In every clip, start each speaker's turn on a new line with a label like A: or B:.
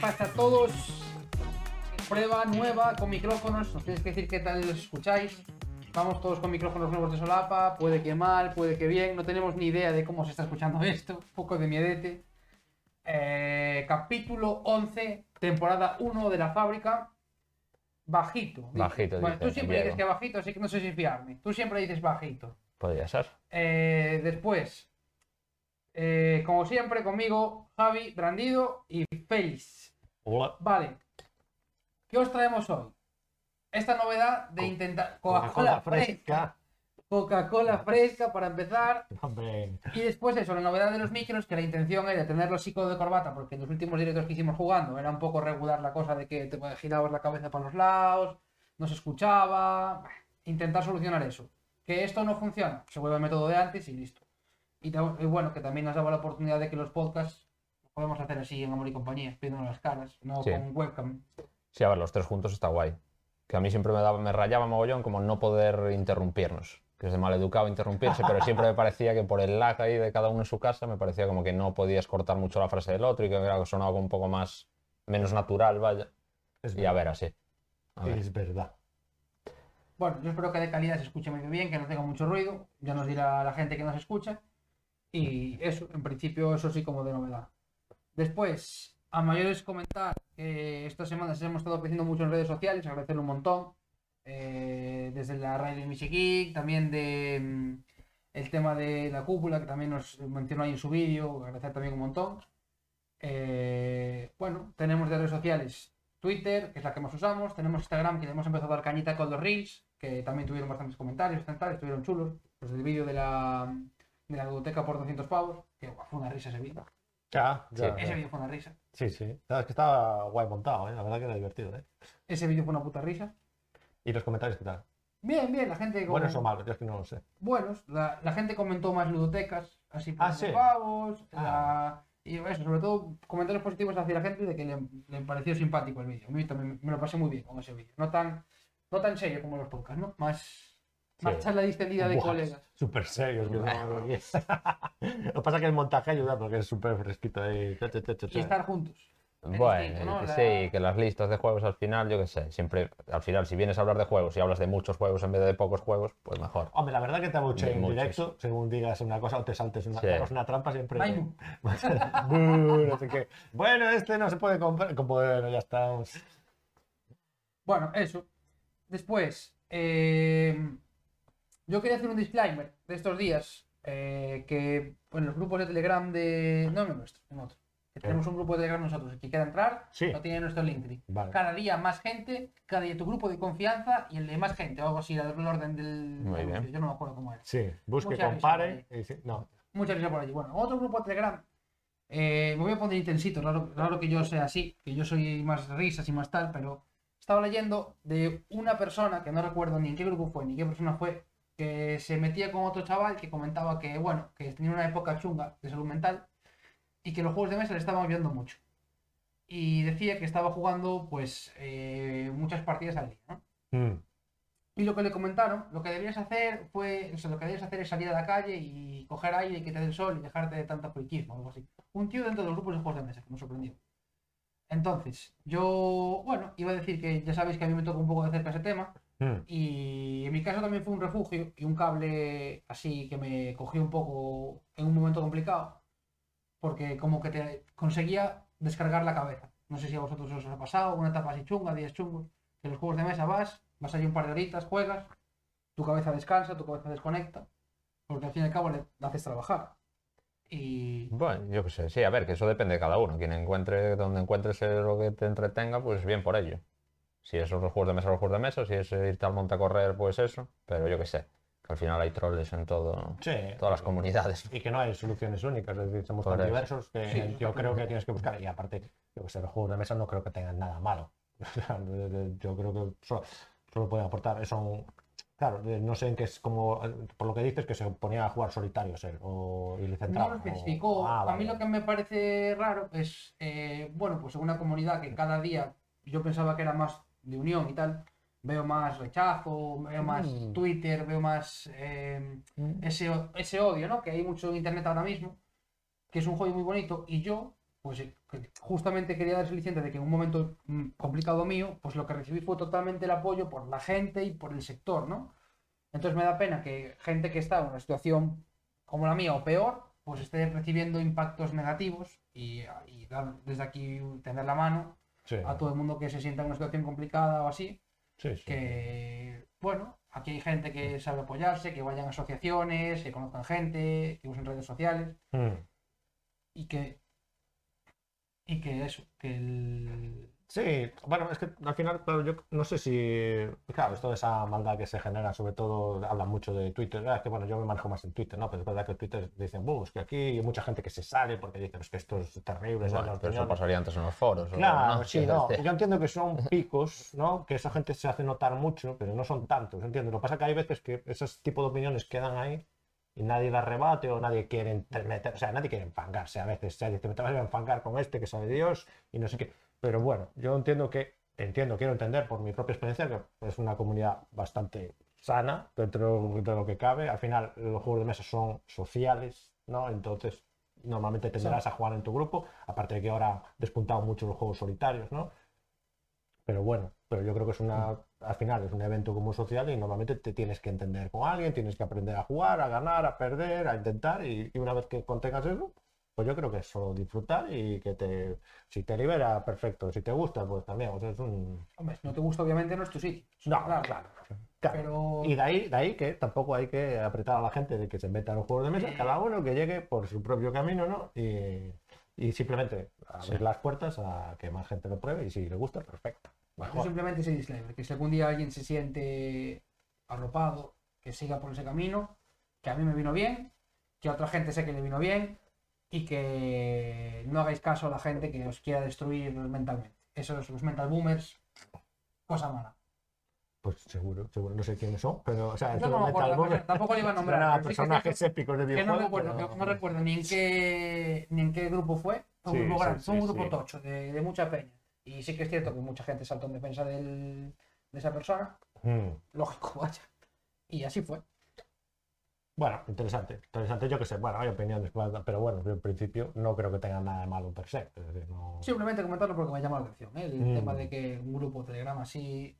A: pasa a todos. Prueba nueva con micrófonos. Nos tienes que decir qué tal los escucháis. Vamos todos con micrófonos nuevos de solapa. Puede que mal, puede que bien. No tenemos ni idea de cómo se está escuchando esto. Un poco de miedete. Eh, capítulo 11, temporada 1 de la fábrica. Bajito. dice.
B: Bajito,
A: Bueno,
B: dice
A: tú siempre dices
B: Diego.
A: que bajito, así que no sé si fiarme. Tú siempre dices bajito.
B: Podría ser.
A: Eh, después, eh, como siempre, conmigo Javi, Brandido y Félix.
B: Hola.
A: Vale, ¿qué os traemos hoy? Esta novedad de
C: Co-
A: intentar.
C: Coca-Cola fresca.
A: Coca-Cola fresca para empezar.
C: Hombre,
A: Y después, eso, la novedad de los micros, que la intención era tenerlos así como de corbata, porque en los últimos directos que hicimos jugando era un poco regular la cosa de que te girabas la cabeza para los lados, no se escuchaba. bah, Intentar solucionar eso. Que esto no funciona, se vuelve al método de antes y listo. Y, ta- y bueno, que también nos daba la oportunidad de que los podcasts los podemos hacer así en amor y compañía, viéndonos las caras, no
B: Sí.
A: con webcam.
B: Sí, a ver, los tres juntos está guay. Que a mí siempre me, daba, me rayaba mogollón como no poder interrumpirnos. Que es de mal educado interrumpirse, pero siempre me parecía que por el lag ahí de cada uno en su casa, me parecía como que no podías cortar mucho la frase del otro y que era- sonaba como un poco más, menos natural, vaya.
C: es,
B: Y a ver, así. A ver.
C: es verdad.
A: Bueno, yo espero que de calidad se escuche muy bien, que no tenga mucho ruido. Ya nos dirá la gente que nos escucha. Y eso, en principio, eso sí como de novedad. Después, a mayores comentar que estas semanas hemos estado creciendo mucho en redes sociales, agradecerlo un montón. Eh, desde la radio de Michiquí, también de mm, el tema de la cúpula, que también nos mencionó ahí en su vídeo, agradecer también un montón. Eh, bueno, tenemos de redes sociales Twitter, que es la que más usamos, tenemos Instagram, que le hemos empezado a dar cañita con los Reels, que también tuvieron bastantes comentarios, tal, tal, estuvieron chulos. Los del vídeo de la, de la biblioteca por 200 pavos, que guau, fue una risa ese vídeo.
C: Ya,
B: Sí.
C: Ah, ya, ya.
A: Ese vídeo fue una risa.
C: sí, sí. No, es que estaba guay montado, ¿eh? la verdad que era divertido. ¿eh?
A: Ese vídeo fue una puta risa.
C: ¿Y los comentarios qué tal?
A: Bien, bien, la gente...
C: ¿Buenos
A: como-
C: o malos? Yo es que no lo sé.
A: Buenos. La, la gente comentó más ludotecas, así por
C: Ah,
A: los
C: sí.
A: pavos, la-
C: Ah.
A: y eso, sobre todo comentarios positivos hacia la gente de que le, le pareció simpático el vídeo. A mí también me lo pasé muy bien con ese vídeo. No tan, no tan serio como los podcasts, ¿no? Más, más
C: Sí.
A: charla distendida de
C: Buah,
A: colegas.
C: Súper serios. Que no, lo que pasa es que el montaje ayuda porque es súper fresquito. ahí. Cha, cha, cha, cha,
A: Y
C: cha.
A: estar juntos. Es
B: Bueno,
A: distinto, ¿no?
B: que
A: La-
B: sí, que las listas de juegos al final, yo qué sé, siempre, al final, si vienes a hablar de juegos y hablas de muchos juegos en vez de pocos juegos, pues mejor.
C: Hombre, la verdad que te abuche
B: De
C: en
B: muchos.
C: directo, según digas una cosa o te saltes una,
B: Sí.
C: hagas una trampa, siempre.
A: Ay, mu-
C: Buh, no sé qué. Bueno, este no se puede comprar. Como, Bueno, ya estamos.
A: Bueno, eso. Después, eh, yo quería hacer un disclaimer de estos días, eh, que en los grupos de Telegram de... No, no nuestro, en otro.
B: Eh.
A: Que tenemos un grupo de Telegram nosotros, el que quiera entrar,
C: Sí.
A: no tiene nuestro link tree.
C: Vale.
A: Cada día más gente, cada día tu grupo de confianza y el de más gente, o algo así, era el orden del...
B: Muy bien.
A: anuncio, Yo no me acuerdo cómo era.
C: Sí, busque,
A: Mucha risa,
C: compare. y sí- no,
A: Muchas gracias por allí. Bueno, otro grupo de Telegram. Eh, me voy a poner intensito, claro, claro que yo sea así, que yo soy más risas y más tal, pero estaba leyendo de una persona que no recuerdo ni en qué grupo fue, ni qué persona fue, que se metía con otro chaval que comentaba que, bueno, que tenía una época chunga de salud mental y que los juegos de mesa le estaban ayudando mucho. Y decía que estaba jugando, pues, eh, muchas partidas al día, ¿no?
C: Mm,
A: Y lo que le comentaron, lo que deberías hacer fue, o sea, lo que deberías hacer es salir a la calle y coger aire y que te dé el sol y dejarte de tanta friquismo o algo así. Un tío dentro de los grupos de juegos de mesa, que me sorprendió. Entonces, yo, bueno, iba a decir que ya sabéis que a mí me toca un poco de cerca ese tema,
C: mm.
A: y en mi caso también fue un refugio y un cable así que me cogió un poco en un momento complicado, porque como que te conseguía descargar la cabeza. No sé si a vosotros os ha pasado, una etapa así chunga, días chungos, que en los juegos de mesa vas, vas allí un par de horitas, juegas, tu cabeza descansa, tu cabeza desconecta, porque al fin y al cabo le le haces trabajar. Y
B: Bueno, yo qué sé, sí, a ver, que eso depende de cada uno. Quien encuentre, donde encuentres eh, lo que te entretenga, pues bien por ello. Si es los juegos de mesa, los juegos de mesa, si es eh, irte al monte a correr, pues eso. Pero yo qué sé, que al final hay troles en todo,
C: Sí.
B: todas las comunidades.
C: Y que no hay soluciones únicas, es decir, somos
B: Por
C: tan
B: eso.
C: diversos que
A: Sí, eso
C: yo
A: está
C: creo
A: claro.
C: que tienes que buscar. Y aparte, yo que sé, los juegos de mesa no creo que tengan nada malo. O sea, yo creo que solo, solo pueden aportar. eh, Son, claro, eh, no sé en qué es como. eh, Por lo que dices, que se ponía a jugar solitarios él o, y le
A: No
C: centraba.
A: lo
C: o-
A: especificó.
C: Ah,
A: A mí lo
C: vale.
A: que me parece raro es, eh, bueno, pues en una comunidad que cada día yo pensaba que era más de unión y tal, veo más rechazo, veo más
C: Mm.
A: Twitter, veo más eh,
C: Mm.
A: ese, ese odio, ¿no? Que hay mucho en Internet ahora mismo, que es un hobby muy bonito, y yo, pues eh, que justamente quería darse licencia de que en un momento mm, complicado mío, pues lo que recibí fue totalmente el apoyo por la gente y por el sector, ¿no? Entonces me da pena que gente que está en una situación como la mía o peor, pues esté recibiendo impactos negativos y, y dar desde aquí tender la mano
C: Sí,
A: a todo el mundo que se sienta en una situación complicada o así,
C: sí, sí.
A: que, bueno, aquí hay gente que sabe apoyarse, que vayan a asociaciones, que conozcan gente, que usen redes sociales
C: Mm.
A: y que... Y que eso, que el...
C: Sí, bueno, es que al final, claro, yo no sé si. Claro, esto de esa maldad que se genera, sobre todo, hablan mucho de Twitter. Ah, es que bueno, yo me manejo más en Twitter, ¿no? Pero es verdad que Twitter dicen, "Buh, es que aquí hay mucha gente que se sale porque dicen, es que esto es terrible. esas
B: Bueno,
C: las
B: pero eso
C: opiniones".
B: pasaría antes en los foros. o-
C: Claro,
B: ¿no?
C: sí,
B: Quiero
C: no.
B: decir,
C: Yo entiendo que son picos, ¿no? Que esa gente se hace notar mucho, pero no son tantos, entiendo. Lo que pasa es que hay veces que esos tipos de opiniones quedan ahí y nadie las rebate o nadie quiere entre- meter, o sea, nadie quiere enfangarse a veces. O sea, dice, te vas a enfangar con este que sabe Dios y no sé qué. Pero bueno, yo entiendo que, entiendo, quiero entender por mi propia experiencia que es una comunidad bastante sana dentro de lo que cabe. Al final, los juegos de mesa son sociales, ¿no? Entonces, normalmente tenderás a jugar en tu grupo, aparte de que ahora han despuntado mucho los juegos solitarios, ¿no? Pero bueno, pero yo creo que es una, al final es un evento como social y normalmente te tienes que entender con alguien, tienes que aprender a jugar, a ganar, a perder, a intentar y, y una vez que contengas eso, pues yo creo que es solo disfrutar y que te, si te libera, perfecto, si te gusta, pues también, o sea, es un...
A: Hombre, si no te gusta obviamente no es tu sitio.
C: No,
A: Claro.
C: claro. claro.
A: Pero...
C: Y de ahí, de ahí que tampoco hay que apretar a la gente de que se meta en los juegos de mesa,
A: Eh.
C: cada uno que llegue por su propio camino, ¿no? Y, y simplemente abrir
B: Sí.
C: las puertas a que más gente lo pruebe y si le gusta, perfecto.
A: Yo
C: Mejor.
A: simplemente ese disclaimer, que si algún día alguien se siente arropado, que siga por ese camino, que a mí me vino bien, que a otra gente sé que le vino bien y que no hagáis caso a la gente que os quiera destruir mentalmente. Esos los mental boomers, cosa mala.
C: Pues seguro, seguro, no sé quiénes son, pero o sea,
A: Yo
C: estos
A: no me acuerdo,
C: Metal Bones
A: tampoco le iba a nombrar.
C: eran
A: pero sí que es cierto
C: personajes épicos de
A: que no,
C: videojuegos.
A: me acuerdo,
C: pero-
A: no recuerdo ni en qué ni en qué grupo fue. Fue un
C: Sí,
A: grupo
C: sí,
A: grande, fue un
C: sí,
A: grupo
C: sí.
A: tocho, de, de mucha peña. Y sí que es cierto que mucha gente saltó en defensa del- de esa persona.
C: Mm.
A: Lógico, vaya. Y así fue.
C: Bueno, interesante, interesante, yo que sé, bueno, hay opiniones, claro, pero bueno, yo en principio no creo que tengan nada de malo per se. es decir, no-
A: Simplemente comentarlo porque me llamó la atención. ¿eh? El
C: Mm.
A: tema de que un grupo Telegram así,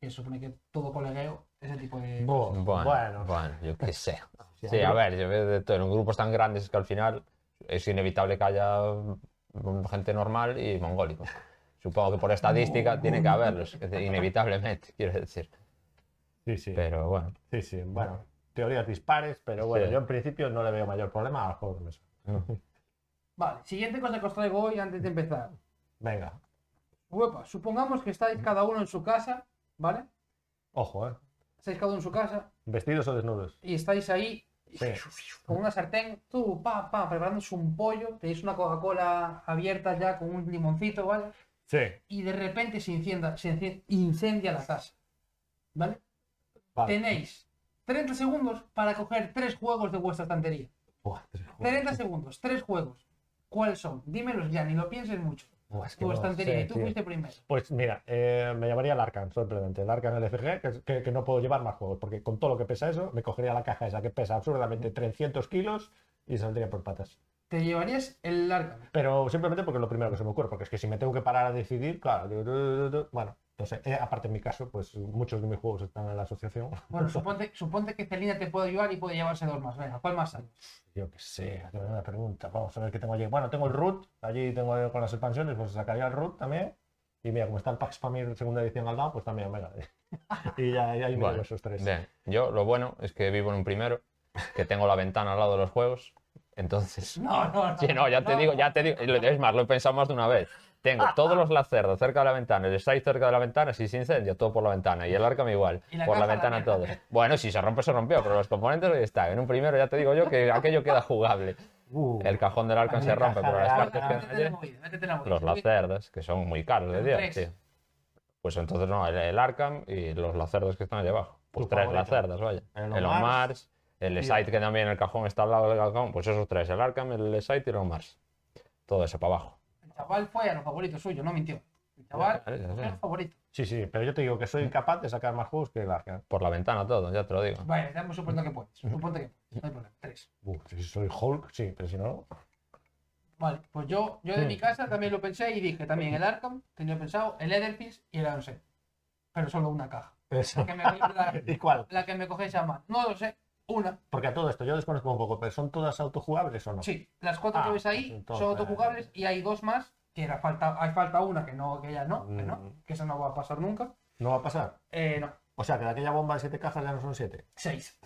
A: que supone que todo colegueo, ese tipo de.
C: Buah,
B: Bueno,
C: bueno,
B: bueno. yo qué sé.
C: sí,
B: Sí, a
C: yo-
B: ver, yo veo de todo. En grupos tan grandes que al final es inevitable que haya mm, gente normal y mongólicos. Supongo que por estadística tiene que haberlos, es decir, inevitablemente, quiero decir.
C: sí, sí.
B: Pero bueno,
C: Sí, sí, bueno, teorías dispares, pero bueno,
B: Sí.
C: yo en principio no le veo mayor problema a los juegos de mesa.
A: Vale, siguiente cosa que os traigo hoy antes de empezar.
C: Venga,
A: Huepa, supongamos que
C: Mm.
A: estáis cada uno en su casa, ¿vale?
C: ojo, ¿eh?
A: Estáis cada uno en su casa
C: ¿Vestidos o desnudos?
A: y estáis ahí
C: Sí.
A: con una sartén, tú, pa, pa, preparándose un pollo, tenéis una Coca-Cola abierta ya con un limoncito, ¿vale?
C: Sí,
A: Y de repente se incendia, se inci- incendia la casa, ¿vale?
C: vale.
A: Tenéis 30 segundos para coger tres juegos de vuestra estantería.
C: Buah, tres juegos.
A: 30 segundos, tres juegos. ¿Cuáles son? Dímelos ya, ni lo pienses mucho.
C: Buah, es que
A: Tu
C: no
A: estantería,
C: sé,
A: y tú
C: tío.
A: fuiste primero.
C: Pues mira, eh, me llamaría el Arcan, simplemente. El Arcan LFG, que, es- que, que no puedo llevar más juegos, porque con todo lo que pesa eso, me cogería la caja esa que pesa absurdamente 300 kilos y saldría por patas.
A: Te llevarías el largo.
C: Pero simplemente porque es lo primero que se me ocurre, porque es que si me tengo que parar a decidir, claro, digo, "Du, du, du, du". bueno, no sé. Eh, aparte, en mi caso, pues muchos de mis juegos están en la asociación.
A: Bueno, suponte, suponte que Celina te puede ayudar y puede llevarse dos más. Venga, ¿cuál más sale?
C: Yo qué sé, hazme una pregunta. Vamos a ver qué tengo allí. Bueno, tengo el root, allí tengo eh, con las expansiones, pues sacaría el root también. Y mira, como está el Pax Pamir segunda edición al lado, pues también, venga. y ya, ya ahí me
B: Bueno,
C: llevo esos tres.
B: bien. Yo lo bueno es que vivo en un primero, que tengo la ventana al lado de los juegos, entonces...
A: No, no, no.
B: Sí, no, ya te digo, ya te digo. Es más, lo he pensado más de una vez. Tengo todos los lacerdos cerca de la ventana, el estáis cerca de la ventana, si se incendia, todo por la ventana. Y el arca igual,
A: Y la
B: por la
A: caja, la
B: ventana
A: mierda.
B: todo. Bueno, si se rompe, se rompió, pero los componentes ahí están. En un primero ya te digo yo que aquello queda jugable.
C: Uh,
B: El cajón del arca se
C: La
B: rompe,
C: caja
B: pero
C: de
B: las
C: Arkham.
B: partes
A: Venga, Métete en
B: que...
A: la movida, métete en la movida.
B: Los lacerdos, que son muy caros de
A: Son
B: Dios,
A: tres.
B: tío. Pues entonces no, el, el Arkham y los lacerdos que están allá abajo. Pues
C: Tu
B: tres
C: favorito.
B: lacerdos, vaya.
C: El
B: El,
C: Omars.
B: Omars, el
C: Y-
B: Site que también el cajón está al lado del cajón. Pues esos tres, el Arkham, el Site y el Omars. Todo eso para abajo.
A: El chaval fue a los favoritos suyos, no mintió. El chaval
B: Ya, ya, ya.
A: fue a los favoritos.
C: Sí, sí, pero yo te digo que soy incapaz de sacar más juegos que el Arkham.
B: Por la ventana todo, ya te lo digo.
A: Vale, estamos suponiendo que puedes. Suponte que puedes. No hay problema. Tres.
C: Uh, si soy Hulk, sí, pero si no.
A: Vale, pues yo, yo de
C: Sí.
A: mi casa también lo pensé y dije también el Arkham, tenía pensado el Etherfish y el Anse. Pero solo una caja.
C: Eso.
A: La que me, la-
C: ¿Y cuál?
A: la que me cogéis a mano. No lo sé, una.
C: Porque a todo esto yo desconozco un poco, pero ¿son todas autojugables o no?
A: Sí, las cuatro que
C: Ah,
A: ves ahí
C: pues entonces-
A: son autojugables y hay dos más que era falta, hay falta una que no, que ya no, que no,
C: Mm.
A: que esa no va a pasar nunca.
C: ¿No va a pasar?
A: Eh, no,
C: O sea, que de aquella bomba de siete cajas ya no son siete.
A: seis.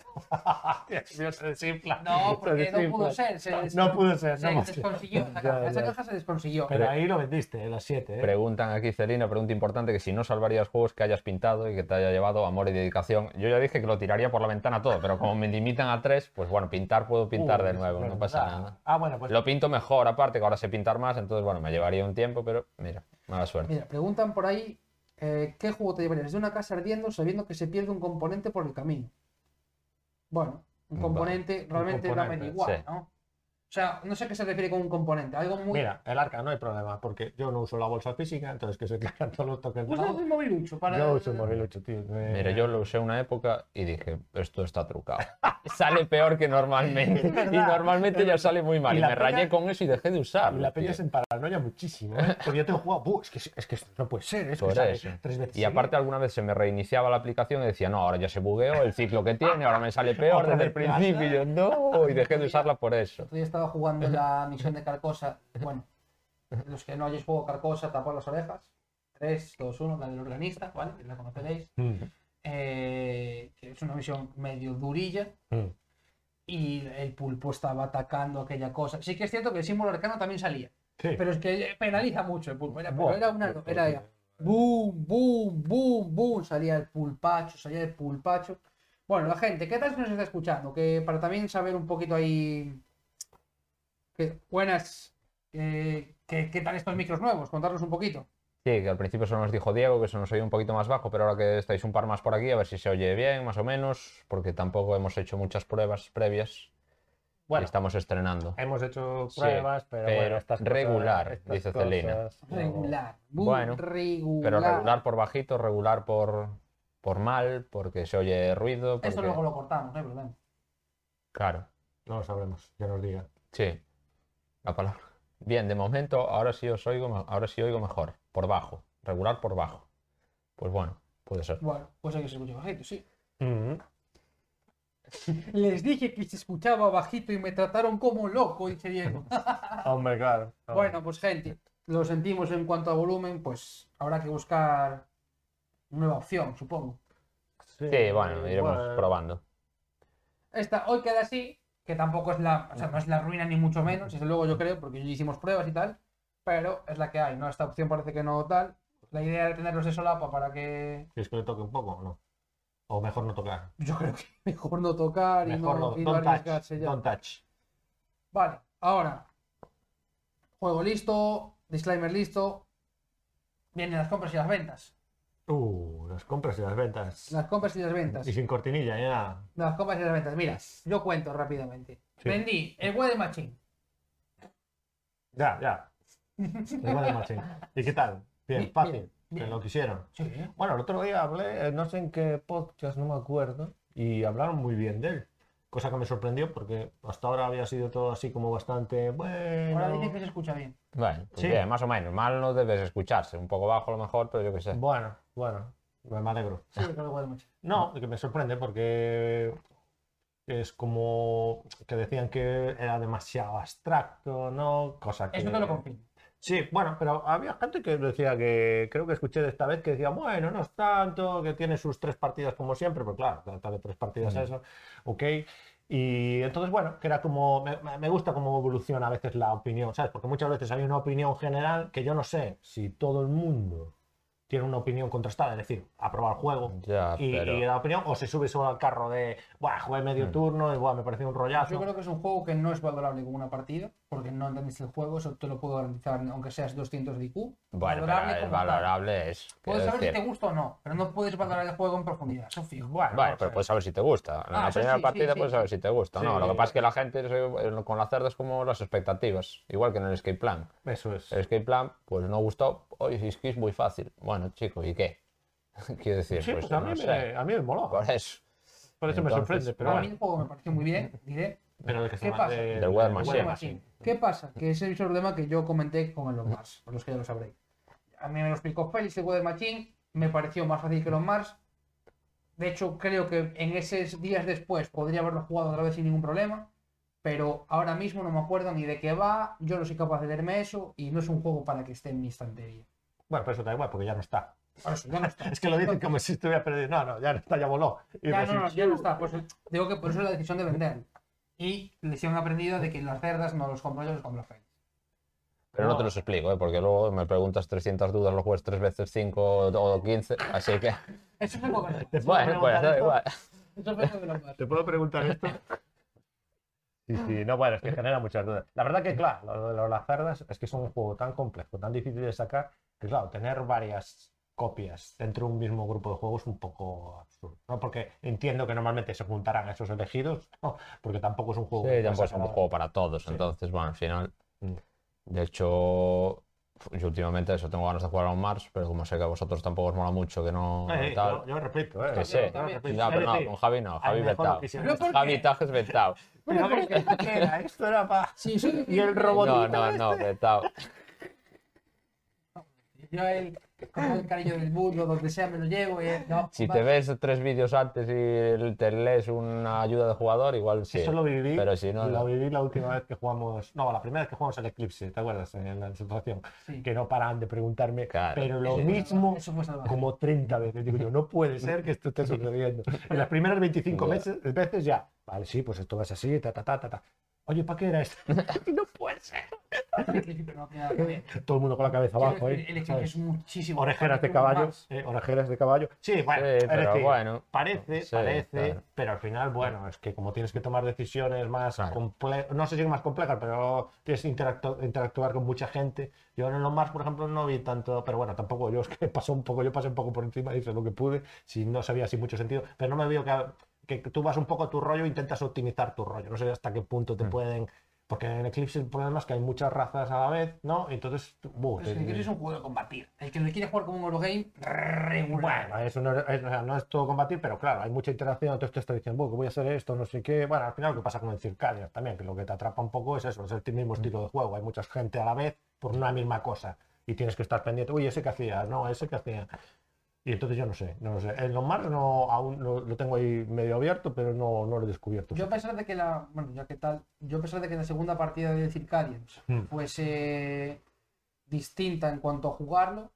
C: Dios mío, se desinfla.
A: No, porque
C: Se
A: no
C: desinfla.
A: pudo ser. Se, des-
C: pues, No pudo ser,
A: se
C: no pudo ser.
A: desconsiguió esa
C: Ya,
A: caja. Esa
C: ya.
A: caja se desconsiguió.
C: Pero ahí lo vendiste, eh, las siete, ¿eh?
B: Preguntan aquí, Celina, pregunta importante, que si no salvarías juegos que hayas pintado y que te haya llevado amor y dedicación. Yo ya dije que lo tiraría por la ventana todo, pero como me limitan a tres, pues bueno, pintar puedo pintar
C: Uy,
B: de nuevo,
C: bueno,
B: no pasa
C: ah,
B: nada.
C: Ah, bueno, pues
B: Lo pinto mejor, aparte, que ahora sé pintar más, entonces bueno, me llevaría un tiempo, pero mira, mala suerte.
A: Mira, preguntan por ahí eh, qué juego te llevarías de una casa ardiendo sabiendo que se pierde un componente por el camino. Bueno, un
B: Vale.
A: componente realmente da
C: componente,
A: igual,
B: sí.
A: ¿no? O sea, no sé a qué se refiere con un componente, algo muy...
C: mira, el arca no hay problema, porque yo no uso la bolsa física, entonces que se cargan todos los tokens.
A: Usa un mobilucho para...
C: Yo uso un móvil 8, tío. eh,
B: Mira, yo lo usé una época y dije, esto está trucado. sale peor que normalmente.
C: Es verdad,
B: y normalmente
C: es
B: ya
C: verdad.
B: sale muy mal.
C: Y
B: Y,
C: la
B: me
C: peña-
B: rayé con eso y dejé de usarlo.
C: Y la
B: tío.
C: peña se paranoia muchísimo, ¿eh? Porque yo tengo jugado, "Buh, es que, es que esto no puede ser, es
B: Por
C: que sale
B: eso.
C: tres veces.
B: Y aparte alguna vez se me reiniciaba la aplicación y decía, no, ahora ya se bugueó el ciclo que tiene, ahora me sale peor
C: Otra
B: desde el
C: vez más.
B: principio. Y yo, no, y dejé de usarla por
A: El
B: eso.
A: otro día estaba jugando la misión de Carcosa. Bueno, los que no hayáis jugado Carcosa, tapad las orejas. 3, 2, 1, la del organista, ¿vale? La conoceréis.
C: seguidas.
A: Eh, que es una misión medio durilla.
C: Mm, mm.
A: Y el pulpo estaba atacando aquella cosa. Sí que es cierto que el símbolo arcano también salía.
C: Sí.
A: Pero es que penaliza mucho el pulpo. Era, pero
C: Buah,
A: era una.
C: yo-
A: Era, era boom, boom, boom, boom. Salía el pulpacho, salía el pulpacho. Bueno, la gente, ¿qué tal si nos está escuchando? Que para también saber un poquito ahí. que- buenas. eh, ¿qué, ¿Qué tal estos micros nuevos? Contarnos un poquito.
B: Sí, que al principio solo nos dijo Diego que se nos oye un poquito más bajo, pero ahora que estáis un par más por aquí, a ver si se oye bien, más o menos, porque tampoco hemos hecho muchas pruebas previas y
C: Bueno,
B: estamos estrenando.
C: hemos hecho
B: Sí,
C: pruebas, pero, bueno,
B: pero
C: estas cosas-
B: regular,
C: estas
B: dice Celina.
C: cosas, no.
A: Regular. Muy
B: Bueno,
A: regular.
B: Pero regular por bajito, regular por, por mal, porque se oye ruido.
A: Esto
B: porque-
A: luego lo cortamos, ¿eh, no hay problema.
B: Claro.
C: No lo sabremos, ya nos diga.
B: Sí, la palabra. Bien, de momento, ahora sí os oigo, me- ahora sí oigo mejor, por bajo, regular por bajo. Pues bueno, puede ser.
A: Bueno, pues hay que se escuche bajito, sí.
C: Mm.
A: Les dije que se escuchaba bajito y me trataron como loco, dice Diego.
C: Hombre, claro.
A: Bueno, pues gente, lo sentimos en cuanto a volumen, pues habrá que buscar nueva opción, supongo.
B: Sí,
A: Eh,
B: bueno, iremos probando.
A: Esta hoy queda así, que tampoco es la, o sea, no es la ruina ni mucho menos, desde luego yo creo, porque ya hicimos pruebas y tal, pero es la que hay, ¿no? Esta opción parece que no tal. La idea era tenerlos de solapa para que
C: ¿Quieres que le toque un poco o no? O mejor no tocar.
A: yo creo que mejor no tocar y
C: Mejor
A: no,
C: no,
A: y no
C: don't touch.
A: arriesgarse ya.
C: Don't touch.
A: Vale, ahora. Juego listo, disclaimer listo. Vienen las compras y las ventas.
C: Uh, las compras y las ventas.
A: Las compras y las ventas.
C: Y sin cortinilla, ya.
A: Las compras y las ventas. Mira, yo cuento rápidamente.
C: Sí.
A: Vendí el Weather Machine.
C: Ya, ya. Igual de machín. ¿Y qué tal? Bien,
A: Bien,
C: fácil.
A: bien, bien.
C: Que lo quisieron.
A: Sí, ¿eh?
C: Bueno, el otro día hablé, eh, no sé en qué podcast, no me acuerdo, y hablaron muy bien de él. Cosa que me sorprendió porque hasta ahora había sido todo así como bastante bueno.
A: Ahora dicen que se escucha bien.
B: Bueno, pues
C: Sí.
B: bien, más o menos. Mal no debes escucharse, un poco bajo a lo mejor, pero yo qué sé.
C: Bueno, bueno, me alegro.
A: Sí, con el Weather Machine.
C: No, que me sorprende porque es como que decían que era demasiado abstracto, ¿no? Cosa que...
A: Eso te lo confirmo.
C: Sí, bueno, pero había gente que decía que, creo que escuché de esta vez que decía, bueno, no es tanto, que tiene sus tres partidas como siempre, pero claro, trata de tres partidas
B: Mm.
C: eso, ok. Y entonces, bueno, que era como, me, me- me gusta cómo evoluciona a veces la opinión, ¿sabes? Porque muchas veces hay una opinión general que yo no sé si todo el mundo tiene una opinión contrastada, es decir, aprobar el
B: Mm.
C: juego,
B: Ya,
C: y,
B: Ah, pero...
C: y la opinión, o se sube solo al carro de, buah, jugué medio
B: Mm.
C: turno y buah, me pareció un rollazo.
A: Yo creo que es un juego que no es valorable con una partida, porque no entendiste el juego, eso te lo puedo garantizar, aunque seas 200 de IQ.
B: Bueno, pero
A: como
B: el
A: tal.
B: valorable es...
A: Puedes
B: quiero
A: saber si
B: decir,
A: te gusta o no, pero no puedes valorar el juego en profundidad, eso fijo.
C: Bueno,
B: Bueno,
C: no
B: pero
C: sé.
B: puedes saber si te gusta. En
A: Ah,
B: la
A: eso
B: primera
A: sí, sí,
B: partida
A: sí,
B: puedes
A: sí.
B: saber si te gusta. o No,
C: Sí.
B: lo que pasa es que la gente se- con la cerda es como las expectativas, igual que en el escape plan.
C: Eso es.
B: El escape plan, pues no gustó. Oye, si es que es muy fácil. Bueno, chico, ¿y qué? Quiero decir,
C: Sí,
B: pues,
C: pues a
B: no
C: mí,
B: sé.
C: me, a mí me moló.
B: Por eso.
C: Por eso me
B: Entonces,
C: sorprende, pero
A: a mí
C: bueno.
A: el juego me pareció muy bien, diré.
C: Pero el que se
A: ¿Qué
C: llama
A: pasa?
C: de-
B: Del
C: de-
B: Weather
C: de
B: Machine.
A: Bueno, sí. ¿Qué pasa? Que ese es el problema que yo comenté con el On Mars, por los que ya lo sabréis. A mí me lo explicó Félix de Weather Machine, me pareció más fácil que el On Mars. De hecho, creo que en esos días después podría haberlo jugado otra vez sin ningún problema, pero ahora mismo no me acuerdo ni de qué va, yo no soy capaz de leerme eso y no es un juego para que esté en mi estantería.
C: Bueno, pero eso da igual porque ya no está.
A: Por eso, ya no está.
C: Es que lo dicen como si estuviera perdido. No, no, ya no está, ya voló. Y
A: Ya
C: pues,
A: no, no, ya no está. Pues, digo que por eso es la decisión de vender. Y lesión aprendida de que las cerdas no los compro yo, los compro Félix.
B: Pero no. te
C: No.
B: los explico, ¿eh? porque luego me preguntas 300 dudas, lo juegas 3 veces 5 o 15, así que...
A: Eso es un poco
C: ¿Te puedo
B: Bueno, pues
C: preguntar
B: da
C: esto?
B: igual.
A: Eso es lo de los Mars.
C: ¿Te puedo preguntar esto? Sí, sí, no, bueno, es que genera muchas dudas. La verdad que, claro, lo, lo de las cerdas es que es un juego tan complejo, tan difícil de sacar, que, claro, tener varias copias dentro de un mismo grupo de juegos es un poco absurdo, ¿no? Porque entiendo que normalmente se juntarán esos elegidos, ¿no? porque tampoco es un juego... que
B: Sí, tampoco
C: puedas
B: es un
C: sacar-
B: juego para todos.
C: Sí.
B: Entonces, bueno, al final.
C: Mm.
B: De hecho, yo últimamente eso tengo ganas de jugar a un Mars, pero como sé que a vosotros tampoco os mola mucho, que no.
C: Eh, eh,
B: tal.
C: yo, yo repito, ¿eh?
B: Que sé.
C: Yo repito.
B: No, pero
C: Es
B: no,
C: decir,
B: con Javi no,
C: a lo
B: Javi
C: mejor
B: vetado.
C: lo quisieron.
A: Yo por-
B: Javi Tajes vetado.
C: Pero ves que esto qué era, esto era para...
A: Sí, sí,
C: Y el robot-
B: No,
C: Bonito
B: no, no, vetado.
A: Yo el, con el cariño del mundo, donde sea me lo llevo y eh, no,
B: Si
A: va.
B: te ves tres vídeos antes y te lees una ayuda de jugador, igual sí.
C: Eso lo viví,
B: Pero si no,
C: lo
B: no.
C: viví la última vez que jugamos, no, la primera vez que jugamos el Eclipse, ¿te acuerdas? En la situación,
A: Sí.
C: que no paraban de preguntarme,
B: Claro,
C: pero lo
B: sí.
C: mismo
A: Eso fue salvaje.
C: como 30 veces. Digo yo, no puede ser que esto esté sucediendo. En las primeras 25
B: Ya.
C: veces, veces ya, vale, sí, pues esto va a ser así, ta, ta, ta, ta, ta. Oye, ¿para qué era esto? no puede ser.
A: No, que nada que ver.
C: Todo el mundo con la cabeza abajo,
A: Quiero
C: ¿eh?
A: decir, el equipo
C: ¿sabes?
A: es muchísimo.
C: Orejeras de caballo, eh, orejeras de caballo. Sí,
B: Sí,
C: bueno, es
B: pero
C: decir,
B: bueno.
C: Parece,
B: Sí,
C: parece,
B: claro.
C: pero al final, bueno, es que como tienes que tomar decisiones más
B: Claro.
C: complejas, no sé si más complejas, pero tienes que interactu- interactuar con mucha gente. Yo en los más, por ejemplo, no vi tanto, pero bueno, tampoco yo, es que pasó un poco, yo pasé un poco por encima, hice lo que pude, si no sabía así mucho sentido, pero no me veo que, que tú vas un poco a tu rollo, e intentas optimizar tu rollo, no sé hasta qué punto te
B: Mm.
C: pueden... Porque en Eclipse el problema es que hay muchas razas a la vez, ¿no? Entonces, uh, eh, buh,
A: Pero es que
C: te-
A: el Eclipse es un juego de combatir. El que lo quiere jugar como un Eurogame, regular.
C: Bueno, eso no es, o sea, no es todo combatir, pero claro, hay mucha interacción, entonces te está diciendo, "Buh, que voy a hacer esto, no sé qué. Bueno, al final lo que pasa con el Circadian también, que lo que te atrapa un poco es eso, es el mismo estilo de juego, hay mucha gente a la vez por una misma cosa y tienes que estar pendiente, uy, ese que hacía, no, ese que hacía. Y entonces yo no sé, no lo sé. En los Mars no, aún lo, lo tengo ahí medio abierto, pero no, no lo he descubierto.
A: Yo a pesar de que la. Bueno, ya que tal. Yo a pesar de que la segunda partida de Circadians
C: Mm.
A: fuese pues, eh, distinta en cuanto a jugarlo,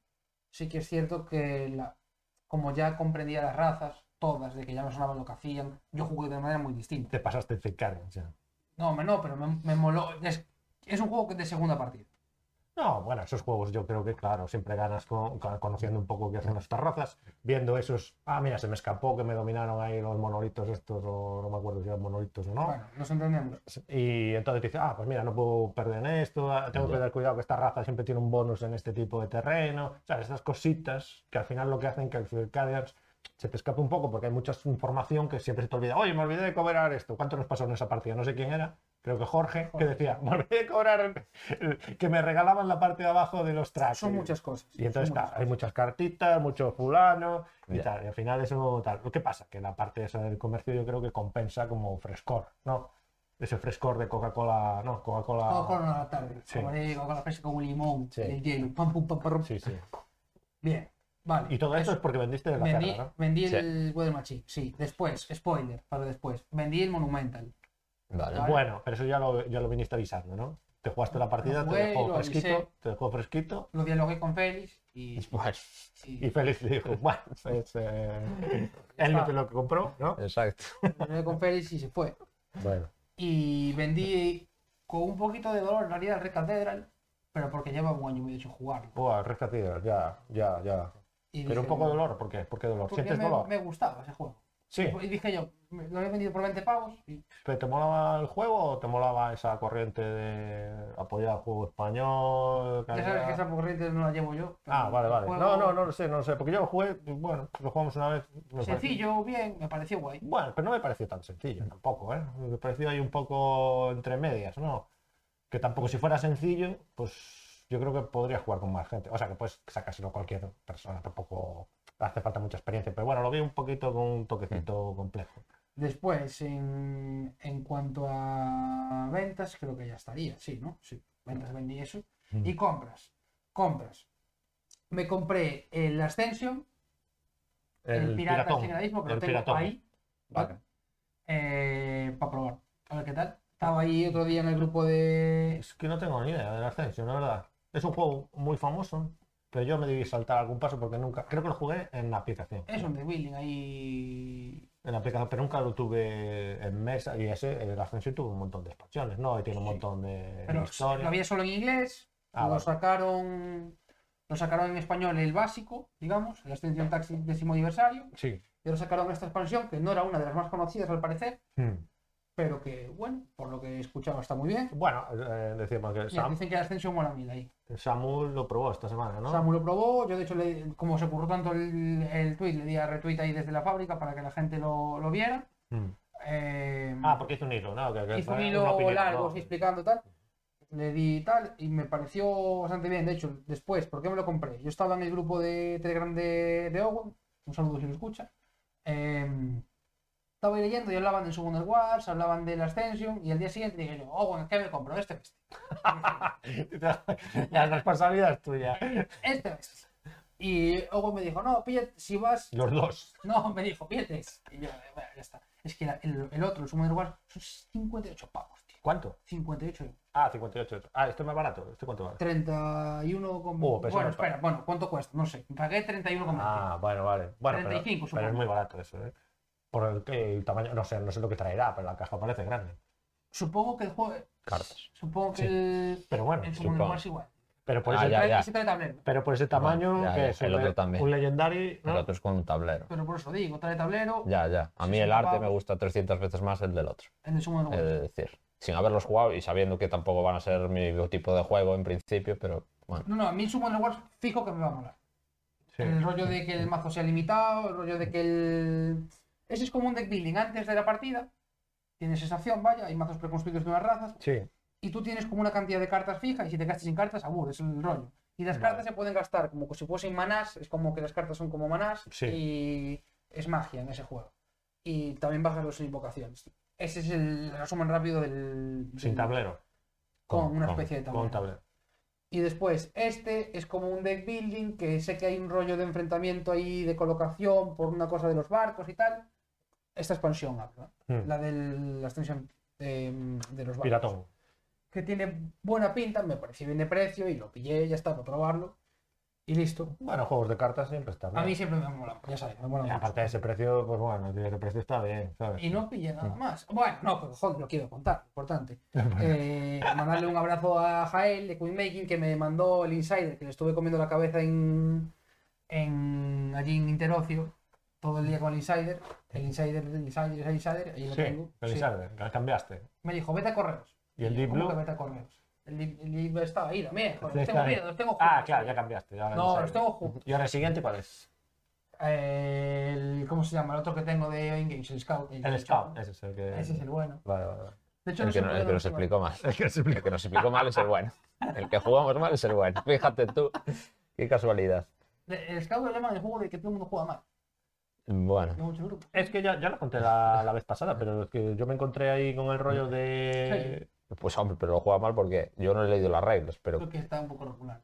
A: sí que es cierto que la, como ya comprendía las razas, todas, de que ya me sonaban lo que hacían, yo jugué de una manera muy distinta.
C: Te pasaste el Circadian, ya.
A: No, me- no, pero me, me moló. Es, es un juego que es de segunda partida.
C: No, bueno, esos juegos yo creo que, claro, siempre ganas con- con- conociendo un poco qué hacen estas razas, viendo esos, ah, mira, se me escapó que me dominaron ahí los monolitos estos, o no me acuerdo si eran monolitos o no.
A: Bueno, nos entendemos.
C: Y entonces dices, ah, pues mira, no puedo perder en esto, ah, tengo que
B: Ya.
C: tener cuidado que esta raza siempre tiene un bonus en este tipo de terreno, o sea, estas cositas que al final lo que hacen que el Circadians se te escape un poco porque hay mucha información que siempre se te olvida, oye, me olvidé de cobrar esto, ¿cuánto nos pasó en esa partida? No sé quién era. Creo que Jorge, que
A: Jorge.
C: decía, me olvidé de cobrar, el- el- que me regalaban la parte de abajo de los tracks.
A: Son muchas cosas.
C: Y entonces,
A: son
C: claro,
A: muchas
C: hay muchas cartitas, mucho fulano y
B: Ya.
C: tal. Y al final eso tal. Lo que pasa, que la parte esa del comercio yo creo que compensa como frescor, ¿no? Ese frescor de Coca-Cola, no, Coca-Cola.
A: Todo con la tarde.
C: Sí.
A: Abrigo, con la fresa con un limón,
C: Sí.
A: el hielo, pam, pum, pam, parrum.
C: Sí, sí.
A: Bien, vale.
C: Y todo eso
A: Eso.
C: es porque vendiste de la
A: Vendí,
C: cerda, ¿no?
A: vendí
B: Sí.
A: el Weather Machine, sí. Después, spoiler, para después. Vendí el Monumental.
B: Vale.
A: Vale.
C: Bueno, pero eso ya lo, ya lo viniste avisando, ¿no? Te jugaste la partida, te
A: jugué y
C: dejó
A: lo
C: fresquito,
A: avisé.
C: te dejó fresquito.
A: Lo dialogué con Félix y.
B: Bueno,
A: y-
C: Y Félix le dijo, bueno, pues, eh, él no te lo compró, ¿no?
B: exacto.
A: lo dialogué con Félix y se fue.
C: Bueno.
A: Y vendí con un poquito de dolor en realidad el Red Cathedral, pero porque lleva un año y medio sin jugarlo.
C: Buah, rescatido, ya, ya, ya.
A: Y
C: Pero un
A: dije,
C: poco de dolor, ¿por qué? ¿Por qué dolor?
A: porque
C: ¿Sientes
A: me,
C: dolor?
A: me gustaba ese juego.
C: Sí.
A: Y dije yo, me- lo he vendido por 20 pavos y
C: ¿Pero te molaba el juego o te molaba esa corriente de apoyar al juego español? que
A: ya sabes
C: había?
A: que esa corriente no la llevo yo. pero
C: Ah, vale,
A: el
C: vale.
A: juego
C: No, no, no lo sé, no lo sé. Porque yo lo jugué, bueno, pues lo jugamos una vez. me pareció-
A: Sencillo, bien, me pareció guay.
C: Bueno, pero no me pareció tan sencillo tampoco, ¿eh? Me pareció ahí un poco entre medias, ¿no? Que tampoco si fuera sencillo, pues yo creo que podría jugar con más gente. O sea, que puedes sacárselo a cualquier persona, tampoco hace falta mucha experiencia. Pero bueno, lo vi un poquito con un toquecito complejo.
A: Después, en, en cuanto a ventas, creo que ya estaría, sí, ¿no? Sí, ventas vendí eso.
B: Mm.
A: Y compras, compras. Me compré el Ascension, el, Pirata
C: piratón,
A: sin aradismo, que
C: el
A: lo tengo
C: piratón.
A: ahí.
C: Vale.
A: para probar, a ver qué tal. Estaba ahí otro día en el grupo de.
C: Es que no tengo ni idea del Ascension, la verdad. Es un juego muy famoso, pero yo me debí saltar algún paso porque nunca. Creo que lo jugué en la aplicación.
A: Es un building ahí.
C: En la aplicación, pero nunca lo tuve en mesa. Y ese, el Ascension tuvo un montón de expansiones, ¿no? Y tiene un
A: Sí.
C: montón de
A: Pero
C: historias.
A: lo había solo en inglés.
C: Ah,
A: lo
C: vale.
A: sacaron. Lo sacaron en español el básico, digamos, el Ascension Taxi décimo aniversario.
C: Sí.
A: Y ahora sacaron esta expansión, que no era una de las más conocidas al parecer,
C: Hmm.
A: pero que, bueno, por lo que he escuchado está muy bien.
C: Bueno, eh, decíamos que
A: Mira,
C: Sam-
A: dicen que la Ascension mola mil ahí.
C: Samu lo probó esta semana, ¿no?
A: Samu lo probó, yo de hecho, le- como se ocurrió tanto el, el tweet, le di a retweet ahí desde la fábrica para que la gente lo, lo viera.
C: Hmm.
A: Eh,
C: Ah, porque hizo un hilo, ¿no? Que- que
A: hizo un
C: fue ¿eh? una
A: hilo
C: opinión,
A: largo
C: ¿no?
A: así, explicando tal. Le di tal y me pareció bastante bien. De hecho, después, ¿por qué me lo compré? Yo estaba en el grupo de Telegram de, de Owen, un saludo si lo escucha. Em, estaba ahí leyendo y hablaban del Second Wars, hablaban del Ascension y al día siguiente dije yo, Owen, ¿qué me compro? Este o este.
C: La responsabilidad es tuya.
A: Este o este. Y Owen me dijo, no, pilla, si vas...
C: Los dos.
A: No, me dijo, píllate. ese". Y yo, "Bueno, ya está. Es que la- el, el otro, el Second Wars, son 58 pavos, tío.
C: ¿Cuánto?
A: 58 euros.
C: Ah, 58. Ah, este es más barato. ¿Este cuánto vale?
A: 31 con...
C: Oh, pero eso
A: bueno,
C: no está.
A: espera, bueno, ¿cuánto cuesta? No sé, pagué 31 con
C: Ah, bueno, vale. Bueno,
A: 35
C: pero, pero es
A: supongo.
C: muy barato eso, ¿eh? Por el, el tamaño, no sé, no sé lo que traerá, pero la caja parece grande.
A: Supongo que el juego...
B: Cartas.
A: Supongo que
C: Sí.
A: el...
C: Pero bueno,
A: El
B: supongo.
A: segundo lugar es igual.
C: pero por,
B: Ah,
C: ese,
B: ya,
A: Trae
B: ya.
A: casi trae tablero.
C: pero por ese tamaño,
B: Bueno, ya,
C: que
B: ya,
C: es
B: el
C: un-
B: otro también.
C: un legendary, ¿no?
B: El otro es con un tablero.
A: Pero por eso digo, trae tablero
B: Ya, ya. A
A: Sí,
B: mí
A: sí,
B: el
A: papá.
B: arte me gusta 300 veces más el del otro.
A: en el segundo
C: Ah,
B: He
A: lugar.
B: de decir, sin haberlos jugado y sabiendo que tampoco van a ser mi tipo de juego en principio, pero bueno.
A: No, no, a mí el segundo lugar fijo que me va a molar.
C: Sí.
A: El rollo de que el mazo sea limitado, el rollo de que el... Ese es como un deck building antes de la partida. Tienes esa acción, vaya, hay mazos preconstruidos de unas razas.
C: Sí.
A: y tú tienes como una cantidad de cartas fija y si te gastas sin cartas, aburres es el rollo. Y las
C: Vale.
A: cartas se pueden gastar como si fuesen manás, es como que las cartas son como manás
C: Sí.
A: y es magia en ese juego. Y también bajas las invocaciones. Ese es el resumen rápido del...
C: Sin
A: del-
C: tablero.
A: Con,
B: Con-
A: una
B: con-
A: especie de tablero.
C: Con tablero.
A: Y después, este es como un deck building, que sé que hay un rollo de enfrentamiento ahí, de colocación por una cosa de los barcos y tal. Esta expansión, hablo, ¿eh?
C: Hmm.
A: la de la extensión eh, de los barcos
C: Piratón.
A: que tiene buena pinta, me pareció bien de precio y lo pillé, ya está, para probarlo. Y listo.
C: Bueno, juegos de cartas siempre está bien.
A: A mí siempre me mola, ya sabes, me mola
C: Y
A: mucho.
C: aparte de ese precio, pues bueno, tío, ese precio está bien, ¿sabes?
A: Y no pillé nada más. Bueno, no, pero joder, lo quiero contar, importante.
C: Pues
A: Eh, mandarle un abrazo a Jael de Queen Making que me mandó el insider, que le estuve comiendo la cabeza en, en allí en Interocio todo el día con el insider. El insider, el insider, el insider, ahí lo
C: Sí,
A: tengo.
C: el
A: Sí.
C: Insider, que cambiaste.
A: Me dijo, vete a correos.
C: ¿Y el
A: yo,
C: Deep
A: "¿Cómo
C: Blue?
A: que vete a correos? El, Deep- el Deep Blue estaba ahí también, joder,
C: Sí,
A: los
C: está
A: tengo
C: ahí.
A: miedo, los tengo
C: Ah,
A: juntos.
C: claro, ya cambiaste. ya ahora el
A: No,
C: Insider.
A: los tengo juntos.
C: ¿Y ahora el siguiente cuál es?
A: El, ¿Cómo se llama? El otro que tengo de Games, el Scout.
C: El Scout. Ese es el que.
A: Ese es el bueno.
C: Vale, vale, vale.
A: De hecho,
B: El que,
A: se
B: no-
A: puede
B: el que nos
A: mencionar.
B: explicó mal. El que, nos explicó mal es el bueno. El que jugamos mal es el bueno. Fíjate tú, qué casualidad.
A: Le- ¿eh? El Scout lo llaman el juego de que todo el mundo juega mal.
B: Bueno,
A: Tengo muchos grupos.
C: Es que ya, ya lo conté la, la vez pasada, pero es que yo me encontré ahí con el rollo de.
B: pues hombre, pero lo juega mal porque yo no he leído las reglas, pero
A: Creo que está un poco regular.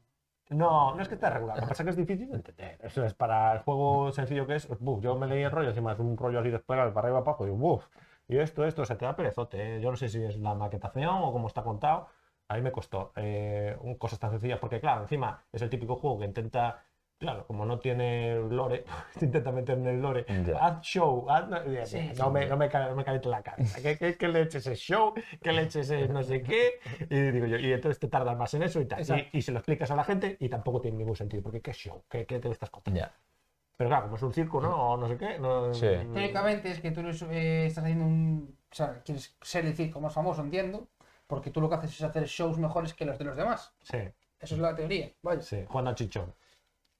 C: No, no es que esté regular, lo que pasa es que es difícil de entender. Eso es para el juego sencillo que es. buf, yo me leí el rollo, encima es un rollo así de espera, para arriba, para abajo, y buf. Y esto, esto, se te da perezote. ¿eh? Yo no sé si es la maquetación o cómo está contado. A mí me costó eh, un- cosas tan sencillas, porque claro, encima es el típico juego que intenta. Claro, como no tiene lore, intenta meter en el lore.
B: ya.
C: Haz show, haz- no, no
A: Sí, sí.
C: me, no me ca- no me caliente la cabeza. ¿Qué, qué, qué le eches ese show? ¿Qué le eches ese no sé qué? Y digo yo, y entonces te tardas más en eso y tal.
A: Exacto.
C: Y, y se lo explicas a la gente y tampoco tiene ningún sentido, porque qué show, qué, qué te estás contando.
B: ya.
C: Pero claro, como es un circo, ¿no? O no sé qué. No,
B: Sí.
A: Teóricamente es que tú eres, eh, estás haciendo un. O sea, quieres ser el circo más famoso, entiendo. Porque tú lo que haces es hacer shows mejores que los de los demás.
C: Sí,
A: Eso es la teoría. Vaya.
C: sí, jugando al chichón.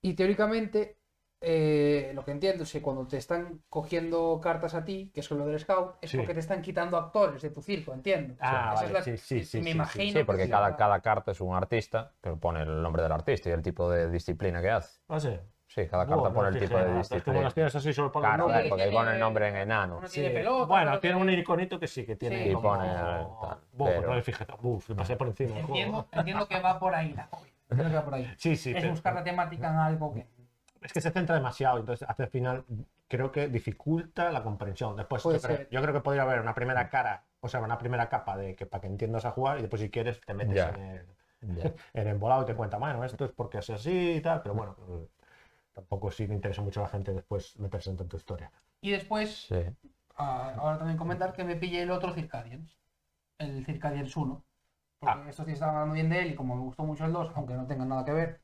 A: Y teóricamente, eh, lo que entiendo es que cuando te están cogiendo cartas a ti, que es lo del scout, es
C: Sí.
A: porque te están quitando actores de tu circo, entiendo.
C: Ah,
A: Esa es
C: vale,
A: la-
C: sí, sí, sí,
A: Me
C: sí,
A: imagino.
B: Sí, porque
A: que
B: cada,
A: la-
B: cada carta es un artista que pone el nombre del artista y el tipo de disciplina que hace.
C: No sé.
B: Sí, cada carta
C: Bueno,
B: por el
C: fíjate,
B: tipo de
C: nada, es
B: distrito.
C: como las tienes así solo por
B: Claro,
C: los
A: nombre.
B: eh, porque ahí pone el nombre en enano.
A: Uno
C: Sí.
A: tiene pelota.
C: Bueno,
A: otro
C: tiene un iconito que sí, que tiene.
A: Sí,
C: como-
B: pone, tal,
C: Buah,
B: pero-
C: no me fijé. Uf, me pasé por encima. del juego.
A: Entiendo, entiendo que va por ahí la movida. Entiendo que va por ahí.
C: Sí, sí.
A: es
C: pero-
A: buscar la temática en algo que.
C: es que se centra demasiado, entonces hasta el final creo que dificulta la comprensión. Después yo
A: Puede
C: creo,
A: ser. Mm.
C: yo creo que podría haber una primera cara, o sea, una primera capa de que para que entiendas a jugar y después si quieres te metes
B: Ya.
C: en el,
B: Ya.
C: en el volado y te cuenta, bueno, esto es porque es así y tal, pero bueno, mm, tampoco sí le interesa mucho a la gente después meterse en tanta historia.
A: Y después,
B: Sí.
A: ah, ahora también comentar que me pillé el otro Circadians. El Circadians 1. Porque
C: Ah.
A: estos sí estaban hablando bien de él y como me gustó mucho el 2, aunque no tengan nada que ver,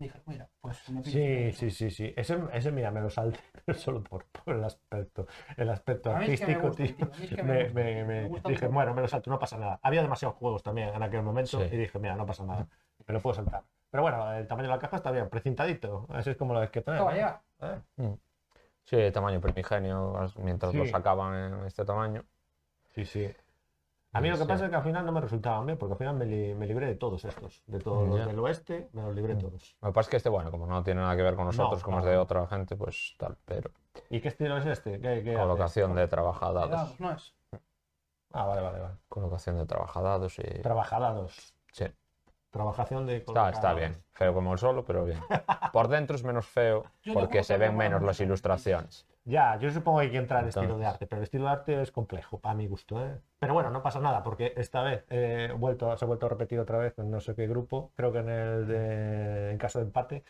A: dije, mira, pues me pillo.
C: Sí, sí, sí, sí. Ese, ese mira, me lo salte solo por, por el aspecto, el aspecto
A: A mí es que me
C: artístico,
A: gusta, tío,
C: tío.
A: a mí es que me
C: Me,
A: gusta,
C: me- me-
A: me gusta
C: dije,
A: mucho.
C: bueno, me lo salto, no pasa nada. Había demasiados juegos también en aquel momento
B: Sí.
C: y dije, mira, no pasa nada, me lo puedo saltar. Pero bueno, el tamaño de la caja está bien, precintadito. Así es como lo que
A: Esto va a
C: tenemos.
A: llegar.
C: ¿eh?
B: Sí, de tamaño primigenio, mientras lo
C: Sí.
B: sacaban en este tamaño.
C: Sí, sí. A mí lo que
B: Sí.
C: pasa es que al final no me resultaban bien, porque al final me, li- me libré de todos estos, de todos los
B: Ya.
C: del oeste, me los libré
B: Mm.
C: todos.
B: Lo que pasa es que este, bueno, como no tiene nada que ver con nosotros,
C: No,
B: como es
C: claro.
B: de otra gente, pues tal, pero
C: ¿Y qué estilo es este? ¿Qué, qué hace?
B: colocación de trabajadados.
A: Cuidados, no es.
C: Ah, vale, vale, vale.
B: Colocación de trabajadados y...
C: Trabajadados.
B: Sí,
C: Trabajación de
B: está, está
C: colocadados.
B: bien. Feo como el solo, pero bien. Por dentro es menos feo
A: Yo te
B: porque
A: juro
B: se
A: que
B: ven
A: me mola
B: menos las
A: mucho.
B: ilustraciones.
C: Ya, yo supongo que hay que entrar en estilo de
B: Entonces.
C: arte, pero el estilo de arte es complejo, para mi gusto, ¿eh? Pero bueno, no pasa nada, porque esta vez eh, he vuelto, se ha vuelto a repetir otra vez en no sé qué grupo, creo que en el de, en caso de empate,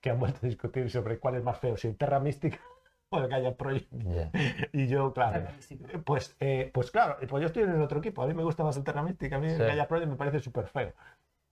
C: que han vuelto a discutir sobre cuál es más feo, si el Terra Mística o el Gaia Project.
B: Ya.
C: Y yo, claro,
A: Característico.
C: pues, eh, pues claro, pues yo estoy en el otro equipo, a mí me gusta más el Terra Mística, a mí el
B: Sí.
C: Gaia Project me parece súper feo.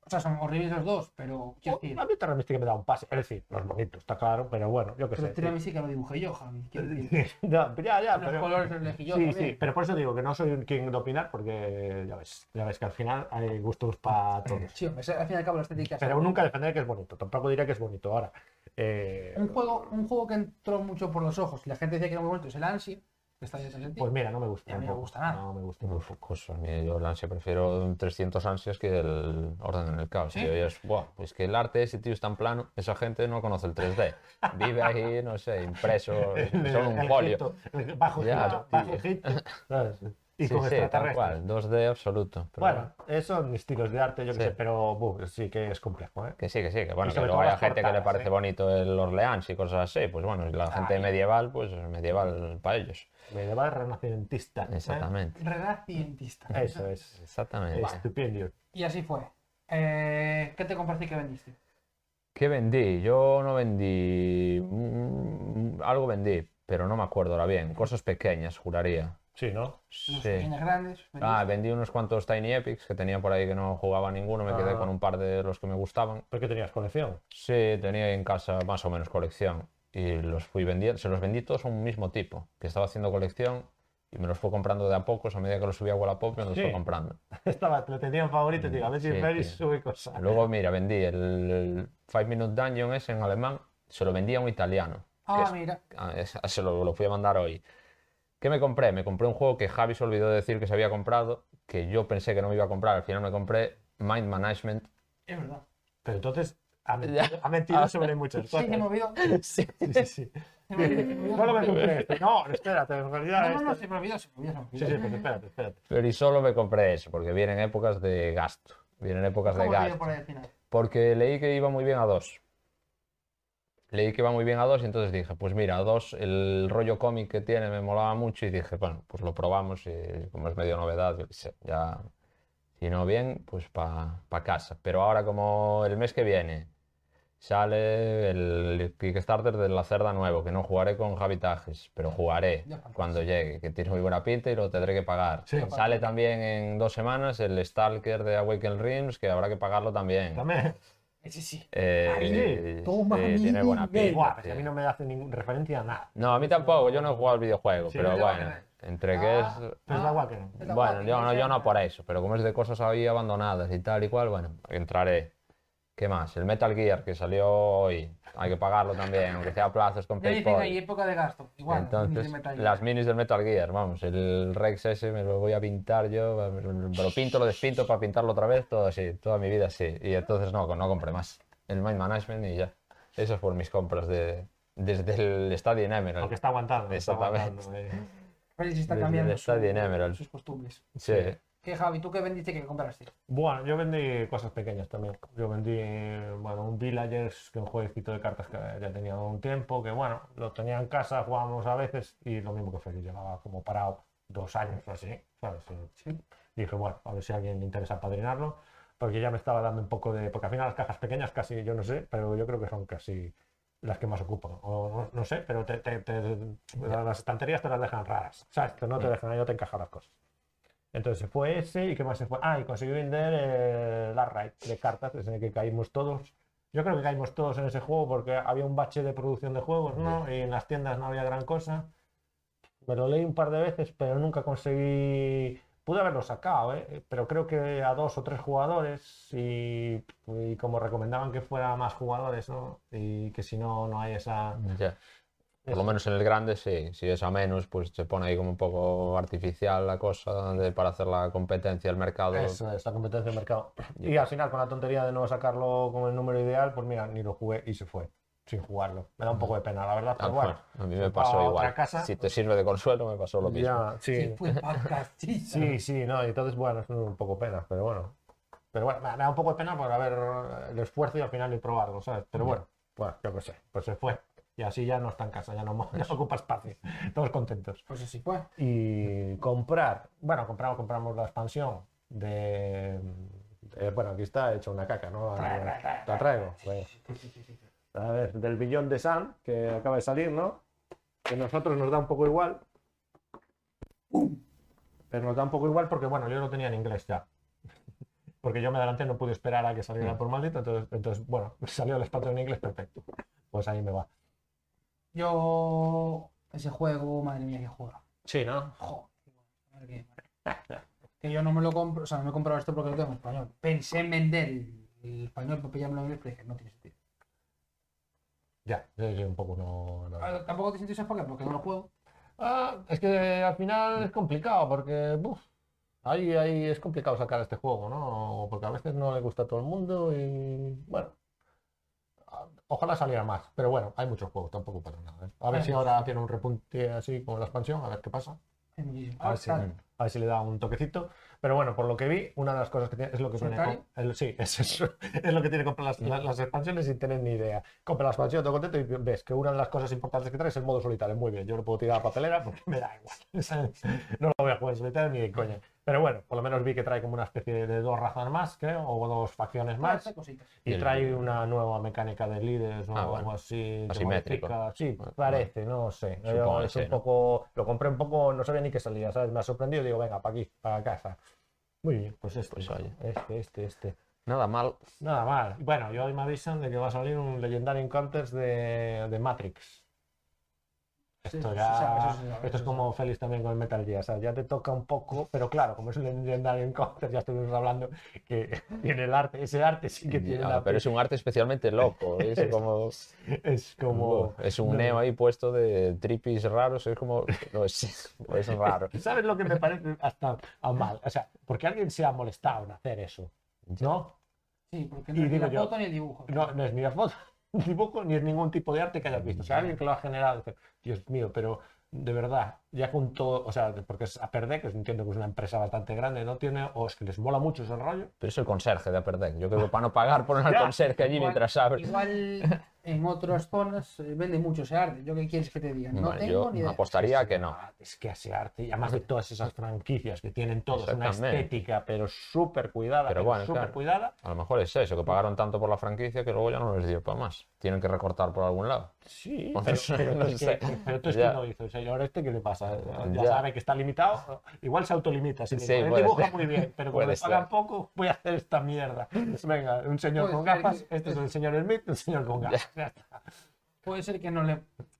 A: O sea, son horribles los dos, pero quiero decir,
C: A mí el Terra Mística me da un pase, es decir, no es bonito, está claro, pero bueno, yo qué
A: pero
C: sé.
A: el tiramisí sí que lo dibujé yo, Javi. quiero decir.
C: No, pero pues ya, ya,
A: Los
C: pero-
A: colores los elegí yo
C: Sí,
A: también.
C: sí, pero por eso digo que no soy un quien de opinar porque ya ves, ya ves que al final hay gustos para todos.
A: Sí, hombre, al fin y al cabo la estética es
C: Pero
A: algo.
C: nunca defenderé que es bonito, tampoco diré que es bonito ahora. Eh,
A: Un juego, un juego que entró mucho por los ojos y la gente decía que era muy bonito es el Ansi, que está en ese sentido.
C: pues mira, no me gusta.
A: A mí no me
C: tampoco.
A: gusta nada.
C: No me gusta.
B: Uf, cosas, mira, yo el ansia prefiero 300 ansias que el orden en el caos.
A: ¿Sí?
B: tío,
C: ¿Eh?
B: y es, buah, pues que el arte ese tío es tan plano, esa gente no conoce el 3D. Vive ahí, no sé, impreso, solo un folio.
C: Egipto, el bajo
B: Ya,
C: Egipto, bajo
B: tío.
C: Egipto, ¿sabes? Y
B: Sí,
C: con
B: sí, tal
C: extraterrestres.
B: cual, 2D absoluto. pero
C: Bueno, esos son estilos de arte, yo que
B: Sí.
C: sé, pero buh, sí que es complejo, ¿eh?
B: Que sí, que sí, que bueno,
C: Y
B: que
C: sobre
B: luego
C: todo
B: hay
C: las
B: gente que le
C: portadas,
B: parece
C: ¿eh?
B: bonito el Orleans y cosas así, pues bueno, y la gente
C: Ah.
B: medieval, pues medieval para ellos.
C: Medieval renacentista. ¿eh?
B: Exactamente,
A: Renacientista.
C: Eso es.
B: exactamente.
C: Estupendo.
A: Y así fue. Eh, ¿Qué te compartí que vendiste?
B: ¿Qué vendí? Yo no vendí... mm, algo vendí, pero no me acuerdo ahora bien. Cosas pequeñas, juraría.
C: Sí, ¿no?
A: Los
B: Sí.
A: pequeños grandes.
B: Ah,
A: vendiste.
B: vendí unos cuantos Tiny Epics que tenía por ahí que no jugaba ninguno, me quedé
C: Ah.
B: con un par de los que me gustaban.
C: ¿Por qué tenías colección?
B: Sí, tenía en casa más o menos colección y los fui vendiendo, se los vendí todos a un mismo tipo, que estaba haciendo colección y me los fue comprando de a pocos, a medida que los subía a Wallapop me los
C: Sí.
B: fue comprando.
C: Estaba, lo tenía en favorito, tío. A ver si
B: Sí,
C: Ferry
B: tío.
C: sube cosas.
B: Luego, mira, vendí el, el Five Minute Dungeon ese en alemán, se lo vendí a un italiano, que
A: Ah,
B: es-
A: mira.
B: Ah, es- se lo, lo fui a mandar hoy. ¿Qué me compré? Me compré un juego que Javi se olvidó de decir que se había comprado, que yo pensé que no me iba a comprar, al final me compré Mind Management.
A: Es verdad.
C: Pero entonces ha mentido,
B: Ya.
C: ha mentido sobre muchas
A: Sí,
C: cosas.
A: me he movido.
C: Sí, sí, sí.
A: Se me olvidó.
C: No lo me compré esto. No, espérate, en realidad.
A: No, no, no,
C: Ah, esto-
A: se me olvidó, se me olvidó, se me
C: Sí, sí,
A: olvidó.
C: pero espérate, espérate.
B: Pero y solo me compré eso, porque vienen épocas de gasto. Vienen épocas de
A: ¿Cómo te ha ido
B: gasto.
A: por ahí al final?
B: Porque leí que iba muy bien a dos. Leí que iba muy bien a dos y entonces dije, pues mira, a dos el rollo cómic que tiene me molaba mucho y dije, bueno, pues lo probamos y como es medio novedad, yo qué sé, ya, si no bien, pues para casa. Pero ahora como el mes que viene sale el Kickstarter de La Cerda nuevo, que no jugaré con Javi Tajes, pero jugaré
A: Ya falta.
B: cuando llegue, que tiene muy buena pinta y lo tendré que pagar.
C: Sí.
B: Sale también en dos semanas el Stalker de Awaken Realms, que habrá que pagarlo también.
C: También.
A: Ese sí.
B: Eh,
C: sí.
A: Toma
B: sí,
A: mi
B: tiene buena
A: nivel.
B: pinta,
C: Guau, pues
B: sí.
C: a mí no me hace ninguna referencia a nada.
B: No, a mí tampoco, yo no he jugado al videojuego,
C: Sí,
B: pero
A: pero
B: bueno,
A: bueno.
B: entre que
A: Ah,
B: es...
C: Pero
A: Ah.
C: da igual que no.
A: Pero
B: Bueno,
A: guau,
B: yo
A: que
B: no,
A: sea-
B: yo no por eso, pero como es de cosas ahí abandonadas y tal y cual, bueno, entraré. ¿Qué más? El Metal Gear que salió hoy, hay que pagarlo también, aunque sea a plazos con
A: Ya dicen ahí
B: PayPal.
A: época de gasto. Igual.
B: Entonces,
A: ni de metal.
B: las minis del Metal Gear, vamos, el Rex ese me lo voy a pintar yo, me lo pinto, lo despinto para pintarlo otra vez, todo así, toda mi vida así. Y entonces no, no compré más. El Mind Management y ya. Esas fueron mis compras de, desde el estadio en Emerald.
C: Aunque está aguantando. está
B: Exactamente.
C: aguantando, eh.
A: Félix está
B: Desde
A: cambiando
B: el estadio en Emerald.
A: sus costumbres.
B: Sí.
A: ¿Qué, Javi? ¿Tú qué vendiste que este? compraste?
C: Bueno, yo vendí cosas pequeñas también. Yo vendí, bueno, un Villagers, que es un jueguecito de cartas que ya tenía un tiempo, que bueno, lo tenía en casa, jugábamos a veces, y lo mismo que Félix, llevaba como parado dos años o así, ¿sabes? Y Dije, bueno, a ver si a alguien le interesa apadrinarlo, porque ya me estaba dando un poco de... Porque al final las cajas pequeñas casi, yo no sé, pero yo creo que son casi las que más ocupan. O no, no sé, pero te, te- te- las estanterías te las dejan raras, ¿sabes? Que no te
B: Ya.
C: dejan, ahí no te encajan las cosas. Entonces se fue ese y qué más se fue. Ah, y conseguí vender eh, la raid de cartas, ese en el que caímos todos. Yo creo que caímos todos en ese juego porque había un bache de producción de juegos, ¿no? Y en las tiendas no había gran cosa. Me lo leí un par de veces, pero nunca conseguí. Pude haberlo sacado, ¿eh? Pero creo que a dos o tres jugadores y, y como recomendaban que fuera a más jugadores, ¿no? Y que si no, no hay esa.
B: Ya. Por lo menos en el grande, sí. Si es a menos, pues se pone ahí como un poco artificial la cosa donde para hacer la competencia al mercado.
C: Eso es, la competencia del mercado. Y al final, con la tontería de no sacarlo con el número ideal, pues mira, ni lo jugué y se fue, sin jugarlo. Me da un poco de pena, la verdad,
B: Ah,
C: pero bueno.
B: bueno, a mí
C: se
B: me
C: fue a
B: pasó
C: otra
B: igual.
C: casa.
B: Si te sirve de consuelo, me pasó lo mismo.
C: Ya, sí.
A: Sí, pues, fue podcastista.
C: Sí, sí, no, y entonces, bueno, es un poco pena, pero bueno. Pero bueno, me me da un poco de pena por haber eh, el esfuerzo y al final ni probarlo, ¿sabes? Pero
B: Ya.
C: bueno, bueno, yo qué sé, pues se fue. Y así ya no está en casa, ya no, mo- ya no ocupa espacio. Todos contentos.
A: Pues así fue.
C: Y comprar, bueno, compramos, compramos la expansión de... de- bueno, aquí está hecho una caca, ¿no?
A: Tra, tra, tra,
C: La traigo. Venga. A ver, del billón de Sam, que acaba de salir, ¿no? Que nosotros nos da un poco igual. Pero nos da un poco igual porque, bueno, yo lo tenía en inglés ya. Porque yo me adelanté, no pude esperar a que saliera por maldito, entonces, entonces bueno, salió el espacio en inglés, perfecto. Pues ahí me va.
A: Yo. Ese juego, madre mía, qué juego.
C: Sí, ¿no?
A: Joder, madre mía, madre. Que yo no me lo compro, o sea, no me he comprado esto porque lo tengo en español. Pensé en vender el, el español para pillármelo en inglés, pero dije, no tiene sentido.
C: Ya, yo, yo un poco no... no-
A: Ah, Tampoco tiene sentido, ¿sabes por qué? Porque no lo juego.
C: Ah, es que al final es complicado porque buf, ahí, ahí es complicado sacar este juego, ¿no? Porque a veces no le gusta a todo el mundo y bueno. ah, Ojalá saliera más, pero bueno, hay muchos juegos, tampoco pasa nada. ¿eh? A ver
A: Hay
C: si ahora tiene un repunte así con la expansión, a ver qué pasa.
A: Es muchísimo.
C: A ver, si,
A: Ahora,
C: a ver si le da un toquecito. Pero bueno, por lo que vi, una de las cosas que tiene es lo que tiene.
A: ¿Solitario?
C: con- el- sí, es eso. Es lo que tiene comprar las, las- las expansiones sin tener ni idea. Compra la expansión, todo contento y ves que una de las cosas importantes que trae es el modo solitario. Muy bien, yo lo puedo tirar a la papelera porque me da igual. ¿sabes? No lo voy a jugar en solitario ni de coña. Pero bueno, por lo menos vi que trae como una especie de dos razas más, creo, o dos facciones
A: más
C: más.
A: cositas.
C: Y
B: El-
C: trae una nueva mecánica de líderes o
B: Ah, bueno.
C: algo así. que
B: Asimétrico.
C: modifica. Sí,
B: Bueno,
C: parece, no sé. Yo
B: Supongo que
C: es un
B: sí, ¿no?
C: poco, lo compré un poco, no sabía ni qué salía, ¿sabes? Me ha sorprendido y digo, venga, para aquí, para casa. Muy bien, pues este,
B: Pues oye.
C: este, este, este.
B: Nada mal.
C: Nada mal. Bueno, yo hoy me avisan de que va a salir un Legendary Encounters de, de Matrix.
A: Sí,
C: Esto
A: eso
C: ya-
A: se sabe, eso se sabe, eso
C: esto es
A: se
C: como Félix también con el Metal Gear, o sea, ya te toca un poco, pero claro, como es un Legendary Encounters, ya estuvimos hablando que tiene el arte, ese arte sí que tiene
B: Ya,
C: la
B: Eh, ah, pero es un arte especialmente loco. Es como.
C: es como.
B: Uf, es un neo ahí puesto de tripis raros. Es como. No, es, es raro.
C: ¿Sabes lo que me parece hasta a mal? O sea, porque alguien se ha molestado en hacer eso. ¿No?
A: Sí, porque
C: Y
A: no es ni
C: digo
A: la
C: yo-
A: foto ni el dibujo.
C: No, no es ni la foto, ni dibujo, ni es ningún tipo de arte que hayas visto. O sea, alguien que lo ha generado. dice, Dios mío, pero de verdad, ya con todo. O sea, porque es a perder, que entiendo que es una empresa bastante grande, no tiene. O es que les mola mucho ese rollo.
B: Pero es el conserje de Aperdec. Yo creo que para no pagar, ponen al
C: Ya,
B: conserje allí mientras abres.
A: Igual en otras zonas eh, vende mucho ese arte. ¿Yo qué quieres que te diga? No
B: Bueno,
A: tengo
B: yo
A: ni idea.
B: apostaría que no.
C: Ah, Es que hace arte, y además de todas esas franquicias que tienen todos, una
B: Exactamente.
C: estética, pero súper cuidada,
B: Pero
C: pero,
B: bueno,
C: súper
B: claro.
C: cuidada.
B: A lo mejor es eso, que pagaron tanto por la franquicia que luego ya no les dio para más. Tienen que recortar por algún lado.
C: Sí,
B: Pues
C: pero,
B: eso,
C: pero tú
B: no
C: es
B: sé.
C: que, pero tú es
B: Ya.
C: que no dices, señor, ¿este qué le pasa? Ya,
B: Ya.
C: sabe que está limitado, igual se autolimita. Sí,
B: Sí,
C: mismo. Él
B: puede
C: dibuja
B: ser.
C: muy bien, pero como
B: Puede
C: le pagan
B: ser.
C: poco, voy a hacer esta mierda. Venga, un señor
A: Puede
C: con
A: ser
C: gafas,
A: que-
C: este es el señor Smith, el señor con gafas. Ya está.
A: Puede ser que no le.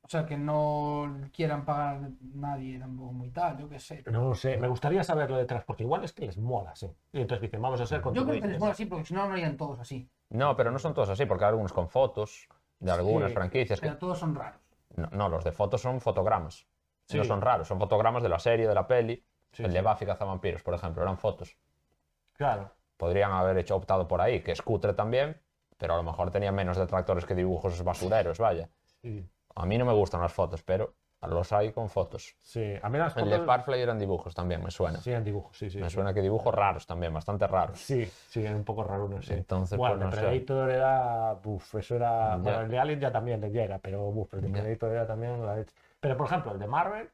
A: O sea, que no quieran pagar nadie tampoco muy tal, yo qué sé.
C: No lo sé, me gustaría saber lo detrás, porque igual es que les mola, sí. Y entonces dicen, vamos a ser
A: Yo creo que les
C: controladores.
A: mola así, porque si no, no harían todos así.
B: No, pero no son todos así, porque hay algunos con fotos de algunas
C: Sí.
B: franquicias. Que...
A: Pero todos son raros.
B: No, no, los de fotos son fotogramas. No
C: Sí.
B: son raros, son fotogramas de la serie, de la peli.
C: Sí,
B: el
C: sí.
B: de Buffy Cazavampiros, por ejemplo, eran fotos.
C: Claro.
B: Podrían haber hecho optado por ahí, que es cutre también, pero a lo mejor tenía menos detractores que dibujos basureros, vaya.
C: Sí,
B: A mí no me gustan las fotos, pero los hay con fotos.
C: sí. A mí las
B: El de
C: fotos-
B: Parfley eran dibujos también, me suena.
C: Sí, en dibujos, sí, sí.
B: Pues me
C: sí.
B: suena que dibujos raros también, bastante raros.
C: Sí, sí, era un poco raro, no sé.
B: Entonces,
C: bueno,
B: pues, no
C: de
B: sé.
C: Predator era. Buf, eso era.
B: Ya.
C: Bueno, el de Alien ya también ya era, pero buf, el de
B: Ya.
C: Predator era también la leche. Pero por ejemplo, el de Marvel,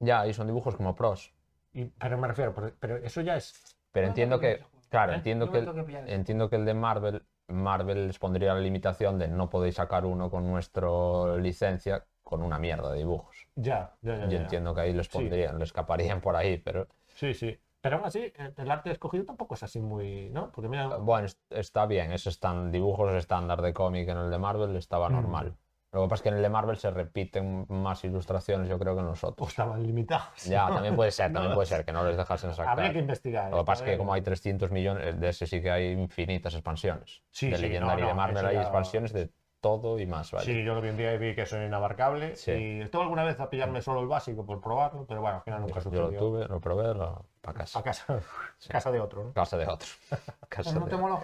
B: Ya, y son dibujos como pros.
C: y- pero me refiero, por- pero eso ya es.
B: Pero entiendo que, claro,
C: ¿Eh?
B: entiendo que, el-
A: que.
B: entiendo que el de Marvel, Marvel les pondría la limitación de no podéis sacar uno con nuestra licencia con una mierda de dibujos.
C: Ya, ya, ya.
B: Yo
C: ya.
B: entiendo que ahí les
C: Sí.
B: pondrían, les escaparían por ahí, pero
C: Sí, sí. Pero aún así, eh, el el arte escogido tampoco es así muy. ¿No? Porque mira.
B: bueno, es- está bien, es están dibujos estándar de cómic, en el de Marvel estaba
C: Mm.
B: normal. Lo que pasa es que en el de Marvel se repiten más ilustraciones, yo creo que en los
C: o
B: otros.
C: estaban limitados.
B: Ya, también puede ser, también
C: No.
B: puede ser que no les dejasen sacar.
C: Habría que investigar.
B: Lo que
C: esto,
B: pasa es
C: ¿eh?
B: que como hay 300 millones, de ese sí que hay infinitas expansiones.
C: Sí,
B: de
C: sí,
B: Legendary
C: no,
B: y de
C: no,
B: Marvel
C: eso
B: hay
C: ya-
B: expansiones de todo y más, ¿vale?
C: Sí, yo lo vi un día y vi que son inabarcables.
B: Sí.
C: Y estuve alguna vez a pillarme solo el básico por probarlo, pero bueno, al final nunca
B: yo,
C: sucedió.
B: lo tuve, lo probé, lo... para
C: A
B: casa.
C: casa, casa de otro, ¿no?
B: Casa de otro.
C: Pues
B: Casa
A: Pues ¿No te
B: de-
A: moló?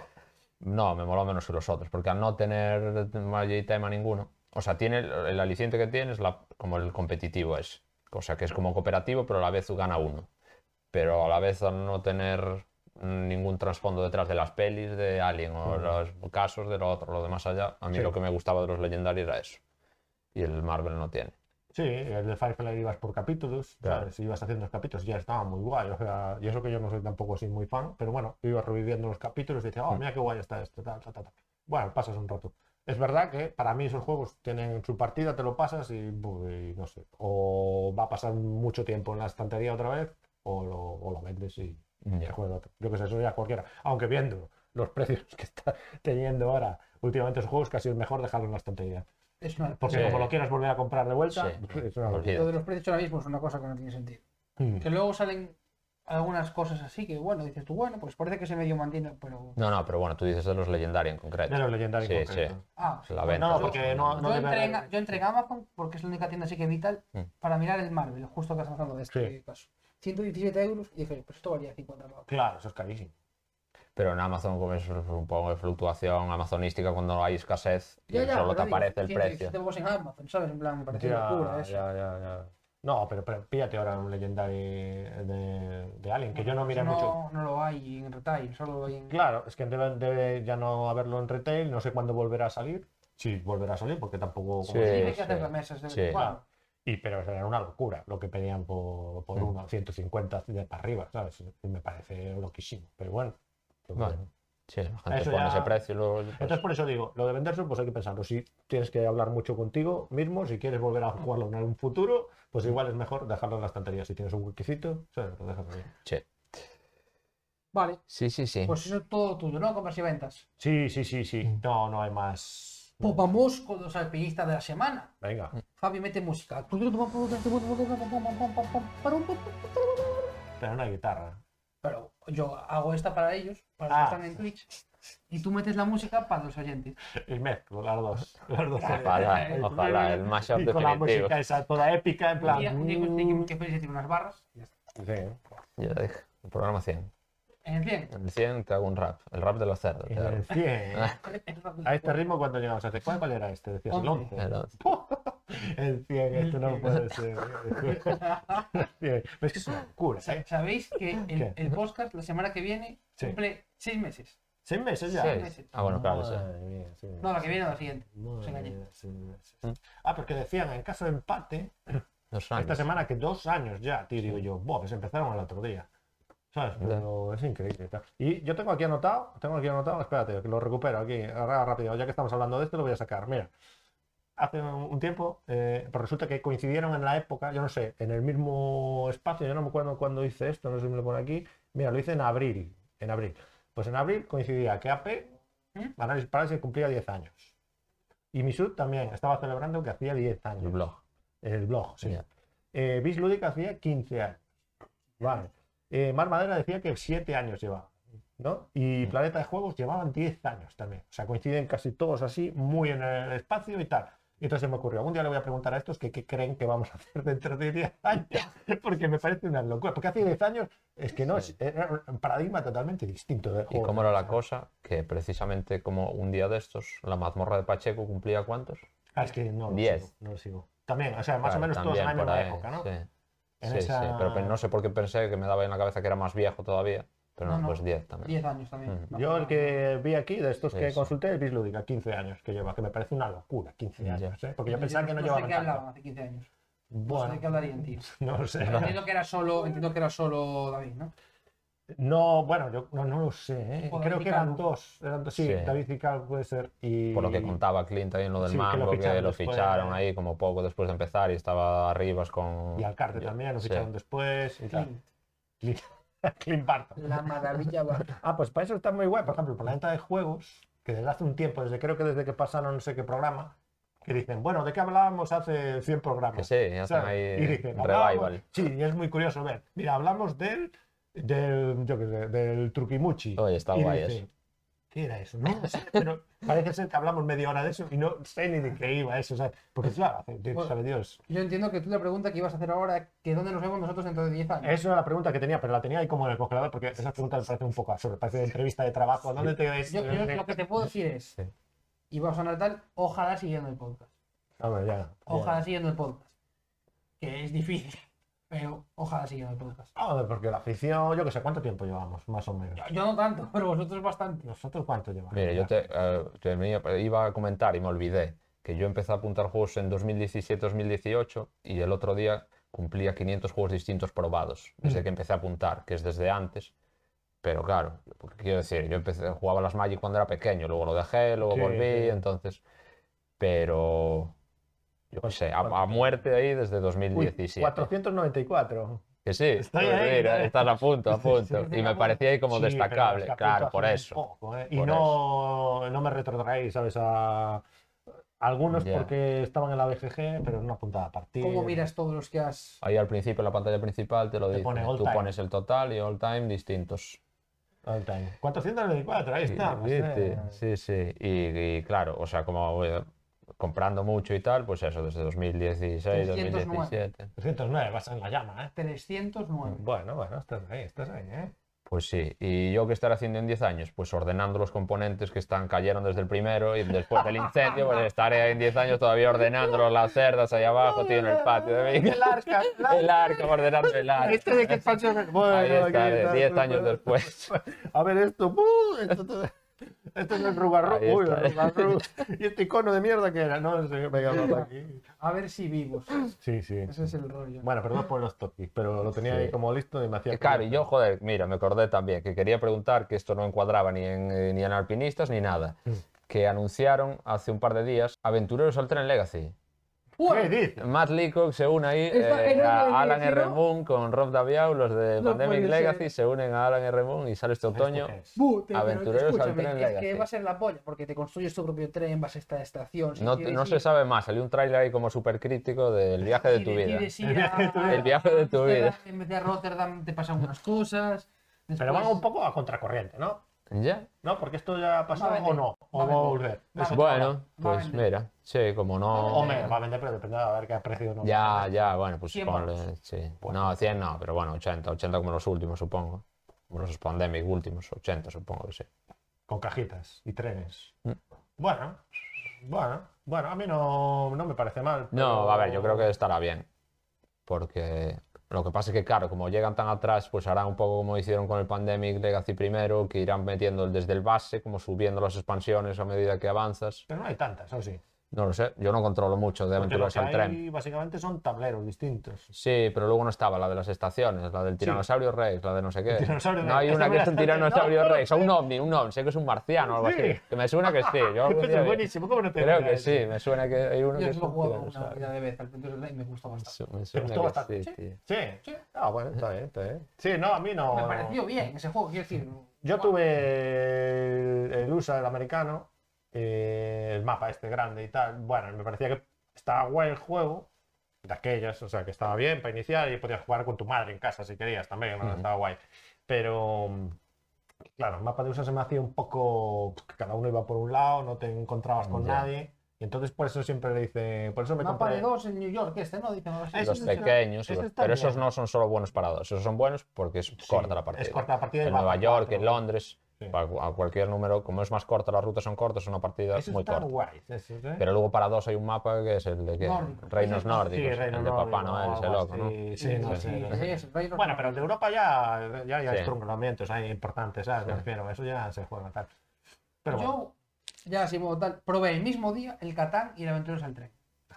B: No, me moló menos que los otros, porque al no tener mayor tema ninguno, o sea, tiene el, el aliciente que tiene es la, como el competitivo es, o sea, que es como cooperativo, pero a la vez gana uno. Pero a la vez al no tener ningún trasfondo detrás de las pelis de Alien o
C: Ujú.
B: los casos de lo otro, lo demás allá, a mí
C: Sí.
B: lo que me gustaba de los Legendary era eso. Y el Marvel no tiene.
C: Sí, el de Firefly ibas por capítulos,
B: Claro.
C: ¿sabes? Ibas haciendo los capítulos, ya estaba muy guay. O sea, y eso que yo no soy tampoco así muy fan, pero bueno, yo iba reviviendo los capítulos y decía, oh,
B: Mm.
C: mira qué guay está esto, tal, tal, tal. tal". Bueno, pasas un rato. Es verdad que para mí esos juegos tienen su partida, te lo pasas y, bu- y no sé, o va a pasar mucho tiempo en la estantería otra vez, o lo, o lo vendes y te
B: Ya.
C: juegas otro. Yo que sé, eso ya cualquiera. Aunque viendo los precios que está teniendo ahora últimamente esos juegos, casi es mejor dejarlo en la estantería.
A: Es una.
C: Porque
B: Sí.
C: como lo quieras volver a comprar de vuelta,
B: Sí.
C: es una locura.
A: Lo de los precios ahora mismo es una cosa que no tiene sentido.
C: Mm.
A: Que luego salen algunas cosas así que, bueno, dices tú, bueno, pues parece que se medio mantiene, pero.
B: No, no, pero bueno, tú dices de los Legendary en concreto.
C: De los legendarios
B: Sí,
C: en concreto.
B: sí.
A: Ah, sí.
B: La
C: Pues
B: venta.
C: no,
B: los-
C: porque no-
A: yo,
C: debe
A: entré
C: haber-
A: en, yo entré en Amazon porque es la única tienda así que vital
B: Mm.
A: para mirar el Marvel, justo que has lanzado de este
C: Sí.
A: caso. 117 euros y dije, pues esto valía 50 pavos.
C: Claro, eso es carísimo.
B: Pero en Amazon, como es un poco de fluctuación amazonística, cuando hay escasez,
A: Ya, ya,
B: solo te
A: pero digo,
B: aparece el
A: 117
B: precio.
A: pavos en Amazon, ¿sabes? En plan, me parece
C: Ya,
A: locura eso.
C: ya, ya, ya. No, pero, pero píllate ahora un legendario de, de Alien, que yo no miré
A: no,
C: mucho.
A: No lo hay en retail, solo lo hay en.
C: Claro, es que debe, debe ya no haberlo en retail, no sé cuándo volverá a salir. Sí, volverá a salir porque tampoco... como
B: Sí.
A: Tiene
C: dices,
A: que hacer
B: sí.
A: las mesas de
B: Sí.
A: bueno,
C: Y, pero era una locura lo que pedían por, por
B: Mm.
C: uno, 150 de para arriba, ¿sabes? Y me parece loquísimo, pero bueno. yo creo.
B: Bueno, sí, la gente
C: Eso
B: pone
C: ya-
B: ese precio y luego. pues,
C: Entonces por eso digo, lo de venderse pues hay que pensarlo. Si tienes que hablar mucho contigo mismo, si quieres volver a jugarlo en un futuro, pues igual es mejor dejarlo en la estantería. Si tienes un huequecito, ¿sabes? lo dejas ahí.
B: sí.
A: Vale,
B: sí, sí, sí.
A: pues eso es todo tuyo, ¿no? Compras y ventas.
C: Sí, sí, sí, sí. No, no hay más.
A: Pues vamos con los alpinistas de la semana.
C: Venga.
A: Javi mete música.
C: Pero una guitarra.
A: Pero yo hago esta para ellos, para los que
C: Ah.
A: están en Twitch. Y tú metes la música para los oyentes.
C: Y mezclo las dos. Las dos.
B: Ojalá, eh, ojalá, el mashup
C: Y con la
B: definitivo.
C: música esa toda épica, en plan.
A: Y ya, digo,
C: mm,
A: este que- que Félix tiene unas barras. y ya está.
C: sí.
B: Ya dije, el programa 100.
A: En fin.
B: En el 100 te hago un rap, el rap de los cerdos. te
C: En
B: hago.
C: el 100. A este ritmo, cuando llegamos a este? ¿Cuál, cuál era este? Decías el
A: Once.
C: 11.
B: El once.
C: El 100, esto no puede ser. El 100. Pero es que es una locura, ¿eh?
A: Sa- Sabéis que el,
C: ¿Qué?
A: el podcast la semana que viene
C: Sí.
A: cumple seis meses.
C: ¿Seis meses Pues ya?
A: Seis.
B: Sí. Ah, bueno, claro, sí.
C: Madre mía, sí.
A: No, la que viene o la siguiente.
C: Madre
A: Se engañé.
C: mía, sí, sí,
B: ¿Mm?
C: sí. Ah, porque decían, en caso de empate,
B: Dos
C: esta
B: años.
C: semana que dos años ya, tío, digo yo, "Buah, que se empezaron el otro día. ¿Sabes? Pero es increíble. tal. Y yo tengo aquí anotado, tengo aquí anotado, espérate, que lo recupero aquí, ahora rápido, ya que estamos hablando de esto, lo voy a sacar. Mira, hace un un tiempo, eh, pues resulta que coincidieron en la época, yo no sé, en el mismo espacio, yo no me acuerdo cuándo hice esto, no sé si me lo pone aquí. Mira, lo hice en abril, en abril. Pues en abril coincidía que AP,
A: ¿Mm?
C: Análisis Parálisis, cumplía 10 años. Y Misud también estaba celebrando que hacía 10 años.
B: El blog.
C: El blog, sí.
B: Ya.
C: Eh, Bis Ludic hacía 15 años. Vale. Eh, Mar Madera decía que 7 años llevaba. ¿no? Y
B: Mm.
C: Planeta de Juegos llevaban 10 años también. O sea, coinciden casi todos así, muy en el espacio y tal. Y entonces se me ocurrió, algún día le voy a preguntar a estos que qué creen que vamos a hacer dentro de 10 años, porque me parece una locura. Porque hace 10 años es que no,
B: Sí.
C: es- era un paradigma totalmente distinto. De
B: ¿Y
C: juego.
B: cómo era la cosa? Que precisamente como un día de estos, la mazmorra de Pacheco cumplía cuántos?
C: Ah, es que no lo,
B: Diez.
C: sigo, no lo sigo. También, o sea, más o
B: Claro,
C: menos todos en
B: también
C: la
B: por
C: misma
B: ahí,
C: época, ¿no?
B: Sí,
C: En
B: sí,
C: esa-
B: sí, pero pe- no sé por qué pensé que me daba en la cabeza que era más viejo todavía, pero no,
A: No, no.
B: pues 10 también.
A: 10 años también.
B: Ujú.
C: Mm. Yo el que vi aquí, de estos
B: Sí,
C: que
B: sí.
C: consulté, el Bislúdica, 15 años que lleva, que me parece una locura, 15
B: Ya.
C: años, ¿eh? Porque yo pensaba que no, llevaba
A: sé qué
C: tanto.
A: hablaban hace 15 años. No sé de qué
C: Bueno,
A: hablarían, tío.
C: no lo sé.
A: Pero Entiendo que era solo, entiendo que era solo David, ¿no?
C: No, bueno, yo no, no lo sé, ¿eh?
A: Tipo
C: Creo
A: David
C: que eran
A: Calvo.
C: dos, eran dos, sí,
B: Sí.
C: David y Cal puede ser, y...
B: Por lo que contaba Clint ahí en lo del
C: Sí, que lo
B: mango, que lo
C: ficharon
B: ficharon,
C: después.
B: ahí como poco después de empezar y estaba arriba con...
C: Y Alcarte también, lo
B: sí.
C: ficharon después, y tal.
A: Clint,
C: Clint Barton.
A: la maravilla va.
C: Ah, pues para eso está muy guay. Por ejemplo, por la venta de juegos, que desde hace un tiempo, desde creo que desde que pasaron no sé qué programa, que dicen, bueno, ¿de qué hablábamos hace 100
B: Que
C: programas?
B: sí, hacen
C: ¿Sabes?
B: ahí
C: y dicen,
B: eh,
C: "Hablábamos-".
B: revival.
C: Sí, y es muy curioso ver. Mira, hablamos del, del yo qué sé, del truquimuchi.
B: Oye, está
C: Y
B: guay
C: dice,
B: eso.
C: ¿Qué era eso? No lo sé, pero parece ser que hablamos media hora de eso y no sé ni de qué iba eso. ¿sabes? Porque claro, hace-
A: Bueno.
C: sabe Dios.
A: Yo entiendo que tú la pregunta que ibas a hacer ahora, que dónde nos vemos nosotros dentro de 10 años.
C: Eso era la pregunta que tenía, pero la tenía ahí como en el congelador porque esa pregunta me parece un poco absurda. Parece entrevista de trabajo. ¿Dónde te ves?
A: Yo, yo lo que te puedo decir es,
B: Sí.
A: y va a sonar tal, ojalá siguiendo el podcast.
C: Ah, bueno, ya, ya.
A: Ojalá siguiendo el podcast. Que es difícil, pero ojalá siguiendo el podcast.
C: Hombre, porque la afición, yo que sé, ¿cuánto tiempo llevamos? Más o menos.
A: Yo, yo no tanto, pero vosotros bastante.
C: ¿Nosotros cuánto llevamos?
B: Mire, yo te, eh, te venía- iba a comentar y me olvidé que yo empecé a apuntar juegos en 2017-2018 y el otro día cumplía 500 juegos distintos probados desde
C: Mm.
B: que empecé a apuntar, que es desde antes. Pero claro, porque quiero decir, yo empecé, jugaba a las Magic cuando era pequeño, luego lo dejé, luego
C: Sí,
B: volví,
C: sí.
B: entonces... Pero... Yo qué
C: ¿Cuánto-
B: sé, a, a
C: cuánto?
B: muerte ahí desde
C: Uy,
B: 2017.
C: 494.
B: Que sí,
C: Estoy ahí,
B: mira,
C: ¿no?
B: estás a punto, a
C: Sí, sí,
B: punto.
A: sí,
B: y me
A: digamos,
B: parecía ahí como
C: Sí, pero
B: destacable,
C: es que
B: claro,
C: apunto
B: por
C: hace
B: eso.
C: poco, ¿eh? Y
B: Por
C: no, no me retrotraéis, ¿sabes? A algunos
B: Ya.
C: porque estaban en la BGG, pero no apuntaba a partir.
A: ¿Cómo miras todos los que has...?
B: Ahí al principio, en la pantalla principal, te lo
C: Te
B: dice.
C: pone all
B: Tú
C: time.
B: pones el total y all time distintos.
C: All time. 494, ahí
B: Sí,
C: está. pues,
B: ¿viste?
C: eh.
B: Sí, sí. Y, y claro, o sea, como eh, comprando mucho y tal, pues eso, desde 2016,
A: 309.
B: 2017.
C: 309, vas en la llama, ¿eh?
B: Mm.
A: 309.
C: Bueno, bueno, estás ahí, estás ahí, ¿eh?
B: Pues sí. ¿Y yo qué estaré haciendo en 10 años? Pues ordenando los componentes que están cayeron desde el primero y después del incendio, pues estaré ahí en 10 años todavía ordenando las cerdas ahí abajo, tío, en el patio de mi
C: El arca, el
B: El
C: arca.
B: arco, ordenando el arco.
C: Este de qué expansión es? Bueno,
B: Ahí
C: aquí
B: está,
C: está,
B: 10
C: pues,
B: años
C: pues,
B: después.
C: A ver esto. ¡buh! Esto, todo- esto es el rugarru.
B: Ahí
C: Uy,
B: está.
C: el rugarru. Y este icono de mierda que era. No sé, venga, vamos aquí.
A: A ver si vivos.
C: Sí, sí.
A: Ese es el rollo.
C: Bueno, perdón por los toquis, pero lo tenía
B: Sí.
C: ahí como listo y me hacía.
B: Eh, Claro, y yo, joder, mira, me acordé también que quería preguntar que esto no encuadraba ni en, eh, ni en alpinistas ni nada. Que anunciaron hace un par de días Aventureros al Tren Legacy.
C: ¿Qué
B: eh,
C: dices?
B: Matt Leacock se une ahí
A: Esta
B: eh,
A: que no
B: a
A: lo he
B: Alan
A: dicho.
B: R. Moon con Rob Daviau, los de
A: No
B: Pandemic
A: puede
B: Legacy,
A: ser.
B: se unen a Alan R. Moon y sale este otoño.
A: Bu, te- pero
B: Aventureros al
A: escúchame,
B: tren
A: es que
B: Legacy.
A: va a ser la polla, porque te construyes tu propio tren, vas a esta estación. si
B: No,
A: quieres
B: no se
A: ir-
B: sabe más, salió un tráiler ahí como súper crítico del viaje de
A: si
B: tu vida.
A: decides ir a-
B: El viaje de tu vida.
A: En vez de a Rotterdam te pasan unas cosas.
C: Pero
A: después-
B: pues.
C: van un poco a contracorriente, ¿no?
B: ¿Ya?
C: ¿No? Porque esto ya ha pasado
A: Va a
C: o
A: vender,
C: no. O
A: va a
C: va a
A: vender.
C: volver.
A: Va a
C: Eso-
B: Bueno,
A: va a
B: pues
A: vender.
B: mira, sí, como no...
A: Va a vender.
C: Hombre, va a vender, pero depende de a ver qué precio no.
B: Ya, ya, bueno, pues
A: 100
B: ponle,
A: pavos.
B: sí. No, 100 no, pero bueno, 80, 80 como los últimos, supongo. Como los pandemic últimos, 80 supongo que sí.
C: Con cajitas y trenes.
B: Mm.
C: Bueno, bueno, bueno, a mí no, no me parece mal.
B: No,
C: pero-
B: a ver, yo creo que estará bien. Porque lo que pasa es que, claro, como llegan tan atrás, pues harán un poco como hicieron con el Pandemic Legacy primero, que irán metiendo el- desde el base, como subiendo las expansiones a medida que avanzas.
C: Pero no hay tantas, ¿o sí?
B: No lo sé, yo no controlo mucho de
C: Porque lo
B: aventuras
C: que
B: al tren.
C: hay básicamente son tableros distintos.
B: Sí, pero luego no estaba la de las estaciones, la del tiranosaurio rex, la de no sé qué.
C: tiranosaurio
B: no hay
C: rex.
B: una
C: Esa
B: que
C: me
B: es un
C: la salté.
B: tiranosaurio
C: No, no,
B: rex, o un ovni, un ovni, sé que es un marciano o algo
C: Sí.
B: así. Que me suena que sí. Yo algún
C: Esto
B: día
C: es
B: vi-
C: buenísimo, ¿cómo no te
B: Creo
C: acuerdas
B: que
C: de
B: sí,
C: eso?
B: me suena que hay uno que
A: Yo
B: es
A: solo
B: un
A: he jugado una
B: tiranosaurio.
A: cantidad de vez al Adventure Online y me gusta bastante.
B: Me
C: ¿Te
B: suena
C: gustó
B: que
C: bastante?
B: sí, tío.
C: Sí.
A: Sí.
C: Ah, bueno, está bien, está bien. Sí, no, a mí no.
A: Me pareció bien ese juego, quiero decir.
C: Yo
A: guau.
C: tuve el, el USA, el americano, eh, el mapa este grande y tal. Bueno, me parecía que estaba guay el juego, de aquellas, o sea, que estaba bien para iniciar y podías jugar con tu madre en casa si querías también, ¿no?
B: Ujú.
C: estaba guay. Pero, mm, claro, el mapa de USA se me hacía un poco. Cada uno iba por un lado, no te encontrabas con
B: Ya.
C: nadie. Y entonces por eso siempre le dice, por eso me
A: Mapa
C: compré...
A: de dos en New York, este, ¿no? Dicen algo así.
C: Ah, eso
B: los
C: está-
B: pequeños, y
C: eso
B: los-
C: está
B: pero esos
C: bien.
B: no son solo buenos para dos, esos son buenos porque es
C: Sí,
B: corta la partida.
C: Es corta la partida. y
B: en
C: va
B: Nueva
C: por
B: York,
C: cuatro.
B: en Londres,
C: Sí.
B: para cu- a cualquier número, como es más corta, las rutas son cortas, es una partida
C: Eso
B: muy
C: está
B: corta.
C: guay. Eso, ¿eh?
B: Pero luego para dos hay un mapa que es el de que-
A: Nórdico.
B: Reinos
A: Sí,
B: Nórdicos,
C: Sí, Reino
B: el de Papá
C: Nórdico,
B: Noel, ese
C: algo
B: loco, ¿no?
C: así. Sí, no
B: Sí,
C: sé, no
A: Sí,
C: sé.
A: es Reino
C: Bueno,
A: Unido.
C: pero el de Europa ya, ya, ya
B: Sí.
C: hay estrangulamientos ahí importantes, ¿sabes? Me
B: Sí.
C: refiero, eso ya se juega tal. Pero bueno,
A: Yo, ya así como tal, probé el mismo día el Catán y el Aventuras al Tren.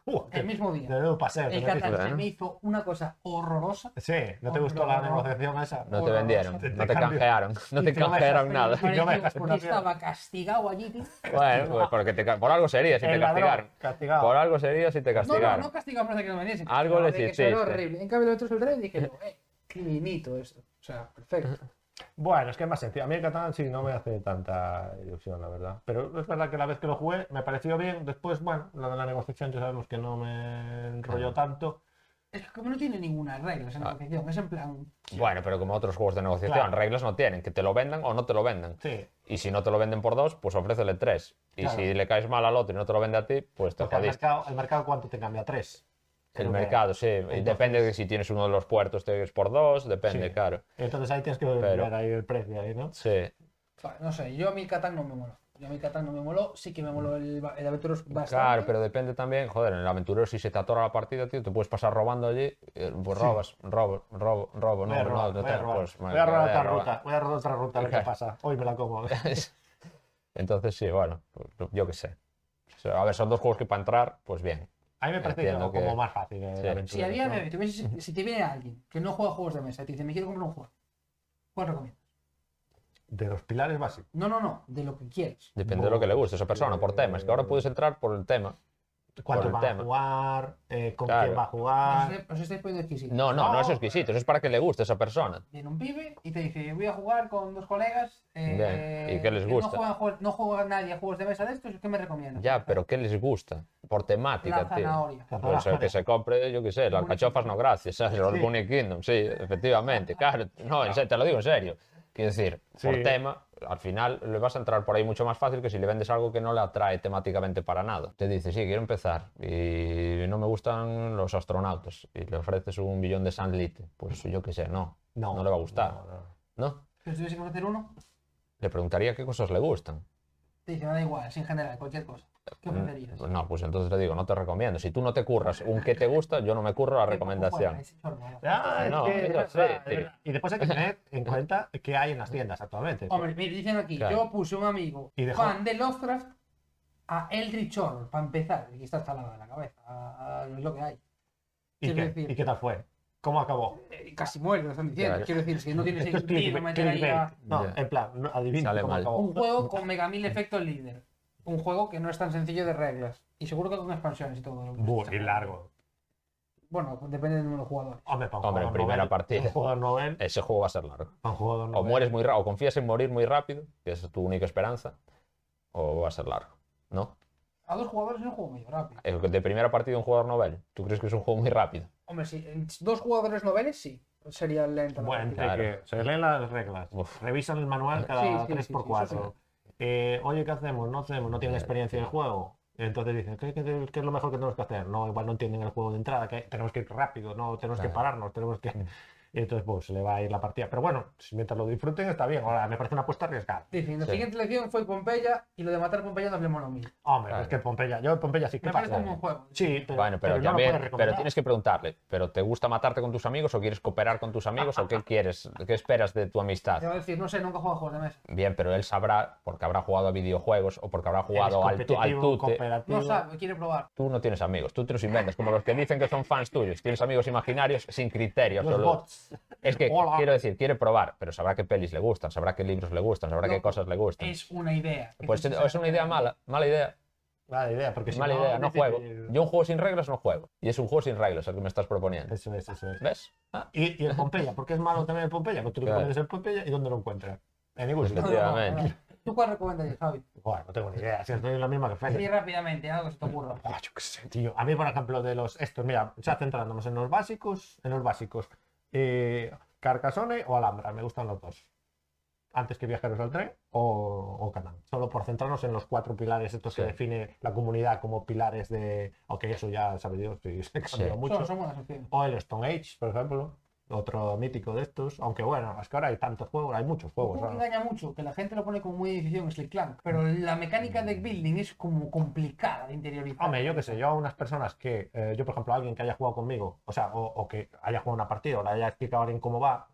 C: ¡uh!
A: El mismo
C: de
A: día.
C: nuevo paseo.
A: El
C: te metiste.
A: Catán
B: Bueno.
A: se me hizo una cosa horrorosa.
C: Sí, ¿no te gustó la
A: Horroroso.
C: negociación esa?
B: No
C: Uh,
B: te
A: Bueno,
B: vendieron,
A: no
C: sé,
B: no
C: te
B: te
C: cambio.
B: canjearon, no
C: Y
B: te
C: te lo
B: canjearon
C: dejas
B: nada.
C: feliz. no me
A: Vale,
C: dejas
A: tío,
C: por
A: porque
C: la mierda.
A: estaba castigado allí, tío.
B: Bueno, pues porque te ca- por algo sería si te
C: El ladrón,
B: castigaron.
C: castigado.
B: Por algo sería si te
A: No, no,
B: castigaron.
A: no castigado para que lo vendiesen.
B: Algo
A: pero
B: les
A: de que
B: hiciste.
A: sonó horrible. En cambio, el Aventuras al Tren dije, yo, eh, qué finito esto. O sea, perfecto.
C: Bueno, es que es más sencillo. A mí el catalán sí no me hace tanta ilusión, la verdad. Pero es verdad que la vez que lo jugué me pareció bien. Después, bueno, lo de la negociación ya sabemos que no me enrolló tanto.
A: Es que como no tiene ninguna regla esa
B: Ah.
A: negociación, es en plan.
B: Bueno, pero como otros juegos de negociación,
C: Claro.
B: reglas no tienen, que te lo vendan o no te lo vendan.
C: Sí,
B: Y si no te lo venden por dos, pues ofrécele tres. Y
C: Claro.
B: si le caes mal al otro y no te lo vende a ti, pues te
C: porque el
B: jodiste.
C: mercado, el mercado, ¿cuánto te cambia? ¿Tres?
B: El
C: Creo que-
B: mercado, sí. Depende de si tienes uno de los puertos, te es por dos, depende,
C: Sí.
B: claro.
C: Entonces ahí tienes que
B: Pero-
C: ver ahí el precio, ahí, ¿no?
B: Sí.
A: Bueno, no sé, yo a mí Catán no me moló. Yo a mí Catán no me moló, sí que me moló el, el Aventuras bastante.
B: Claro, pero depende también, joder, en el aventurero si se te atora la partida, tío, te puedes pasar robando allí, eh, pues robas, robo, robo, robo,
C: Voy
B: no,
C: a
B: no,
C: robar,
B: no
C: voy a
B: te-
C: robar.
B: pues,
C: Voy
B: me-
C: a robar
B: voy a
C: otra
B: robar.
C: ruta, voy a robar otra ruta, a ver qué
B: Claro.
C: pasa. Hoy me la como.
B: Entonces sí, bueno, yo qué sé. O sea, A ver, son dos juegos que para entrar, pues bien.
C: A mí me parece
B: Entiendo
C: como, como
B: que-
C: más fácil. eh, el
B: Sí.
A: Si
C: aventurero,
A: a día
C: ¿no?
A: de hoy tuviese- si te viene alguien que no juega juegos de mesa y te dice, me quiero comprar un juego, ¿cuál recomiendas?
C: De los pilares básicos.
A: No, no, no, de lo que quieres.
B: Depende de lo que le guste a esa persona, por temas. Que ahora puedes entrar por el tema.
C: ¿Cuánto
B: el
C: va a
B: tema.
C: jugar? Eh, ¿Con
B: Claro.
C: quién va a
A: Os,
C: jugar?
A: os estáis poniendo exquisitos.
B: Ah. No, no, no es exquisito, eso es para que le guste a esa persona.
A: Viene un pibe y te dice, voy a jugar con dos colegas. eh,
B: Bien, ¿y qué les
A: que
B: gusta?
A: No juega, jue- no juega nadie a juegos de mesa de estos, ¿qué me recomiendas?
B: Ya, pero ¿qué les gusta? Por
A: La
B: temática, tío.
A: zanahoria.
B: Pues el que se compre, yo qué sé, las alcachofas no gracias, ¿sabes? Los
C: Sí.
B: Bunny Kingdom, sí, efectivamente. Claro, no, en serio, te lo digo en serio. Quiero decir, por
C: Sí.
B: tema, al final le vas a entrar por ahí mucho más fácil que si le vendes algo que no le atrae temáticamente para nada. Te dice, sí, quiero empezar y no me gustan los astronautas y le ofreces un billón de sandlite. Pues yo qué sé, no, no, le va a gustar,
C: no, no.
B: ¿no?
A: Si os tuviese que conocer uno,
B: Le preguntaría qué cosas le gustan.
A: te dice, me da igual, sin general, cualquier cosa. ¿Qué
B: Mm,
A: preferirías?
B: pues No, pues entonces le digo, no te recomiendo. Si tú no te curras un que te gusta, yo no me curro la
A: Qué poco juega
B: recomendación.
A: Pues, ese chorro.
C: Ah, es
B: No,
C: que
B: yo
C: es verdad,
B: sé,
C: es
B: tío.
C: verdad. Y después hay que tener en cuenta qué hay en las tiendas actualmente.
A: Hombre, mira, dicen aquí,
B: Claro.
A: yo puse un amigo
C: Y dejó-
A: fan de Lovecraft a Eldritch Horror, para empezar. Aquí está talado de la cabeza, a- a- es lo que hay.
C: ¿Y
A: quiero
C: qué,
A: decir-
C: ¿Y qué tal fue? ¿Cómo acabó?
A: Eh, Casi muere, lo están diciendo.
B: Claro.
A: Quiero decir, si no tiene
C: Esto es
A: sentido
C: clickbait,
A: meter ahí a-
C: clickbait. No,
B: Ya.
C: en plan, no, adivina
B: Sale
C: cómo
B: mal.
C: acabó.
A: un juego con Mega Man Efecto Líder. Un juego que no es tan sencillo de reglas. Y seguro que con expansiones y todo. lo que
C: Bu-
A: está.
C: y largo.
A: Bueno, depende del número de jugadores.
C: Hombre, para un
B: Hombre,
C: jugador
B: primera
C: novel-
B: partida.
C: Un jugador novel,
B: Ese juego va a ser largo.
C: para un jugador
B: O
C: novel.
B: mueres muy rápido, o confías en morir muy rápido, que esa es tu única esperanza, o va a ser largo. ¿No?
A: A dos jugadores es un juego medio rápido.
B: El De primera partida un jugador novel. ¿Tú crees que es un juego muy rápido?
A: Hombre, si en dos jugadores noveles, sí. Sería lento. la
C: Bueno,
A: partida.
C: entre
B: Claro.
C: que se leen las reglas,
B: Uf.
C: revisan el manual cada
A: Sí, sí, sí, sí,
C: 3x4.
A: eso
C: Eh, oye, ¿qué hacemos? No hacemos, no
B: Eh,
C: tienen experiencia en el juego. Entonces dicen, ¿qué, qué, qué es lo mejor que tenemos que hacer? No, igual no entienden el juego de entrada, que tenemos que ir rápido, no tenemos que
B: Claro. Mm.
C: pararnos, tenemos que. Y entonces, pues, se le va a ir la partida. Pero bueno, si mientras lo disfruten, está bien. Ahora, me parece una apuesta arriesgada.
A: Dicen, la
B: Sí.
A: siguiente lección fue Pompeya y lo de matar a Pompeya no hablemos lo mismo.
C: Hombre,
B: Claro.
C: es que Pompeya, yo Pompeya sí que
A: Me
C: paso.
A: parece un buen juego.
C: Sí, pero,
B: Bueno, pero,
C: pero no lo
B: también,
C: puedes
B: pero
C: recomendar.
B: tienes que preguntarle, ¿pero te gusta matarte con tus amigos o quieres cooperar con tus amigos o qué quieres? ¿Qué esperas de tu
A: Te
B: amistad?
A: va a decir, no sé, nunca he jugado a juegos de mesa.
B: Bien, pero él sabrá, porque habrá jugado a videojuegos o porque habrá
C: Eres
B: jugado al, tu- al
C: competitivo,
B: tute,
C: cooperativo.
A: No sabe, quiere probar.
B: tú no tienes amigos, tú te los inventas, como los que dicen que son fans tuyos, tienes amigos imaginarios sin criterio
C: Los
B: absoluto.
C: bots.
B: Es que
C: Hola.
B: quiero decir, quiere probar, pero sabrá qué pelis le gustan, sabrá qué libros le gustan, sabrá qué
A: Loco,
B: cosas le gustan.
A: Es una idea. que
B: Pues
A: tú
B: es
A: sabes
B: es una
A: que
B: idea
A: no.
B: mala, mala idea,
C: Mala idea, porque si
B: mala idea, no
C: dices-
B: juego. Yo un juego sin reglas no juego, y es un juego sin reglas el que me estás proponiendo.
C: Eso es, eso es.
B: ¿Ves? Ah,
C: Y, y el Pompeya, porque es malo también el Pompeya, porque tú le
B: Claro.
C: pones el Pompeya y ¿dónde lo encuentras? En ningún
B: Pues
A: No,
C: sitio.
A: no, no, no. ¿Tú cuál recomendarías, Javi?
C: Bueno, no tengo ni idea, si estoy en la misma que
A: Así
C: Freddy.
A: rápidamente, algo que se te ocurra.
C: Ah, yo qué sé, tío. A mí, por ejemplo, de los estos, mira, ya centrándonos en los básicos, en los básicos. Eh, Carcassonne o Alhambra, me gustan los dos. antes que Viajeros al Tren o, o Catán. Solo por centrarnos en los cuatro pilares estos que
B: Sí.
C: define la comunidad como pilares de... Aunque eso ya sabe Dios, y se cambió
B: Sí.
C: mucho.
A: Son, son buenas opciones.
C: O el Stone Age, por ejemplo. Otro mítico de estos. Aunque bueno, es que ahora hay tantos juegos, hay muchos
A: Un
C: juegos.
A: juego que
C: ahora.
A: engaña mucho, que la gente lo pone como muy difícil en Slay Clank, pero
C: Mm.
A: la mecánica de building es como complicada de interiorizar.
C: Hombre, yo qué sé, yo a unas personas que, eh, yo por ejemplo, a alguien que haya jugado conmigo, o sea, o, o que haya jugado una partida o le haya explicado a alguien cómo va,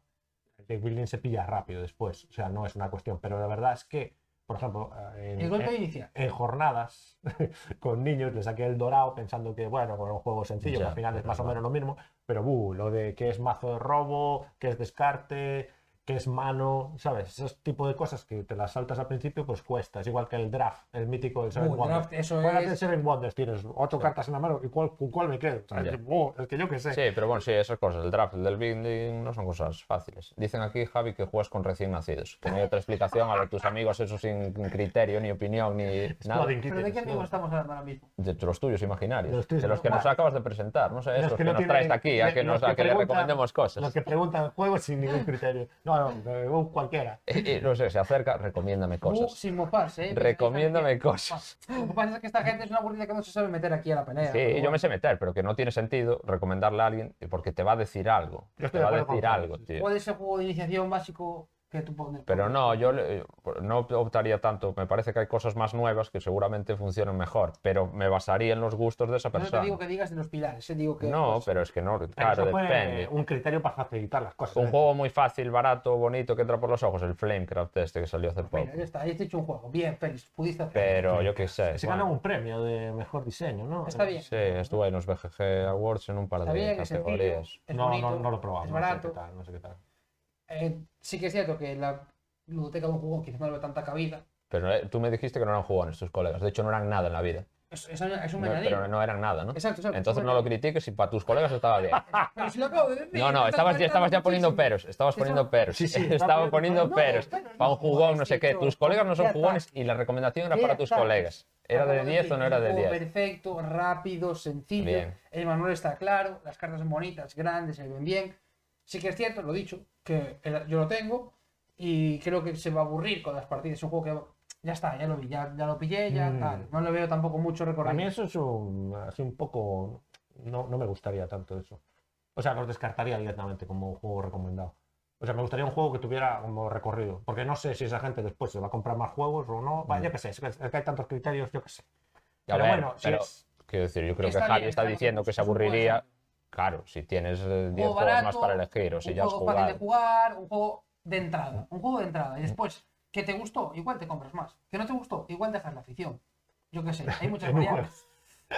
C: el deck building se pilla rápido después, o sea, no es una cuestión, pero la verdad es que, por ejemplo, eh, en,
A: El golpe
C: en-
A: inicial.
C: en jornadas con niños le saqué el dorado pensando que, bueno, con un juego sencillo,
B: Ya,
C: que al final es
B: pero
C: más o
B: no.
C: menos lo mismo, pero buh, lo de que es mazo de robo, que es descarte, que es mano, ¿sabes? Esos tipo de cosas que te las saltas al principio, pues cuesta, es igual que el draft, el mítico del Seven
A: Uh,
C: Wonders.
A: draft, eso
C: Juegas el
A: es.
C: Seven Wonders, tienes ocho
B: Sí.
C: cartas en la mano, ¿y cuál, con cuál me quedo? O sea,
B: Ya.
C: es, wow, es que yo qué sé.
B: Sí, pero bueno, sí, esas cosas, el draft, el del building, no son cosas fáciles. Dicen aquí, Javi, que juegas con recién nacidos. Que no hay otra explicación a lo de tus amigos, eso sin criterio, ni opinión, ni
C: Es
B: nada.
C: Flooding
A: ¿Pero de
C: Kittens,
A: qué amigos
C: ¿no?
A: estamos hablando ahora mismo?
B: De de los tuyos imaginarios,
C: De los tuyos,
B: de los
C: ¿no?
B: que nos
C: Bueno.
B: acabas de presentar, no sé,
C: Los
B: estos
C: que
B: que,
C: no
B: nos
C: tienen-
B: traes de aquí, a
C: los
B: que, nos,
C: que
B: a que le
C: preguntan-
B: recomendemos cosas.
C: Los que preguntan juegos sin ningún criterio. No, no, eh, uh, cualquiera.
B: Y- y eh, no sé, se acerca, recomiéndame
A: Uh,
B: cosas.
A: sin mofarse, ¿eh?
B: Recomiéndame cosas.
A: Lo que pasa es que esta gente es una burrita que no se sabe meter aquí a la pelea. pero
B: Sí, yo
A: Ah, bueno.
B: me sé meter, pero que no tiene sentido recomendarle a alguien porque te va a decir algo.
C: Yo estoy
B: Te
C: de
B: va a
C: acuerdo con
B: decir
C: Javi,
B: algo,
C: sí, sí.
B: tío.
A: ¿Cuál es el juego de iniciación básico que tú pones?
B: Pero no, yo le- eh, no optaría tanto. Me parece que hay cosas más nuevas que seguramente funcionan mejor, pero me basaría en los gustos de esa
A: Yo no te digo
B: persona.
A: que digas de los pilares, eh, digo que.
B: No,
A: pues,
B: pero es que no,
C: Pero
B: claro,
C: eso fue
B: depende.
C: un criterio para facilitar las cosas.
B: Un
C: ¿eh?
B: juego muy fácil, barato, bonito, que entra por los ojos, el Flamecraft este que salió hace poco.
A: Mira, ya está, ahí te he hecho un juego. Bien, Félix, pudiste hacer.
B: Pero yo qué sé.
C: Se
B: bueno,
C: ganó un premio de mejor diseño, ¿no?
A: Está bien.
B: Sí, estuve en los BGG Awards en un par
A: Está
B: de
A: bien, es sencillo.
B: categorías.
A: Es
C: No,
A: bonito,
C: no, no lo probamos.
A: Es
C: No sé
A: barato.
C: qué tal, no sé qué tal.
A: Eh, sí que es cierto que la ludoteca de un juego quizás no le da tanta cabida.
B: Pero eh, tú me dijiste que no eran jugones tus colegas. De hecho, no eran nada en la vida.
A: Es, es un- es un
B: No-
A: añadido.
B: pero no eran nada, ¿no?
A: Exacto, exacto.
B: Entonces no lo critiques y para tus colegas estaba bien.
A: Pero si lo acabo de decir.
B: No, no,
A: me estás
B: estabas, ya- estabas ya
A: faltando
B: poniendo
A: muchísimo.
B: peros, estabas
A: Eso-
B: poniendo peros,
C: Sí, sí,
B: estaba
C: estaba
B: poniendo
A: poniendo
B: peros,
A: peros. No,
B: para un
A: peros no,
B: jugón, no sé qué,
A: dicho,
B: tus colegas no
A: ya
B: son
A: está.
B: jugones y la recomendación era
A: Ya
B: para tus
A: está.
B: colegas. ¿Era de
A: Acabo
B: 10 o no era de
A: decir,
B: 10?
A: Perfecto, rápido, sencillo.
B: Bien.
A: El manual está claro, las cartas son bonitas, grandes, se ven bien. Sí que es cierto, lo dicho, que el- yo lo tengo y creo que se va a aburrir con las partidas. Es un juego que ya está, ya lo vi, ya, ya lo pillé, ya
C: Mm.
A: tal. No le veo tampoco mucho
C: Para mí
A: recorrido.
C: eso es un, así un poco... No, no me gustaría tanto eso. O sea, los descartaría directamente como juego recomendado. O sea, me gustaría un juego que tuviera como recorrido. Porque no sé si esa gente después se va a comprar más juegos o no. Vale,
B: Mm.
C: yo qué sé, es que, es que hay tantos criterios, yo qué sé.
B: A
C: pero
B: ver,
C: bueno, si
B: pero,
C: es-
B: quiero decir, yo creo
A: Está
B: que Javi
A: bien,
B: está
A: está
B: diciendo
A: bien.
B: que se
A: Es un buen
B: aburriría,
A: ejemplo.
B: claro, si tienes eh, 10
A: juego
B: juegos más
A: barato,
B: para elegir o si
A: un
B: ya has
A: juego fácil de
B: jugado.
A: jugar, un juego de entrada, un juego de entrada. Y después, que te gustó, igual te compras más. Que no te gustó, igual dejas la afición. Yo qué sé, hay muchas
C: En un
A: variables.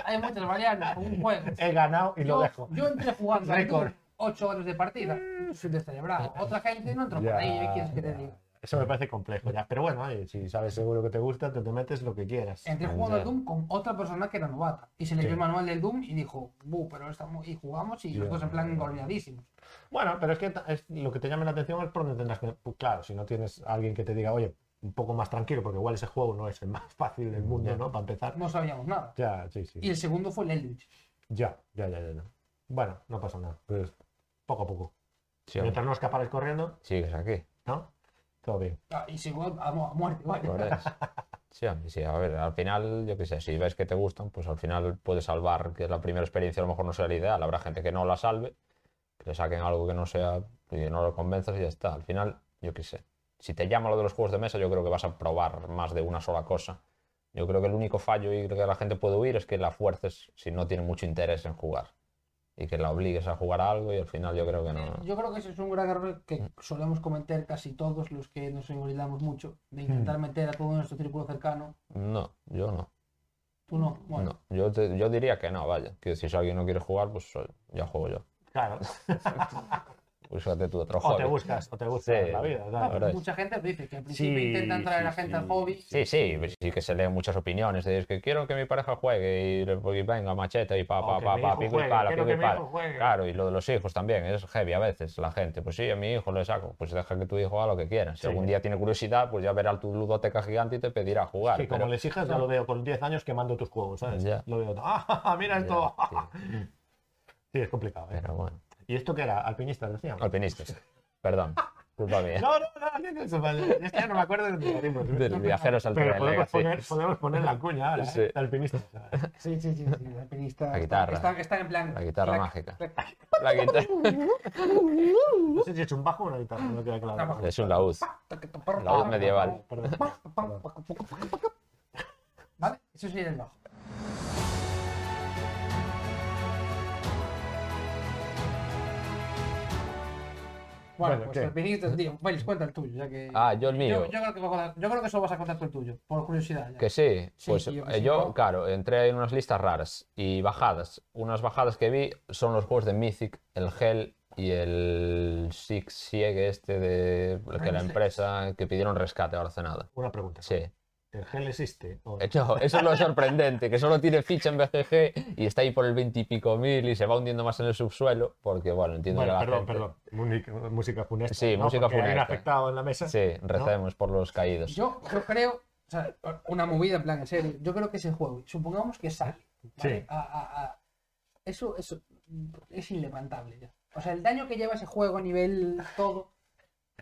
A: Hay muchas variables, un juego.
C: He ganado y
A: yo,
C: lo dejo.
A: yo entré jugando al
C: Récord.
A: Doom ocho horas de partida, sin descelebrar. Otra gente no entró
C: Ya,
A: por ahí, ¿eh? ¿qué quieres que te
C: ya.
A: diga?
C: Eso me parece complejo ya. Pero bueno, oye, si sabes seguro que te gusta, te, te metes lo que quieras.
A: Entré jugando al Doom con otra persona que era novata. Y se leyó
C: Sí.
A: el manual del Doom y dijo, buh, pero estamos. Y jugamos y los
C: Ya.
A: dos en plan golpeadísimos.
C: Bueno, pero es que ta- es- lo que te llama la atención es por donde tendrás que. pues claro, si no tienes a alguien que te diga, oye, un poco más tranquilo, porque igual ese juego no es el más fácil del mundo,
B: Ya.
C: ¿no? Para empezar.
A: No sabíamos nada.
C: Ya, sí, sí.
A: Y el segundo fue el Eldritch.
C: Ya, ya, ya, ya, ya. Bueno, no pasa nada. Pues, poco a poco.
B: Sí,
C: Mientras no escapares corriendo,
B: sigues aquí,
C: ¿no? Todo bien.
A: Ah, Y llegó a, mu- a muerte, vaya.
B: lo eres. Sí, a mí sí, a ver, al final, yo qué sé, si ves que te gustan, pues al final puedes salvar, que la primera experiencia a lo mejor no sea la ideal, habrá gente que no la salve, que le saquen algo que no sea, y no lo convenzas y ya está. Al final, yo qué sé, si te llama lo de los juegos de mesa, yo creo que vas a probar más de una sola cosa. Yo creo que el único fallo y que la gente puede huir es que la fuerces si no tiene mucho interés en jugar y que la obligues a jugar a algo y al final yo creo que no.
A: Yo creo que ese es un gran error que solemos cometer casi todos los que nos engorilamos mucho, de intentar
B: Hmm.
A: meter a todo nuestro círculo cercano.
B: No, yo no.
A: Tú no, bueno.
B: No, yo, te- yo diría que no, vaya. Que si alguien no quiere jugar, pues oye, ya juego yo.
C: Claro.
B: Búscate tú otro
C: o te
B: hobby.
C: buscas, o te buscas
B: Sí.
C: la vida.
A: Ah,
C: ¿sabes?
B: verdad es-
A: mucha gente lo dice, que al principio
C: Sí,
A: intentan traer a la
C: sí,
A: gente
C: sí.
A: al hobby.
B: Sí, sí, pues sí que se leen muchas opiniones. de, Es que quiero que mi pareja juegue y, le- y venga, machete y pa,
C: O
B: pa,
C: que
B: pa,
C: mi
B: pa,
C: hijo
B: pico
C: juegue,
B: y pala,
C: quiero
B: pico
C: que
B: y
C: mi
B: pala.
C: hijo juegue.
B: Claro, y lo de los hijos también, es heavy a veces la gente. Pues sí, a mi hijo le saco, pues deja que tu hijo haga lo que quiera. Si
C: Sí.
B: algún día tiene curiosidad, pues ya verá tu ludoteca gigante y te pedirá jugar.
C: Sí, como
B: pero-
C: les hijas, ya lo veo con 10 años quemando tus juegos, ¿sabes?
B: Ya.
C: Lo veo, ¡ah, mira
B: Ya,
C: esto!
B: sí,
C: Sí, es complicado, ¿eh?
B: pero bueno,
C: ¿Y esto qué era? Alpinista, decíamos.
B: alpinistas, perdón. Culpa mía.
C: No, no, no, no, no, eso, vale. Es que ya no me acuerdo de dónde salimos.
B: Del viajeros al
C: Pero
B: Tren
C: podemos
B: Legacy.
C: poner, podemos poner la cuña ahora,
B: Sí.
C: ¿eh? Al pinista. ¿sabes?
A: Sí, sí, sí, sí, la pianista
B: La
A: está-
B: guitarra.
A: Están, están en plan.
B: La guitarra
A: clac,
B: mágica.
A: clac.
B: La guitarra.
C: No sé si es un bajo o una guitarra, no queda
A: Una
C: claro. Ah,
A: bajo.
B: Es un laúd. La voz medieval.
C: Perdón.
A: ¿Vale? Eso sería el bajo. Bueno,
C: Bueno,
A: pues
C: ¿qué?
A: el vinito, tío. Vales, cuenta el tuyo, ya que.
B: Ah, yo el mío.
A: yo, yo creo que voy a contar- yo creo que solo vas a contar tú el tuyo, por curiosidad. ya.
B: Que sí,
A: Sí,
B: pues
A: tío, que
B: eh,
A: sí,
B: yo,
A: ¿no?
B: claro, entré en unas listas raras y bajadas. Unas bajadas que vi son los juegos de Mythic, el Hell y el Six Siege este de que la
A: Rainbow
B: empresa que pidieron rescate ahora hace nada.
C: Una pregunta.
B: Sí.
C: ¿El gel existe? o no?
B: Eh, no, eso es lo sorprendente, que solo tiene ficha en BGG y está ahí por el 20 y pico mil y se va hundiendo más en el subsuelo, porque bueno, entiendo que
C: Bueno,
B: la
C: perdón,
B: gente-
C: perdón. Música- Música funesta.
B: Sí,
C: ¿no?
B: música
C: Porque Hay un
B: funesta.
C: afectado en la mesa.
B: Sí, recemos por los caídos.
A: Yo, yo creo, o sea, una movida en plan, en serio, yo creo que ese juego, supongamos que sale, ¿vale?
C: Sí.
A: A- a- a- eso, eso es inlevantable ya. O sea, el daño que lleva ese juego a nivel todo,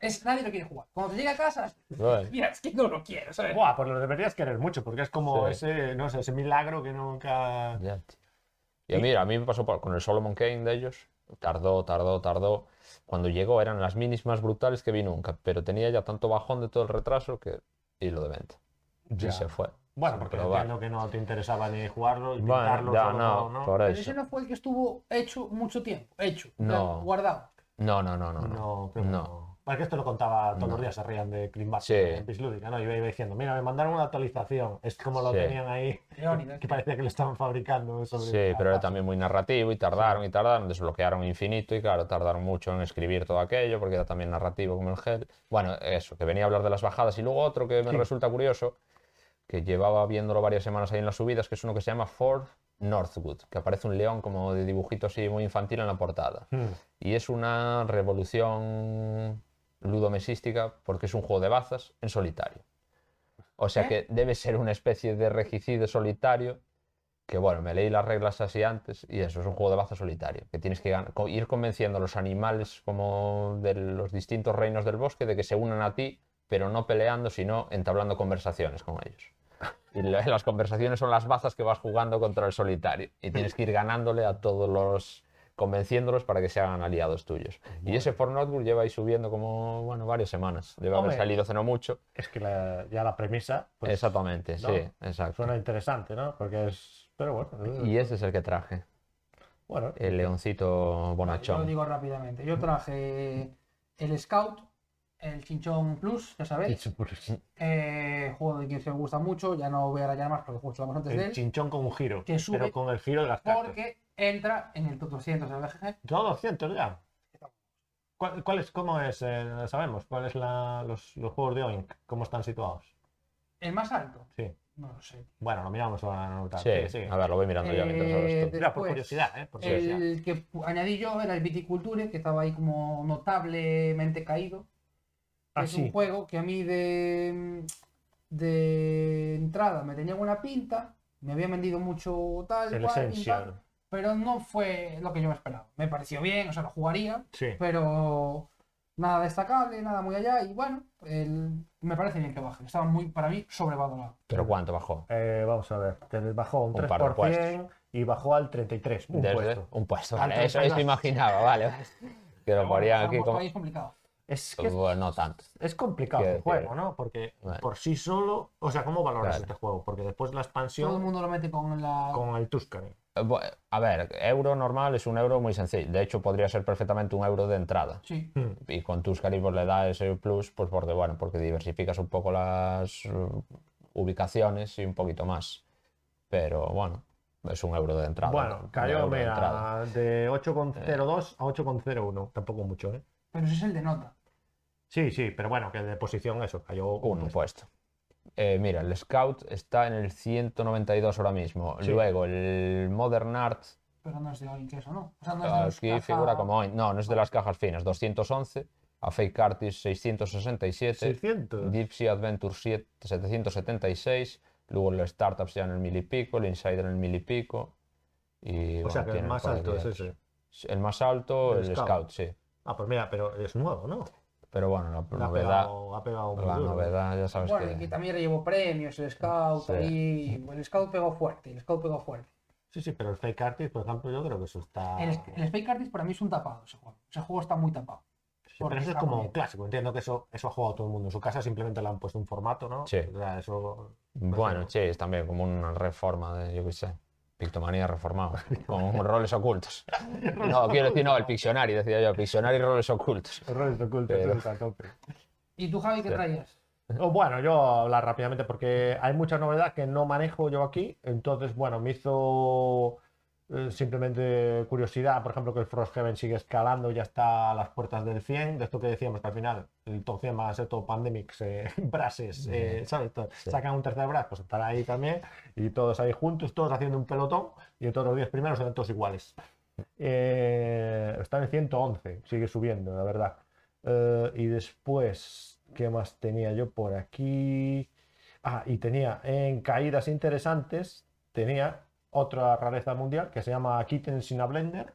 A: es nadie lo quiere jugar. Cuando te llega a casa,
B: Bueno,
A: mira, es que no lo quiero, ¿sabes?
C: Buah, pues lo deberías querer mucho, porque es como
B: Sí. Mm.
C: ese, no sé, ese milagro que nunca.
B: ya, tío. Y mira, a mí me pasó por- con el Solomon Kane de ellos. Tardó, tardó, tardó. Cuando llegó eran las minis más brutales que vi nunca, pero tenía ya tanto bajón de todo el retraso que... Y lo de venta.
C: Ya.
B: Y se fue.
C: Bueno,
B: Sin
C: porque
B: probar.
C: entiendo que no te interesaba ni jugarlo, ni
B: Bueno,
C: pintarlo,
B: ya
C: solo
B: no,
C: no,
B: por
A: Pero
B: eso.
A: ese no fue el que estuvo hecho mucho tiempo, hecho, en
B: No.
A: plan, guardado.
B: No, no, no, no.
C: no,
B: no.
C: creo que
B: no.
C: no. Bueno, es que esto lo contaba todos
B: No.
C: los días, se rían de Clean Battle
B: Sí.
C: en Bislúdica, ¿no? Y iba, iba diciendo, mira, me mandaron una actualización, es como lo
B: Sí.
C: tenían ahí,
A: Leónidas.
C: que parecía que lo estaban fabricando. Sobre
B: Sí,
C: la
B: pero era
C: taza.
B: también muy narrativo y tardaron y tardaron, desbloquearon infinito y claro, tardaron mucho en escribir todo aquello porque era también narrativo como el gel. Bueno, eso, que venía a hablar de las bajadas y luego otro que me
C: Sí.
B: resulta curioso, que llevaba viéndolo varias semanas ahí en las subidas, que es uno que se llama Ford Northwood, que aparece un león como de dibujito así muy infantil en la portada.
C: Hmm.
B: Y es una revolución ludomesística porque es un juego de bazas en solitario. O sea
A: ¿Eh?
B: que debe ser una especie de regicide solitario. Que bueno, me leí las reglas así antes y eso, es un juego de bazas solitario. Que tienes que gan- co- ir convenciendo a los animales como de los distintos reinos del bosque de que se unan a ti, pero no peleando, sino entablando conversaciones con ellos. Y la- las conversaciones son las bazas que vas jugando contra el solitario. Y tienes que ir ganándole a todos los. convenciéndolos para que se hagan aliados tuyos. Y ese For Northwood lleva ahí subiendo como, bueno, varias semanas. Debe haber
C: Hombre.
B: salido hace no mucho.
C: Es que la- ya la premisa pues,
B: Exactamente,
C: ¿no?
B: sí, exacto.
C: suena interesante, ¿no? Porque es. Pero bueno. eh,
B: Y ese es el que traje,
C: Bueno, eh,
B: el leoncito
A: Yo lo
B: bonachón.
A: digo rápidamente. Yo traje el Scout, el Chinchón Plus, ya sabéis.
C: dicho por eso.
A: Eh, juego de quien se me gusta mucho, ya no voy a rayar más porque justo hablamos antes de
C: El
A: él.
C: chinchón con un giro,
A: Que sube
C: pero con el giro de las cartas.
A: Porque entra en el top 200 del BGG.
C: Yo 200 ya. ¿Cuál, cuál es, ¿Cómo es? eh, sabemos cuál es la, los, los juegos de Oink, cómo están situados.
A: El más alto.
C: Sí.
A: No lo sé.
C: Bueno, lo miramos ahora en nota.
B: Sí,
C: Sigue, sigue.
B: a ver, lo voy mirando yo mientras hablas
A: Eh,
B: tú.
A: de-
C: Mira, por
A: después,
C: curiosidad, ¿eh? Por curiosidad.
A: El que pu- añadí yo era el Viticulture, que estaba ahí como notablemente caído.
C: Ah,
A: es
C: sí.
A: un juego que a mí de, mm, de entrada me tenía buena pinta, me habían vendido mucho tal,
C: El
A: cual, pim, pam,
C: Essential.
A: pero no fue lo que yo me esperaba. Me pareció bien, o sea, lo jugaría,
C: Sí.
A: pero nada destacable, nada muy allá. Y bueno, el- me parece bien que baje. Estaba muy, para mí, sobrevalorado.
B: Pero ¿cuánto bajó?
C: Eh, vamos a ver. te bajó un
B: Un par de
C: 3% y bajó al 33%. Un
B: Desde-
C: puesto.
B: Un puesto,
C: Al
B: vale, eso, eso
C: 32.
B: imaginaba, vale. Que lo
A: Pero bueno,
B: ponían
A: para
B: aquí
A: un
B: como...
A: país complicado.
C: Es que es,
B: Bueno, no tanto.
C: es complicado
B: Quiero
C: el juego,
B: decir-
C: ¿no? Porque
B: Vale.
C: por sí solo. O sea, ¿cómo valoras
B: Claro.
C: este juego? Porque después la
A: Todo el
C: expansión
A: mundo lo mete con la.
C: con el Tuscany.
B: Eh, bu- A ver, euro normal es un euro muy sencillo. De hecho, podría ser perfectamente un euro de entrada.
A: Sí.
C: Hmm.
B: Y con tus caribos le da ese plus, pues porque, bueno, porque diversificas un poco las eh, ubicaciones y un poquito más. Pero bueno, es un euro de entrada.
C: Bueno,
B: un
C: cayó
B: euro de entrada.
C: mira, de 8,02 a 8,01. Tampoco mucho, ¿eh?
A: Pero ese es el de nota.
C: Sí, sí, pero bueno, que de posición eso, cayó
B: Un
C: puesto.
B: puesto. Eh, mira, el Scout está en el 192 ahora mismo.
C: Sí.
B: Luego, el Modern Art
A: Pero no es de hoy, que eso no. O sea, no es de los
B: Aquí
A: caja-
B: figura como hoy. No, no es de las cajas finas. 211. A Fake Artist 667.
C: 600.
B: Gypsy Adventure 7, 776. Luego los startups ya en el mil y pico. El Insider en el mil y pico. Y,
C: o sea
B: bueno,
C: que el
B: tienen
C: más
B: por ahí
C: alto es
B: otros.
C: ese.
B: El más alto,
C: El
B: el,
C: Scout.
B: Scout, sí.
C: Ah, pues mira, pero es nuevo, ¿no?
B: Pero bueno, la
C: Le ha
B: novedad,
C: pegado, ha pegado muy
B: la
C: duro.
B: novedad ya sabes
A: Bueno, y
B: que...
A: que también llevó premios, el Scout,
B: Sí.
A: ahí. El Scout pegó fuerte, el Scout pegó fuerte.
C: Sí, sí, pero el fake artist, por ejemplo, yo creo que eso está.
A: El, el Space Artist para mí es un tapado ese juego. Ese juego está muy tapado.
C: Sí,
A: porque
C: pero eso es
A: está
C: como
A: muy
C: un
A: bien.
C: clásico. Entiendo que eso, eso ha jugado todo el mundo. En su casa simplemente le han puesto un formato, ¿no?
B: Sí.
C: O sea, eso.
B: Bueno, sí, es también como una reforma de, yo qué sé, Pictomanía reformado, con roles ocultos. No, quiero decir, no, el Pictionary, decía yo, Pictionary y roles ocultos.
C: Errores ocultos,
B: Pero-
C: eso está a tope.
A: ¿Y tú, Javi, qué
B: Sí.
A: traías?
C: O bueno, yo hablar rápidamente porque hay mucha novedad que no manejo yo aquí. Entonces, bueno, me hizo eh, simplemente curiosidad, por ejemplo, que el Frosthaven sigue escalando, ya está a las puertas del 100. De esto que decíamos que al final el top 100 va a ser todo pandemics, eh, brases, eh, ¿sabes? Todo-
B: Sí.
C: Sacan un tercer bras, pues estará ahí también. Y todos ahí juntos, todos haciendo un pelotón. Y en todos los 10 primeros serán todos iguales. Eh, está en 111, sigue subiendo, la verdad. Eh, y después, ¿qué más tenía yo por aquí? Ah, y tenía en caídas interesantes, tenía otra rareza mundial que se llama Kitten sin a Blender,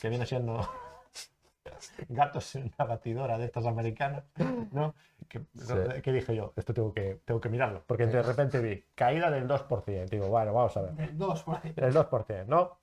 C: que viene siendo gatos en una batidora de estas americanas, ¿no? Que,
B: Sí.
C: que dije yo, esto tengo que, tengo que mirarlo, porque de repente vi caída del 2%, digo, bueno, vamos a ver
A: Del 2, por ahí.
C: el 2%, ¿no?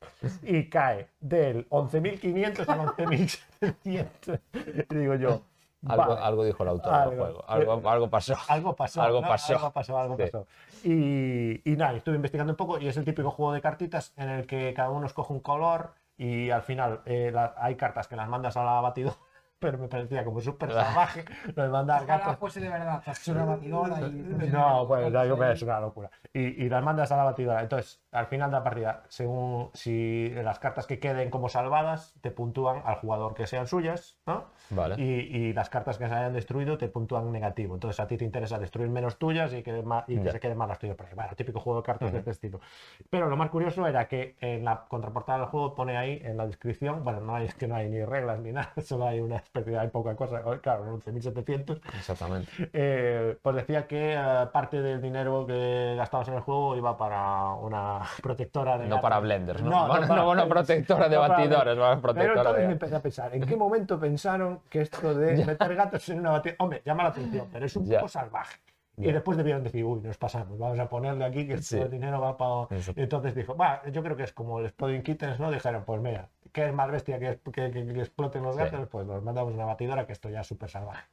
C: Y cae del 11.500 al 11.700. Y digo yo,
B: Algo,
C: vale,
B: algo dijo el autor del
C: Algo.
B: juego, algo, algo pasó.
C: algo pasó.
B: algo
C: ¿no?
B: pasó.
C: Algo pasó, algo
B: Sí.
C: pasó. Y, y nada, estuve investigando un poco y es el típico juego de cartitas en el que cada uno escoge un color y al final eh, la- hay cartas que las mandas a la batidora, pero me parecía como súper salvaje lo de mandar
A: Ojalá
C: cartas.
A: fuese de verdad, tras una batidora y...
C: No, bueno, ya digo que es una locura. Y, y las mandas a la batidora. Entonces, al final de la partida, según si las cartas que queden como salvadas, te puntúan al jugador que sean suyas, ¿no?
B: Vale.
C: Y, y las cartas que se hayan destruido te puntúan negativo. Entonces, a ti te interesa destruir menos tuyas y que, ma- y que
B: Ya.
C: se queden más las tuyas. por ahí. Bueno, típico juego de cartas de
B: Ujú.
C: este estilo. Pero lo más curioso era que en la contraportada del juego pone ahí, en la descripción, bueno, no hay, es que no hay ni reglas ni nada, solo hay una especie, hay poca cosa. Claro, 11.700.
B: Exactamente.
C: Eh, pues decía que eh, parte del dinero que gastabas en el juego iba para una protectora de
B: No
C: gatos.
B: para blenders, ¿no?
C: No,
B: No,
C: no
B: no,
C: para
B: bueno,
C: blenders.
B: protectora de
C: No para
B: batidores, vale,
C: Pero
B: protectora
C: entonces me
B: de...
C: empecé a pensar, ¿en qué momento pensaron que esto de meter gatos en una batida... Hombre, llama la atención, pero es un
B: Ya.
C: poco salvaje. Y
B: Ya.
C: después debieron decir, uy, nos pasamos, vamos a ponerle aquí que
B: Sí.
C: todo el dinero va para...
B: Eso.
C: Entonces dijo, va, yo creo que es como el Exploding Kittens, ¿no? Dijeron, pues mira, ¿qué es más bestia que, que- que- que exploten los
B: Sí.
C: gatos? Pues los mandamos a una batidora que esto ya es súper salvaje.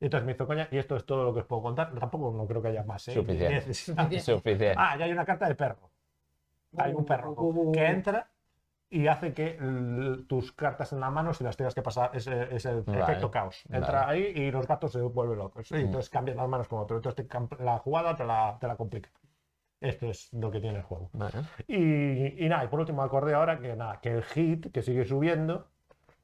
C: Y entonces me hizo coña, y esto es todo lo que os puedo contar. Tampoco no creo que haya más. ¿eh?
B: Suficiente.
A: Suficiente.
B: Suficiente.
C: Ah, ya hay una carta de perro. Hay un perro
B: Uh.
C: que entra y hace que l- tus cartas en la mano, si las tengas que pasar, es, el- es el
B: Vale.
C: efecto caos. Entra
B: Vale.
C: ahí y los gatos se vuelven locos. Y
B: Mm.
C: entonces cambian las manos con otro. Entonces te cam- la jugada te la, te la complica. Esto es lo que tiene el juego.
B: Bueno,
C: Y, y nada, y por último acordé ahora que nada, que el hit que sigue subiendo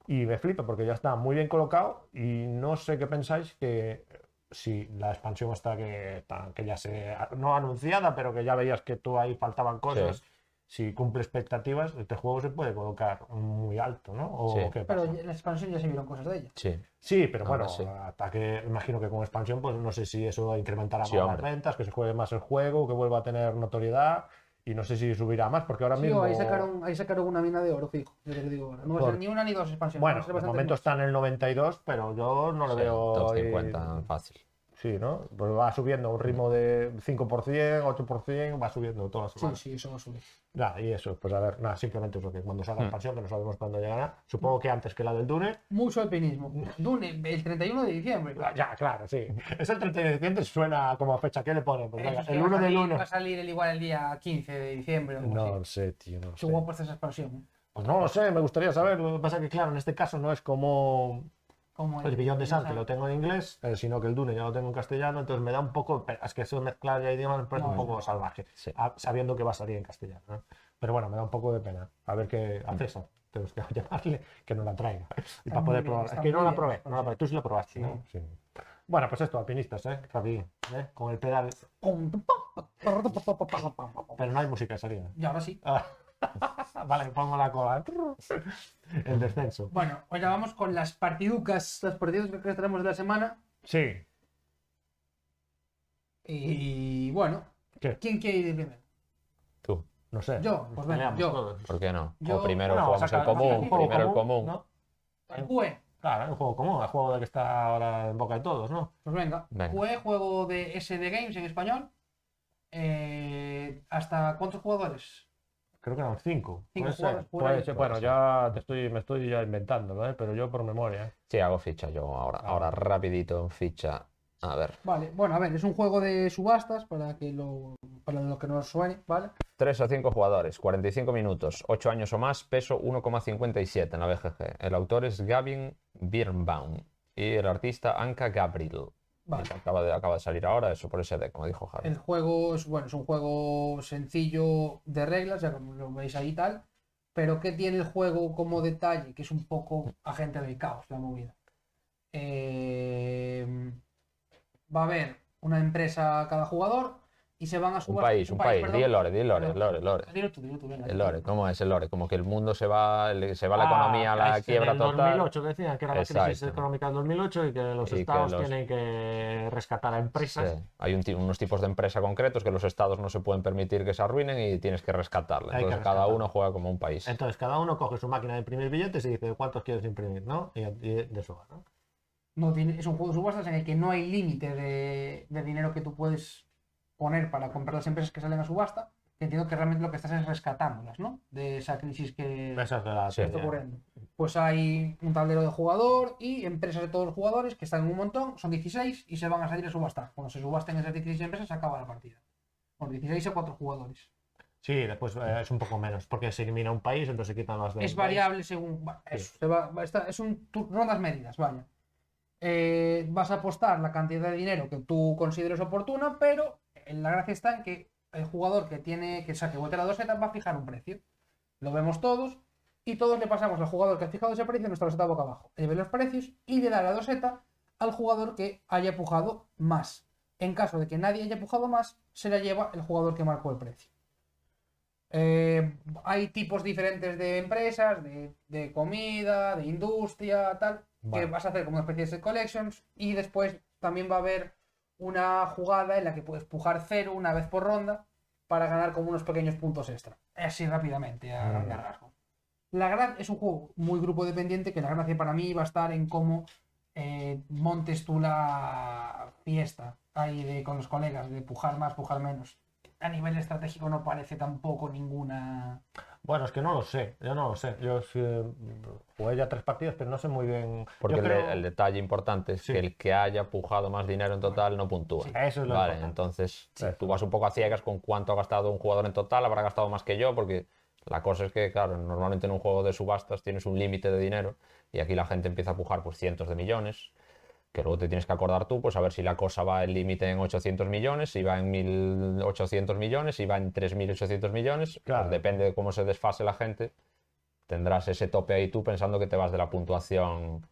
C: y me flipa porque ya está muy bien colocado y no sé qué pensáis que si la expansión está que, ta- que ya se, no anunciada, pero que ya veías que tú ahí faltaban cosas, si cumple expectativas, este juego se puede colocar muy alto, ¿no? ¿O
B: Sí.
C: qué
A: Pero
C: pasa?
A: en la expansión ya se vieron cosas de ella.
B: sí.
C: Sí, pero
B: Ahora
C: bueno,
B: sí.
C: hasta que imagino que con expansión, pues no sé si eso incrementará
B: Sí,
C: más
B: hombre.
C: las ventas, que se juegue más el juego, que vuelva a tener notoriedad y no sé si subirá más, porque ahora
A: Sí,
C: mismo.
A: o ahí sacaron, ahí sacaron una mina de oro, fijo. Yo te lo digo ahora. No va a ser
C: Por-
A: ni una ni dos expansiones.
C: Bueno,
A: va a ser
C: de
A: bastante
C: momento está en el 92, pero yo no lo
B: sí,
C: veo. eh,
B: top
C: ahí-
B: 50, fácil.
C: Sí, ¿no? Pues va subiendo a un ritmo de 5%, 8%, va subiendo todas las
A: mucho.
C: semanas.
A: Sí, sí, eso va a subir.
C: Nada, y eso, pues a ver, nada, simplemente es lo que cuando salga la
B: Mm.
C: expansión, que no sabemos cuándo llegará,
A: Hmm.
C: supongo que antes que la del Dune.
A: Mucho alpinismo. Dune, el 31 de diciembre.
C: Ah, Ya, claro, sí. Es el 30 de diciembre, suena como a fecha que le ponen. Pues venga,
A: Hmm. Eh, Eso sí,
C: el
A: va a
C: 1 del
A: salir-
C: 1.
A: Va a salir el igual el día 15 de diciembre o algo
C: No
A: así.
C: lo sé, tío, no lo sé.
A: Según puesta esa expansión. ¿eh?
C: Pues no lo sé, me gustaría saber. Lo que pasa es que, claro, en este caso no es como
A: Como
C: El billón de Sand, que
A: Sun.
C: lo tengo en inglés, eh, sino que el Dune ya lo tengo en castellano, entonces me da un poco. pe- Es que eso mezclar ya idiomas me parece
A: No,
C: un
A: no.
C: poco salvaje,
B: Sí.
C: a- sabiendo que va a salir en castellano. ¿no? Pero bueno, me da un poco de pena. A ver qué a César, tenemos que llamarle, que no la traiga. Y para
A: muy
C: poder
A: bien,
C: probar.
A: Mm. está
C: Es que no
A: muy
C: la
A: bien,
C: probé,
A: está
C: no la
A: muy
C: probé. Tú sí la probaste,
A: Sí.
C: ¿no? Sí. Bueno, pues esto, alpinistas, ¿eh? Rapidín, ¿eh? Con el pedal. Pero no hay música de salida.
A: Y ahora sí.
C: Ah, vale, pongo la cola. El descenso.
A: Bueno, ahora vamos con las partiducas, las partiducas que tenemos de la semana.
C: Sí.
A: Y bueno,
C: ¿Qué?
A: ¿quién quiere ir primero?
B: Tú.
C: No sé.
A: Yo, pues venga,
C: Peleamos
A: yo.
C: todos.
B: ¿Por qué no?
A: Yo-
B: o primero
C: Bueno,
B: jugamos el
C: saca-
B: común,
C: saca un juego
B: primero el común.
C: ¿no?
A: Jue,
C: Claro, es un juego común, el juego del que está ahora en boca de todos, ¿no?
A: Pues venga,
B: Venga.
A: jugué juego de SD Games en español. Eh, ¿Hasta cuántos jugadores?
C: Creo que eran cinco.
A: Cinco
C: Puede ser,
A: jugadores,
C: puede
A: jugadores.
C: ser. Bueno, ya te estoy, me estoy ya inventándolo, ¿eh? pero yo por memoria. ¿eh?
B: Sí, hago ficha yo ahora.
C: Ah.
B: Ahora rapidito en ficha. A ver.
A: Vale, bueno, a ver, es un juego de subastas para que lo, para lo que nos suene, ¿vale?
B: 3 a 5 jugadores, 45 minutos, 8 años o más, peso 1,57 en la BGG. El autor es Gavin Birnbaum y el artista Anka Gabriel.
A: Vale.
B: Acaba, de, acaba de salir ahora, eso por SD, como dijo Javi.
A: El juego es, bueno, es un juego sencillo de reglas, ya como lo veis ahí y tal. Pero ¿qué tiene el juego como detalle? Que es un poco agente del caos, la movida. Eh, va a haber una empresa a cada jugador y se van a
B: Un
A: subastar.
B: país, un país. Di el lore, di el lore, el lore, el lore.
A: Dilo tú, dilo tú, venga, dilo
B: El
A: tú.
B: lore, ¿cómo es el lore? Como que el mundo se va, el- se va la
C: Ah,
B: economía a la
C: es
B: quiebra
C: en el
B: total.
C: 2008 que decían que era la crisis
B: Exacto.
C: económica del 2008 y que los
B: Y que
C: estados
B: los-
C: tienen que rescatar a empresas.
B: Sí. Hay un ti- unos tipos de empresa concretos que los estados no se pueden permitir que se arruinen y tienes que rescatarla.
C: Hay que
B: Entonces cada
C: rescatarla.
B: uno juega como un país.
C: Entonces cada uno coge su máquina de imprimir billetes y dice cuántos quieres imprimir, ¿no? Y, y de eso va, ¿no?
A: No tiene- es un juego de subastas en el que no hay límite de, de dinero que tú puedes poner para comprar las empresas que salen a subasta. que Entiendo que realmente lo que estás es rescatándolas, ¿no? De esa crisis que
C: Esa es la
B: Sí.
A: está ocurriendo. Pues hay un tablero de jugador y empresas de todos los jugadores que están en un montón, son 16 y se van a salir a subastar. Cuando se subasten esas 16 empresas, se acaba la partida. Con 16 o 4 jugadores.
C: Sí, después eh, es un poco menos, porque se elimina un país, entonces se quitan las de
A: Es
C: un país.
A: variable según. va- eso, se va- va- está- es un tu- rondas medidas, vaya. Eh, vas a apostar la cantidad de dinero que tú consideres oportuna, pero eh, la gracia está en que el jugador que tiene que saque bote la doseta va a fijar un precio. Lo vemos todos y todos le pasamos al jugador que ha fijado ese precio nuestra doseta boca abajo. Él ve los precios y le da la doseta al jugador que haya pujado más. En caso de que nadie haya pujado más, se la lleva el jugador que marcó el precio. Eh, hay tipos diferentes de empresas, de, de comida, de industria, tal,
C: Vale.
A: que vas a hacer como una especie de set collections y después también va a haber una jugada en la que puedes pujar cero una vez por ronda para ganar como unos pequeños puntos extra. Así rápidamente, a
C: Mm.
A: grandes rasgos. La gran es un juego muy grupo dependiente que la gracia para mí va a estar en cómo eh, montes tú la fiesta ahí de, con los colegas, de pujar más, pujar menos. A nivel estratégico no parece tampoco ninguna...
C: Bueno, es que no lo sé, yo no lo sé. Yo sí, eh, jugué ya tres partidas, pero no sé muy bien.
B: Porque
C: yo
B: el, de-
C: creo-
B: el detalle importante es
C: Sí.
B: que el que haya pujado más dinero en total no puntúa.
A: Sí.
C: Eso es lo
B: Vale,
C: importante.
B: entonces
C: Sí.
B: tú vas un poco a ciegas con cuánto ha gastado un jugador en total, habrá gastado más que yo, porque la cosa es que, claro, normalmente en un juego de subastas tienes un límite de dinero y aquí la gente empieza a pujar pues cientos de millones, que luego te tienes que acordar tú, pues a ver si la cosa va el límite en 800 millones, si va en 1.800 millones, si va en 3.800 millones, pues,
C: Claro.
B: depende de cómo se desfase la gente, tendrás ese tope ahí tú pensando que te vas de la puntuación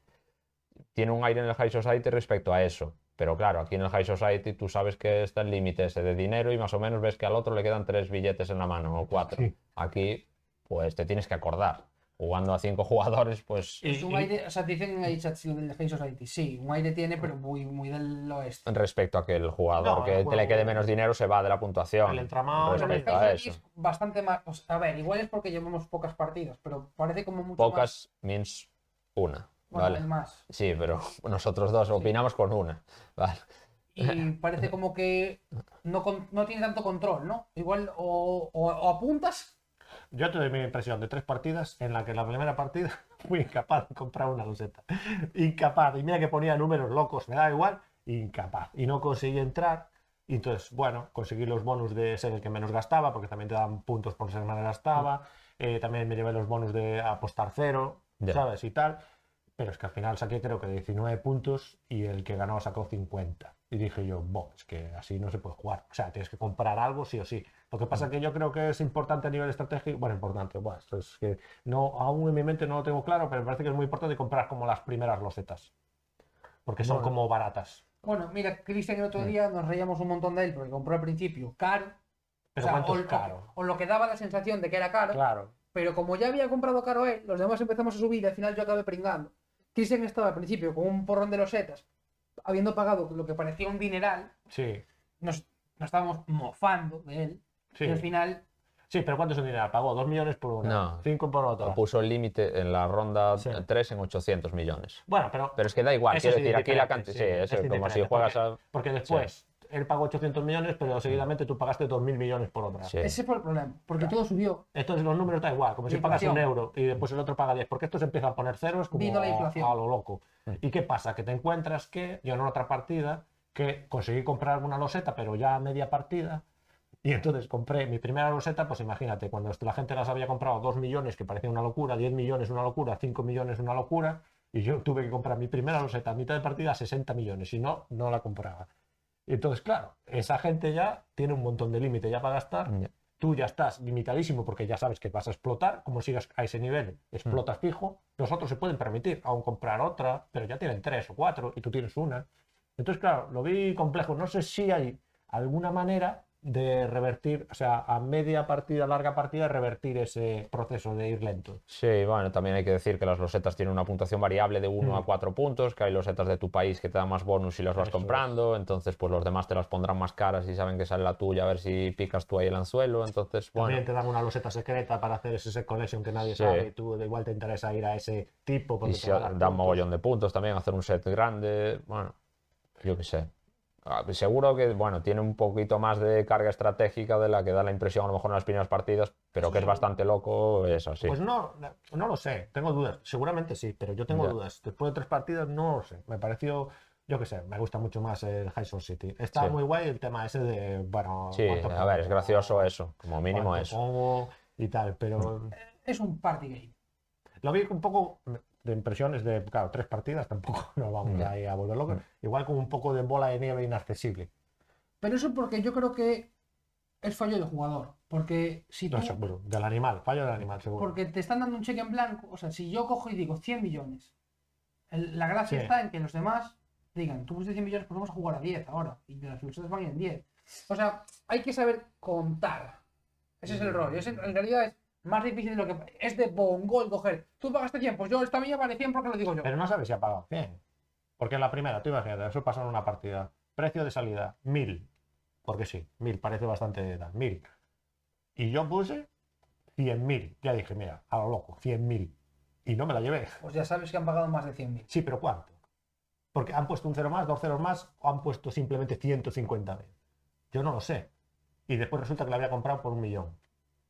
B: tiene un aire en el High Society respecto a eso. Pero claro, aquí en el High Society tú sabes que está el límite ese de dinero y más o menos ves que al otro le quedan tres billetes en la mano o cuatro.
C: Sí.
B: Aquí, pues te tienes que acordar. Jugando a cinco jugadores, pues
C: Y-
A: Es un
C: y-
A: aire, o sea, dicen ahí chat sí, del High Society, sí, un aire tiene, pero muy, muy del oeste.
B: respecto a que el jugador
C: No,
B: que
C: el juego-
B: le quede menos dinero se va de la puntuación.
C: El entramado,
A: Pero el
B: respecto
A: High
B: a
A: Society
B: eso.
A: es bastante más... o sea, a ver, igual es porque llevamos pocas partidas, pero parece como mucho más...
B: Pocas means una.
A: bueno,
B: vale.
A: es más.
B: Sí, pero nosotros dos opinamos con una. Vale.
A: y parece como que no, con- no tiene tanto control, ¿no? Igual o, o- o apuntas,
C: Yo te doy mi impresión de tres partidas en la que la primera partida fui incapaz de comprar una loseta. Incapaz. Y mira que ponía números locos, me da igual. Incapaz. Y no conseguí entrar. Y entonces, bueno, conseguí los bonus de ser el que menos gastaba, porque también te dan puntos por ser el que menos gastaba. Eh, también me llevé los bonus de apostar cero,
B: Ya.
C: ¿sabes? Y tal. Pero es que al final saqué creo que 19 puntos y el que ganó sacó 50. Y dije yo, "Bo, es que así no se puede jugar. O sea, tienes que comprar algo sí o sí. Lo que pasa es que yo creo que es importante a nivel estratégico, bueno, importante, bueno, esto es que no, aún en mi mente no lo tengo claro, pero me parece que es muy importante comprar como las primeras losetas. Porque son
B: Bueno.
C: como baratas.
A: Bueno, mira, Cristian el otro
B: Mm.
A: día nos reíamos un montón de él porque compró al principio caro.
C: Pero
A: o, sea,
C: cuánto
A: o
C: es
A: lo-
C: caro.
A: o lo que daba la sensación de que era caro.
C: Claro.
A: Pero como ya había comprado caro él, los demás empezamos a subir y al final yo acabé pringando. Cristian estaba al principio con un porrón de losetas, habiendo pagado lo que parecía un dineral.
C: Sí.
A: Nos, nos estábamos mofando de él.
C: Sí.
A: Y al final
C: Sí, pero ¿cuánto es el dinero? Pagó 2 millones por uno,
B: No.
C: 5 por otro.
B: Puso el límite en la ronda
C: Ah. Sí.
B: 3 en 800 millones.
C: Bueno, pero,
B: Pero es que da igual,
C: Eso
B: quiero
C: es
B: decir, aquí la
C: indiferente,
B: cantidad.
C: sí,
B: Sí, eso,
C: es
B: como si
C: indiferente,
B: juegas a.
C: porque después él pagó 800 millones, pero seguidamente tú pagaste 2.000 millones por otra.
B: Sí.
A: Ese fue el problema, porque todo subió.
C: Entonces los números da igual, como si pagas
A: Inflación.
C: un euro y después el otro paga 10, porque estos empiezan a poner ceros como
A: Vino la inflación.
C: a lo loco. ¿Y qué pasa? Que te encuentras que yo en otra partida que conseguí comprar una loseta, pero ya a media partida. Y entonces compré mi primera loseta, pues imagínate, cuando la gente las había comprado 2 millones, que parecía una locura, 10 millones una locura, 5 millones una locura, y yo tuve que comprar mi primera loseta a mitad de partida a 60 millones, si no, no la compraba. Y entonces, claro, esa gente ya tiene un montón de límite ya para gastar,
B: Ya.
C: tú ya estás limitadísimo porque ya sabes que vas a explotar, como sigas a ese nivel,
B: Mm.
C: explotas fijo, los otros se pueden permitir aún comprar otra, pero ya tienen tres o cuatro y tú tienes una. Entonces, claro, lo vi complejo. No sé si hay alguna manera de revertir, o sea, a media partida, larga partida, revertir ese proceso de ir lento.
B: Sí, bueno, también hay que decir que las losetas tienen una puntuación variable de 1
C: Mm.
B: a 4 puntos, que hay losetas de tu país que te dan más bonus si las vas
C: Eso es.
B: comprando, entonces pues los demás te las pondrán más caras y saben que sale la tuya, a ver si picas tú ahí el anzuelo, entonces bueno,
C: También te dan una loseta secreta para hacer ese set collection que nadie
B: Sí.
C: sabe y tú de igual te interesa ir a ese tipo.
B: y
C: porque te
B: se
C: va a dar
B: dan
C: puntos.
B: mogollón de puntos también, hacer un set grande, bueno, yo qué sé. Ah, Seguro que, bueno, tiene un poquito más de carga estratégica de la que da la impresión a lo mejor en las primeras partidas, pero que es bastante loco, es así.
C: Pues no, no lo sé, tengo dudas. Seguramente sí, pero yo tengo
B: Ya.
C: dudas. Después de tres partidas, no lo sé. Me pareció, yo qué sé, me gusta mucho más el High Soul City. Está
B: Sí.
C: muy guay el tema ese de, bueno,
B: Sí,
C: cuánto
B: a ver, es
C: pongo,
B: gracioso eso, como mínimo Mm.
C: cuánto
B: eso.
C: pongo Y tal, pero
A: Es un party game.
C: lo vi un poco de impresiones de, claro, tres partidas, tampoco nos vamos
B: Ya. Mm.
C: ahí a volver locos. Igual como un poco de bola de nieve inaccesible.
A: Pero eso porque yo creo que es fallo del jugador. Porque si tú,
C: No, seguro, del animal, fallo del animal, seguro.
A: porque te están dando un cheque en blanco, o sea, si yo cojo y digo 100 millones, el- la gracia
C: Sí.
A: está en que los demás digan, tú pusiste 100 millones, pues vamos a jugar a 10 ahora. Y las luces van en 10. O sea, hay que saber contar. Ese es el
C: Mm.
A: rollo. Es, en realidad es más difícil de lo que... Es de bongo el coger. Tú pagaste 100, pues yo esta mía vale 100 porque lo digo yo.
C: Pero no sabes si ha pagado 100. Porque en la primera, tú imagínate, eso pasó en una partida. Precio de salida, 1000. Porque sí, 1000, parece bastante tal, 1000. Y yo puse 100.000. Ya dije, mira, a lo loco, 100.000. Y no me la llevé.
A: Pues ya sabes que han pagado más de 100 mil.
C: Sí, pero ¿cuánto? Porque han puesto un cero más, dos ceros más, o han puesto simplemente 150.000. Yo no lo sé. Y después resulta que la había comprado por un millón.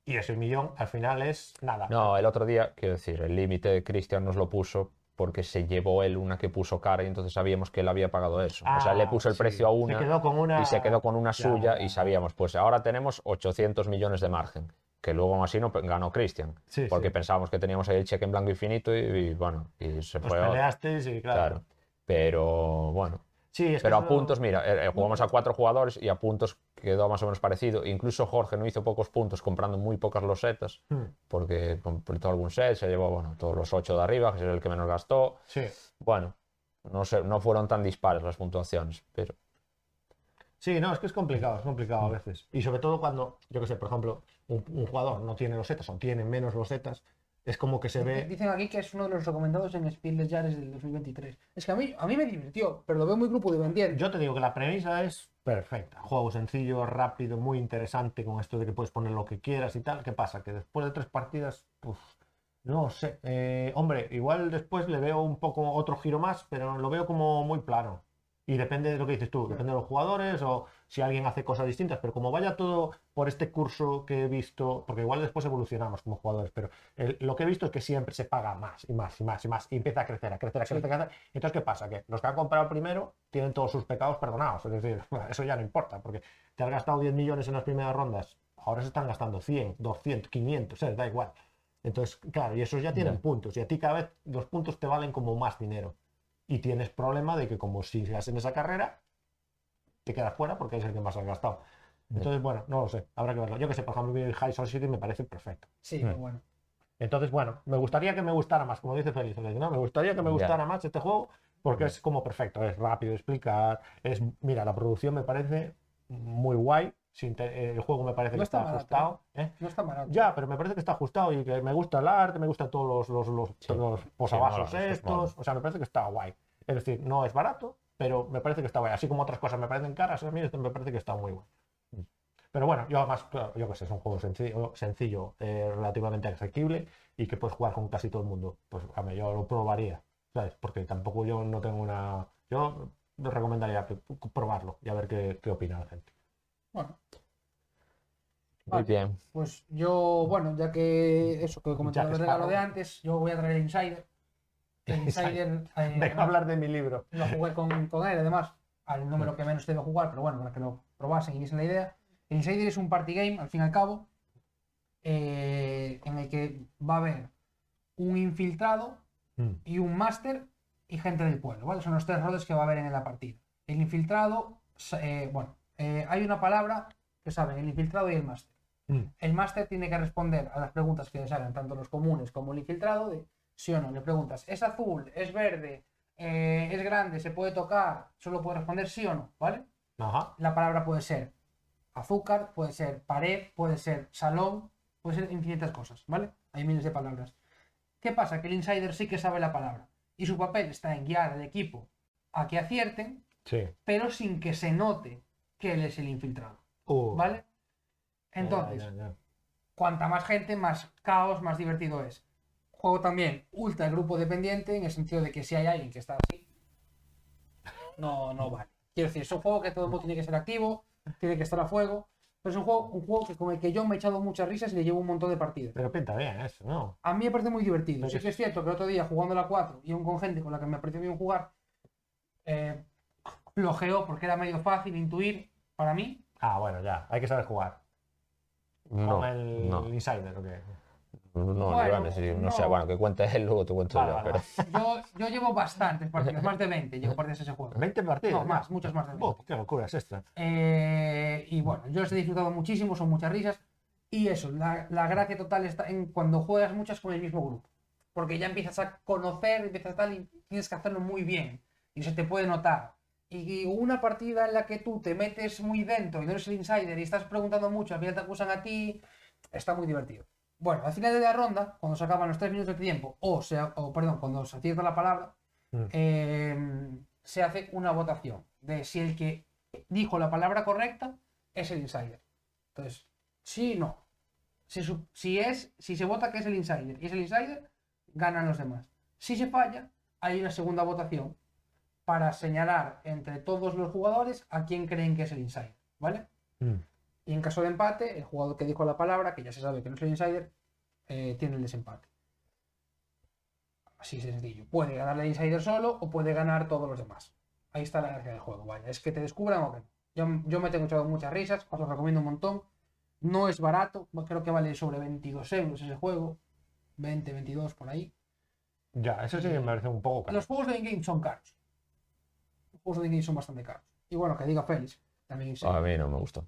C: Y ese millón al final es nada.
B: No, el otro día, quiero decir, el límite Cristian nos lo puso porque se llevó él una que puso cara y entonces sabíamos que él había pagado eso. o sea, le
C: Ah,
B: puso el
C: sí.
B: precio a
C: Se
B: una
C: quedó con una.
B: y se quedó con una
C: Ya,
B: suya
C: ya,
B: y
C: ya.
B: sabíamos, pues ahora tenemos 800 millones de margen, que luego aún así no pe- ganó Cristian,
C: Sí, sí.
B: porque pensábamos que teníamos ahí el cheque en blanco infinito y, y, bueno, y se
C: Os
B: fue a-
C: peleasteis pues y claro.
B: Pues claro. Pero bueno,
C: Sí, es que
B: pero a
C: eso-
B: puntos, mira, eh, eh, jugamos a cuatro jugadores y a puntos quedó más o menos parecido. Incluso Jorge no hizo pocos puntos comprando muy pocas losetas
C: Hmm,
B: porque completó algún set, se llevó bueno, todos los ocho de arriba, que es el que menos gastó.
C: Sí,
B: Bueno, no, sé, no fueron tan dispares las puntuaciones, pero
C: sí, no, es que es complicado, es complicado
B: Mm.
C: a veces. Y sobre todo cuando, yo que sé, por ejemplo, un, un jugador no tiene losetas o tiene menos losetas, es como que se ve.
A: Dicen aquí que es uno de los recomendados en Spiel de Jars del 2023. Es que a mí, a mí me divirtió, pero lo veo muy grupo de vendiendo.
C: Yo te digo que la premisa es perfecta. Juego sencillo, rápido, muy interesante, con esto de que puedes poner lo que quieras y tal. ¿Qué pasa? Que después de tres partidas, uf, no sé. Eh, hombre, igual después le veo un poco otro giro más, pero lo veo como muy plano. Y depende de lo que dices tú, depende de los jugadores o si alguien hace cosas distintas, pero como vaya todo por este curso que he visto, porque igual después evolucionamos como jugadores, pero el- lo que he visto es que siempre se paga más y más y más y más y empieza a crecer, a crecer, a
A: Sí.
C: crecer, a crecer. Entonces, ¿qué pasa? Que los que han comprado primero tienen todos sus pecados perdonados, es decir, eso ya no importa, porque te has gastado 10 millones en las primeras rondas, ahora se están gastando 100, 200, 500, ¿sabes? eh, da igual. Entonces, claro, y esos ya tienen
B: Ya.
C: puntos, y a ti cada vez los puntos te valen como más dinero y tienes problema de que como sigas en esa carrera, te quedas fuera porque es el que más has gastado.
B: Ya.
C: Entonces, bueno, no lo sé, habrá que verlo. Yo que sé, por ejemplo, el High Society me parece perfecto.
A: Sí,
B: Hmm.
A: pero bueno.
C: Entonces, bueno, me gustaría que me gustara más, como dice Félix, ¿no? Me gustaría que me
B: Ya.
C: gustara más este juego porque
B: Ya.
C: es como perfecto, es rápido de explicar, es, mira, la producción me parece muy guay, sin te- eh, el juego me parece
A: No
C: que
A: está
C: está,
A: barato,
C: ajustado, ¿eh?
A: No está barato.
C: Ya, pero me parece que está ajustado y que me gusta el arte, me gustan todos los, los, los,
B: Sí.
C: los posavasos
B: mola, es que mola.
C: estos. O sea, me parece que está guay. Es decir, no es
B: Mm.
C: barato, pero me parece que está guay. Así como otras cosas me parecen caras, a mí este me parece que está muy guay. Pero bueno, yo además, claro, yo qué sé, es un juego sencillo, sencillo eh, relativamente asequible y que puedes jugar con casi todo el mundo. Pues a mí, yo lo probaría, ¿sabes? Porque tampoco yo no tengo una... Yo recomendaría que- probarlo y a ver qué, qué opina la gente.
A: Bueno,
B: Muy
A: Vale.
B: bien.
A: pues yo, bueno, ya que eso que comentaba el
C: Jack
A: regalo
C: Sparrow.
A: de antes, yo voy a traer Insider. El Insider, eh,
C: Venga, hablar de mi libro.
A: lo jugué con, con él, además, al
C: Mm.
A: número que menos debo jugar, pero bueno, para que lo probasen y viesen la idea. El Insider es un party game, al fin y al cabo, eh, en el que va a haber un infiltrado
C: Mm.
A: y un máster y gente del pueblo, ¿vale? Son los tres roles que va a haber en la partida. El infiltrado, sa- eh, bueno, eh, hay una palabra que saben, el infiltrado y el máster.
C: Mm.
A: El máster tiene que responder a las preguntas que les hagan tanto los comunes como el infiltrado de sí o no. Le preguntas, ¿es azul? ¿Es verde? Eh, ¿Es grande? ¿Se puede tocar? Solo puede responder sí o no, ¿vale?
C: Ajá.
A: La palabra puede ser azúcar, puede ser pared, puede ser salón, puede ser infinitas cosas, ¿vale? Hay miles de palabras. ¿Qué pasa? Que el insider sí que sabe la palabra. Y su papel está en guiar al equipo a que acierten,
C: Sí.
A: pero sin que se note que él es el infiltrado,
C: Uh,
A: ¿vale?
C: ya,
A: Entonces,
C: ya, ya.
A: cuanta más gente, más caos, más divertido es. Juego también ultra grupo dependiente, en el sentido de que si hay alguien que está así, no, no vale. Quiero decir, es un juego que todo el mundo tiene que ser activo, tiene que estar a fuego, pero es un juego, un juego que con el que yo me he echado muchas risas y le llevo un montón de partidas.
C: Pero pinta bien eso, ¿no?
A: A mí me parece muy divertido.
C: Pero
A: Sí
C: que-
A: que es cierto que el otro día jugando la 4 y aún con gente con la que me pareció bien jugar, eh, flojeó porque era medio fácil intuir para mí.
C: Ah, bueno, ya. Hay que saber jugar.
B: No,
C: Como el
B: no,
C: insider, ¿o qué?
B: no, no,
A: Bueno,
B: iba a decir, no, sé,
A: no.
B: bueno, que cuente él, luego te cuento
C: Vale,
B: yo,
C: vale,
B: pero-
C: vale.
A: Yo, yo llevo bastantes partidas, más de 20 llevo partidas a ese juego.
C: 20 partidos.
A: No, más, muchas más de 20.
C: Oh, qué locura es esta.
A: Eh, y bueno, yo los he disfrutado muchísimo, son muchas risas. Y eso, la, la gracia total está en cuando juegas muchas con el mismo grupo. Porque ya empiezas a conocer, empiezas a tal y tienes que hacerlo muy bien. Y se te puede notar. Y una partida en la que tú te metes muy dentro y no eres el insider y estás preguntando mucho, al final te acusan a ti, está muy divertido. Bueno, al final de la ronda, cuando se acaban los tres minutos de tiempo, o sea, o perdón, cuando se acierta la palabra,
C: Mm.
A: eh, se hace una votación de si el que dijo la palabra correcta es el insider. Entonces, sí, no. Si, su- si es, si se vota que es el insider y es el insider, ganan los demás. Si se falla, hay una segunda votación para señalar entre todos los jugadores a quién creen que es el insider, ¿vale?
C: Mm.
A: Y en caso de empate, el jugador que dijo la palabra, que ya se sabe que no es el insider, eh, tiene el desempate. Así de sencillo. Puede ganar el insider solo o puede ganar todos los demás. Ahí está la gracia del juego, vaya. Es que te descubran o que no. Yo, yo me tengo echado muchas risas, os lo recomiendo un montón. No es barato, pues creo que vale sobre 22 euros ese juego. 20, 22 por ahí.
C: Ya, eso sí que me parece un poco caro.
A: Los juegos de in-game son caros. Los juegos de in-game son bastante caros. Y bueno, que diga Félix, también sí.
B: A mí no me gustó.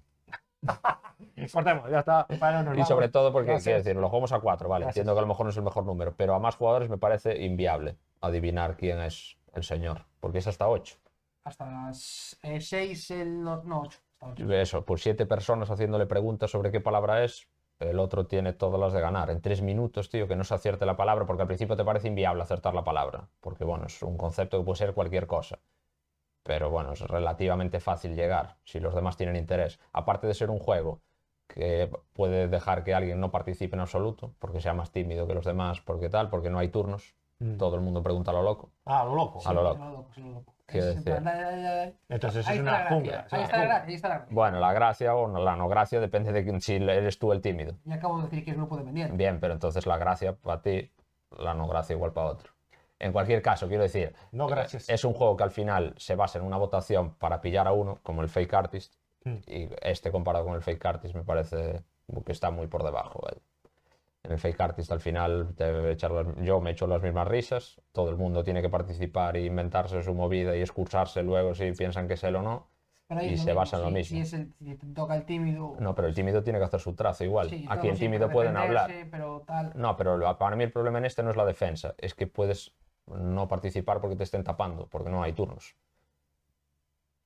C: Cortemos, ya está. Bueno, nos
B: Y sobre
C: vamos.
B: todo porque,
C: Gracias.
B: quiero decir, los jugamos a cuatro, vale,
C: Gracias.
B: entiendo que a lo mejor no es el mejor número, pero a más jugadores me parece inviable adivinar quién es el señor, porque es hasta ocho.
A: Hasta las 6, el, no, 8. Hasta ocho.
B: Eso, por siete personas haciéndole preguntas sobre qué palabra es, el otro tiene todas las de ganar. En tres minutos, tío, que no se acierte la palabra, porque al principio te parece inviable acertar la palabra, porque bueno, es un concepto que puede ser cualquier cosa. Pero bueno, es relativamente fácil llegar, si los demás tienen interés. Aparte de ser un juego que puede dejar que alguien no participe en absoluto, porque sea más tímido que los demás, porque tal, porque no hay turnos,
C: Mm.
B: todo el mundo pregunta a lo loco.
C: Ah, lo loco.
B: A lo loco.
A: sí, a lo loco.
B: Quiero
A: Es en
B: decir.
A: plan, dale, dale, dale.
C: Entonces
A: Ahí
C: es
A: está la
C: una
A: gracia,
C: jungla. es
A: Ahí está
C: una
A: la
C: jungla.
A: gracia, ahí está la gracia.
B: Bueno, la gracia o no- la no gracia depende de que- si eres tú el tímido.
A: Y acabo de decir que es grupo dependiente.
B: Bien, pero entonces la gracia para ti, la no gracia igual para otro. En cualquier caso, quiero decir,
C: No, gracias.
B: es un juego que al final se basa en una votación para pillar a uno, como el Fake Artist,
C: Mm.
B: y este comparado con el Fake Artist me parece que está muy por debajo. vaya. En el Fake Artist al final te debe echar las- yo me echo las mismas risas, todo el mundo tiene que participar e inventarse su movida y excusarse luego si piensan que es él o no.
A: Pero ahí
B: y
A: es
B: se basa en lo
A: Si-
B: mismo.
A: Si, es el, si te toca el tímido.
B: No, pero el tímido tiene que hacer su trazo igual.
A: sí,
B: Aquí
A: todo
B: el
A: sin
B: tímido pueden hablar.
A: defenderse, Pero tal.
B: No, pero lo- para mí el problema en este no es la defensa, es que puedes no participar porque te estén tapando, porque no hay turnos.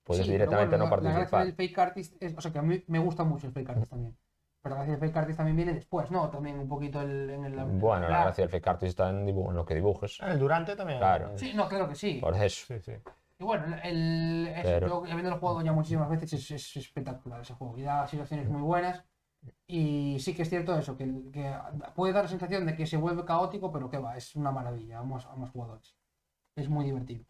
B: Puedes
A: Sí, pero
B: directamente
A: bueno,
B: no
A: la- la gracia
B: participar.
A: del fake artist es- o sea, que a mí me gusta mucho el fake artist también. Pero la gracia del fake artist también viene después, ¿no? También un poquito el, en el.
B: Bueno, la gracia del fake artist está en, dibu- en lo que dibujes.
C: El Durante también.
B: Claro.
A: Ah, Sí, no, claro que sí.
B: Por eso.
C: Sí, sí.
A: Yo Y bueno, el, es-
B: Pero-
A: yo habiéndolo jugado ya muchísimas veces es, es espectacular ese juego. Y da situaciones muy buenas. Y sí que es cierto eso, que, que puede dar la sensación de que se vuelve caótico, pero que va, es una maravilla. Ambos, ambos jugadores. Es muy divertido.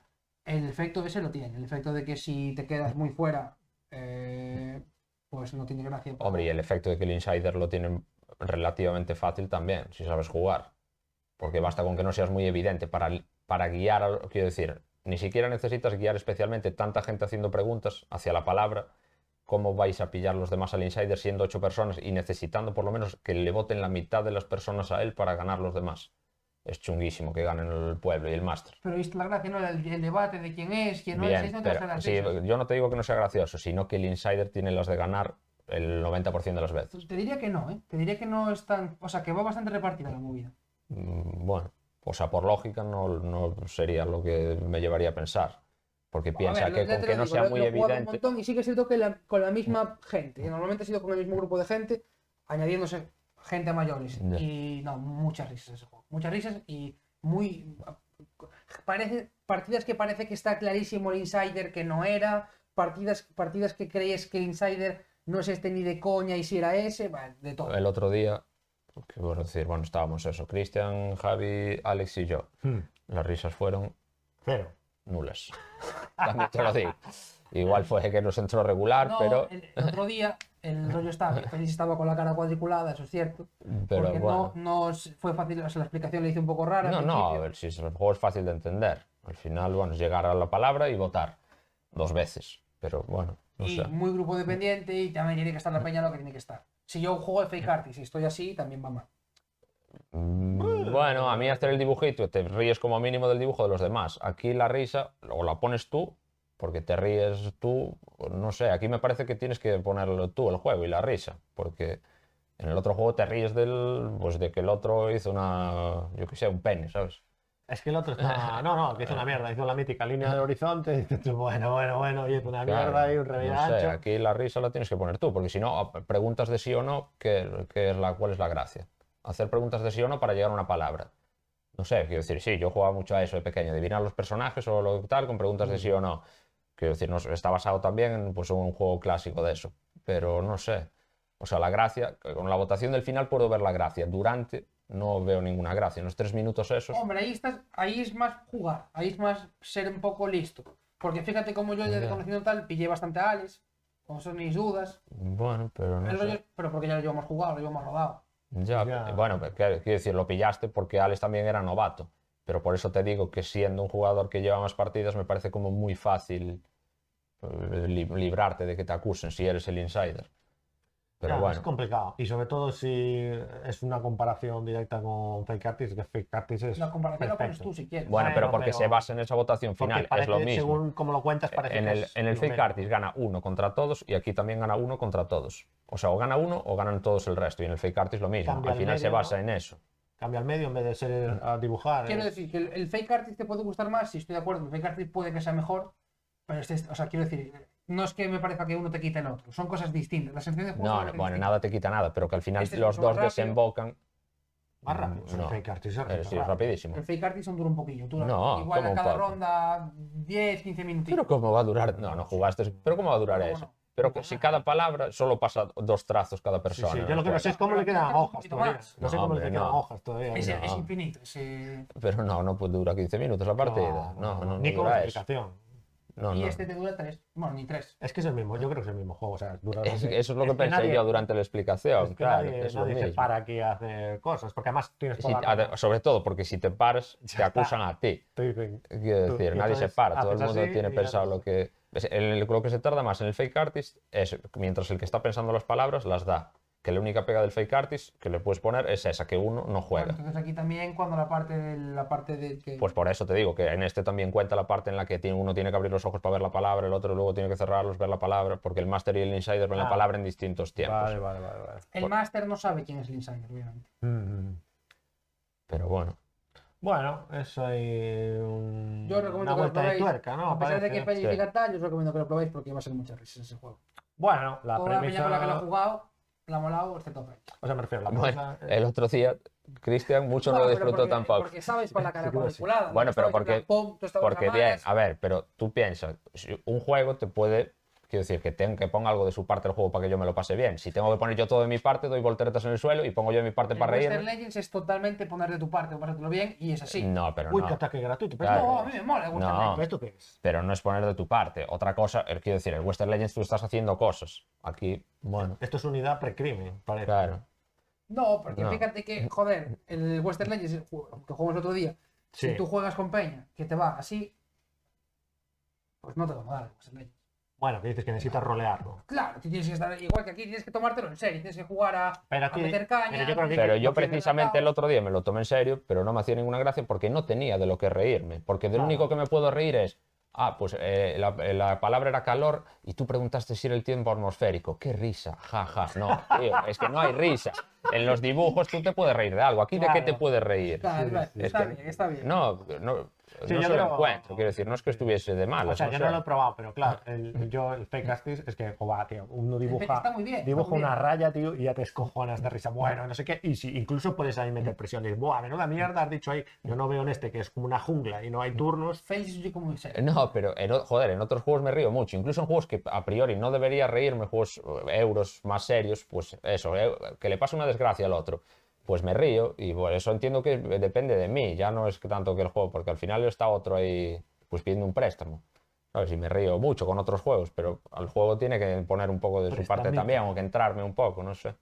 A: El efecto ese lo tiene, el efecto de que si te quedas muy fuera, eh, pues no tiene gracia. porque-
B: Hombre, y el efecto de que el insider lo tienen relativamente fácil también, si sabes jugar. Porque basta con que no seas muy evidente para, para guiar, a lo- quiero decir, ni siquiera necesitas guiar especialmente tanta gente haciendo preguntas hacia la palabra. ¿Cómo vais a pillar los demás al insider siendo ocho personas y necesitando por lo menos que le voten la mitad de las personas a él para ganar los demás? Es chunguísimo que ganen el pueblo y el máster.
A: Pero viste la gracia, ¿no? El, el debate de quién es, quién no es,
B: Bien,
A: es donde
B: pero
A: están las
B: sí,
A: risas.
B: yo no te digo que no sea gracioso, sino que el insider tiene las de ganar el 90% de las veces.
A: Te diría que no, ¿eh? Te diría que no es tan... O sea, que va bastante repartida la movida.
B: Mm, Bueno, o sea, por lógica no, no sería lo que me llevaría a pensar. Porque piensa
A: A ver,
B: que
A: ya te
B: con
A: lo
B: que no
A: digo,
B: sea
A: lo-
B: muy
A: lo he jugado un
B: evidente.
A: montón y sí que es cierto que la- con la misma gente. y Normalmente ha sido con el mismo grupo de gente, añadiéndose gente a mayores.
B: Ya.
A: Y no, muchas risas ese juego. Muchas risas y muy... Parece, partidas que parece que está clarísimo el insider que no era, partidas, partidas que crees que el insider no es este ni de coña y si era ese, va, de todo.
B: El otro día, que puedo decir, bueno, estábamos eso, Cristian, Javi, Alex y yo.
C: Hmm,
B: Las risas fueron
C: Cero.
B: nulas. También te lo digo. Igual fue que nos entró regular,
A: No,
B: pero,
A: el, el otro día el rollo estaba, que Félix estaba con la cara cuadriculada, eso es cierto.
B: pero
A: porque
B: bueno.
A: no, no s- fue fácil, o sea, la explicación le hice un poco rara. al
B: No, no, a
A: principio.
B: ver, si es- el juego es fácil de entender. Al final, bueno, es llegar a la palabra y votar dos veces. Pero bueno, no
A: y
B: sé.
A: muy grupo dependiente y también tiene que estar la peña lo que tiene que estar. Si yo juego de fake art y si estoy así, también va mal.
B: Mm, Bueno, a mí hacer el dibujito, te ríes como mínimo del dibujo de los demás. Aquí la risa, o la pones tú, porque te ríes tú, o no sé, aquí me parece que tienes que ponerlo tú, el juego y la risa, porque en el otro juego te ríes del, pues de que el otro hizo una, yo qué sé, un pene, ¿sabes?
C: Es que el otro está. No, no, que hizo una mierda. Hizo la mítica línea del horizonte. Y dices tú, bueno, bueno, bueno. Y es una
B: Claro,
C: mierda y un
B: no sé,
C: reverancho.
B: aquí la risa la tienes que poner tú, porque si no, a- preguntas de sí o no, ¿qué, qué es la, ¿cuál es la gracia? Hacer preguntas de sí o no para llegar a una palabra. No sé, quiero decir, sí, yo jugaba mucho a eso de pequeño, adivinar los personajes o lo tal con preguntas de sí
C: Mm.
B: o no. Quiero decir, no, sé, está basado también en pues, un juego clásico de eso, pero no sé. O sea, la gracia, con la votación del final puedo ver la gracia, durante no veo ninguna gracia. En los tres minutos esos,
C: Oh.
A: Hombre, ahí, estás, ahí es más jugar, ahí es más ser un poco listo. Porque fíjate como yo, ya
B: Ya.
A: conociendo tal, pillé bastante a Alex, con son mis dudas.
B: bueno, pero no
A: el
B: sé.
A: rollo es- pero porque ya lo llevamos jugado, lo llevamos rodado.
B: Ya,
C: Ya.
B: pe- bueno, pero claro, quiero decir, lo pillaste porque Alex también era novato. Pero por eso te digo que siendo un jugador que lleva más partidas, me parece como muy fácil eh, li- librarte de que te acusen si eres el insider. Pero
C: Claro,
B: bueno,
C: Es complicado. Y sobre todo si es una comparación directa con Fake Artist, que Fake Artist es.
A: La comparación la pones
C: perfecto.
A: tú si quieres.
B: Pues bueno, pero
C: bueno,
B: porque se
C: pero-
B: basa en esa votación
C: Porque
B: final, es
C: parece,
B: lo mismo. Eh,
C: Según como lo cuentas, parece
B: En
C: que
B: el,
C: es
B: en el
C: lo
B: fake
C: mismo.
B: artist gana uno contra todos y aquí también gana uno contra todos. O sea, o gana uno o ganan todos el resto. Y en el fake artist lo mismo.
C: Cambia
B: Al
C: el
B: final se
C: medio, ¿no?
B: basa en eso.
C: Cambia el medio en vez de ser
B: Eh,
C: a dibujar.
A: Quiero
C: es-
A: decir que el, el fake artist te puede gustar más, si estoy de acuerdo, el fake artist puede que sea mejor, pero este, es- o sea, quiero decir, no es que me parezca que uno te quita el otro, son cosas distintas. La sensación de juego
C: Pues
B: No,
A: son
B: no,
A: cosas
B: bueno,
A: distintas.
B: nada te quita nada, pero que al final
A: Este es
B: los
A: mucho más
B: dos
A: rápido.
B: desembocan
C: Más rápido.
B: No.
C: El Fake Artist es
B: Eh,
C: rápido,
B: sí, es
C: rápido.
B: rapidísimo.
A: El fake artist son dura un poquillo, dura
B: No,
A: igual a
B: ¿cómo
A: cada
B: pa-
A: ronda 10, 15 minutitos.
B: Pero cómo va a durar, no, no jugaste, pero cómo va a durar
A: No,
B: eso.
A: no.
B: Pero que si cada palabra solo pasa dos trazos cada
C: Sí,
B: persona. pues,
C: sí, Yo lo que no sé es cómo le quedan
A: Pero un
C: hojas
A: poquito
C: todavía.
A: más.
C: No sé
B: No,
C: cómo le
B: hombre,
C: quedan
B: no.
C: hojas todavía.
A: Ese-
C: no.
A: es infinito, ese-
B: Pero no, no puede durar 15 minutos la partida. No, no,
C: Ni con
B: dura eso.
C: explicación.
B: No,
A: y
B: no.
A: este te dura 3, bueno, ni 3.
C: Es que es el mismo, yo creo que es el mismo juego. O sea, dura
B: Es que eso es lo que pensé
C: nadie-
B: yo durante la explicación,
C: es que
B: claro,
C: nadie,
B: es lo
C: nadie se
B: mismo.
C: para aquí a hacer cosas, porque además tienes
B: Si-
C: toda la
B: ade- sobre todo porque si te paras, te
C: Ya está.
B: acusan a ti.
C: Te dicen,
B: Quiero
C: Tú-
B: decir,
C: y
B: nadie se
C: entonces
B: para, todo el
C: haces
B: mundo
C: así
B: tiene
C: y ya
B: pensado lo que... es- el- lo que se tarda más en el fake artist es, mientras el que está pensando las palabras las da, que la única pega del fake artist que le puedes poner es esa, que uno no juega.
A: Entonces aquí también cuando la parte de la parte de que
B: Pues por eso te digo que en este también cuenta la parte en la que tiene- uno tiene que abrir los ojos para ver la palabra, el otro luego tiene que cerrarlos, ver la palabra, porque el master y el insider ven la
C: Ah.
B: palabra en distintos tiempos.
C: Vale, vale, vale. vale.
A: el máster no sabe quién es el insider, obviamente.
C: Mm.
B: Pero bueno,
C: Bueno, eso hay un-
A: Yo os recomiendo
C: una
A: que lo
C: vuelta de
A: probéis.
C: tuerca, ¿no?
A: a pesar de
C: Parece.
A: que Peña
B: Sí.
A: diga tal, yo os recomiendo que lo probéis porque va a ser muchas risas ese juego.
C: Bueno, la
A: Toda la peña con la que lo he
C: premisa.
A: jugado la ha molado, este excepto Frank.
C: O sea, me refiero a la eh,
B: Bueno,
C: cosa-
B: el otro día, Cristian mucho no,
A: No,
B: lo
A: pero
B: disfrutó
A: porque-
B: tampoco.
A: Porque sabes con la cara
C: Sí, claro, sí.
A: cuadriculada.
B: Bueno,
A: ¿no? Sabes,
B: pero
A: en
B: porque-
A: plan, pum, tú estabas
B: Porque
A: en la
B: bien,
A: malas.
B: a ver, pero tú piensas, si un juego te puede, quiero decir, que, tenga, que ponga algo de su parte el juego para que yo me lo pase bien. Si tengo que poner yo todo de mi parte, doy volteretas en el suelo y pongo yo de mi parte
A: En
B: para
A: Western
B: reír.
A: Legends es totalmente poner de tu parte, pasártelo bien, y es así.
B: No, pero eh,
C: Uy,
B: no.
C: qué ataque gratuito. Pero
B: Claro.
A: No, a mí me mola el Western
B: No.
A: Legends.
C: ¿Pero esto qué es?
B: Pero no es poner de tu parte. Otra cosa, eh, quiero decir, en Western Legends tú estás haciendo cosas. Aquí, bueno,
C: Esto es unidad precrimen, parece.
B: claro.
A: No, porque
B: No.
A: fíjate que, joder, el Western Legends, el ju- que jugamos el otro día,
C: Sí.
A: si tú juegas con Peña, que te va así, pues no te va a molar el Western Legends.
C: Bueno, que dices que necesitas rolearlo.
A: Claro, tú tienes que estar igual que aquí, tienes que tomártelo en serio, tienes que jugar a,
C: Pero
A: a
C: aquí-
A: meter caña.
C: pero yo creo que-
B: Pero yo
A: porque-
B: precisamente el otro día me lo tomé en serio, pero no me hacía ninguna gracia porque no tenía de lo que reírme. Porque de lo
C: Claro.
B: único que me puedo reír es, ah, pues eh, la, eh, la palabra era calor y tú preguntaste si era el tiempo atmosférico. ¡Qué risa! ¡Ja, ja! No, tío, es que no hay risa. En los dibujos tú te puedes reír de algo. ¿Aquí de qué te
C: Claro.
B: puedes reír?
A: Claro, claro,
C: sí,
A: está
B: es que-
A: bien, está bien.
B: No, no,
C: Sí,
B: no
C: yo
B: se lo
C: creo-
B: encuentro. Quiero decir, no es que estuviese de malas.
C: O sea,
B: no
C: yo
B: sé.
C: no lo he probado, pero claro, el, yo el fake artist es que, joder, tío, uno dibuja,
A: está muy bien, está
C: dibuja
A: muy bien.
C: una raya, tío, y ya te escojonas de risa. Bueno, no sé qué. Y si incluso puedes ahí meter presión. Dices, buah, menuda mierda has dicho ahí. Yo no veo en este que es como una jungla y no hay turnos.
A: Fails yo como en serio.
B: No, pero en, o- joder, en otros juegos me río mucho. Incluso en juegos que a priori no debería reírme, juegos eh, euros más serios, pues eso, eh, que le pase una desgracia al otro. Pues me río y por eso entiendo que depende de mí. Ya no es que tanto que el juego, porque al final está otro ahí pues pidiendo un préstamo. ¿Sabes? Y me río mucho con otros juegos, pero al juego tiene que poner un poco de su parte
C: Prestamito.
B: también, o que entrarme un poco, no sé.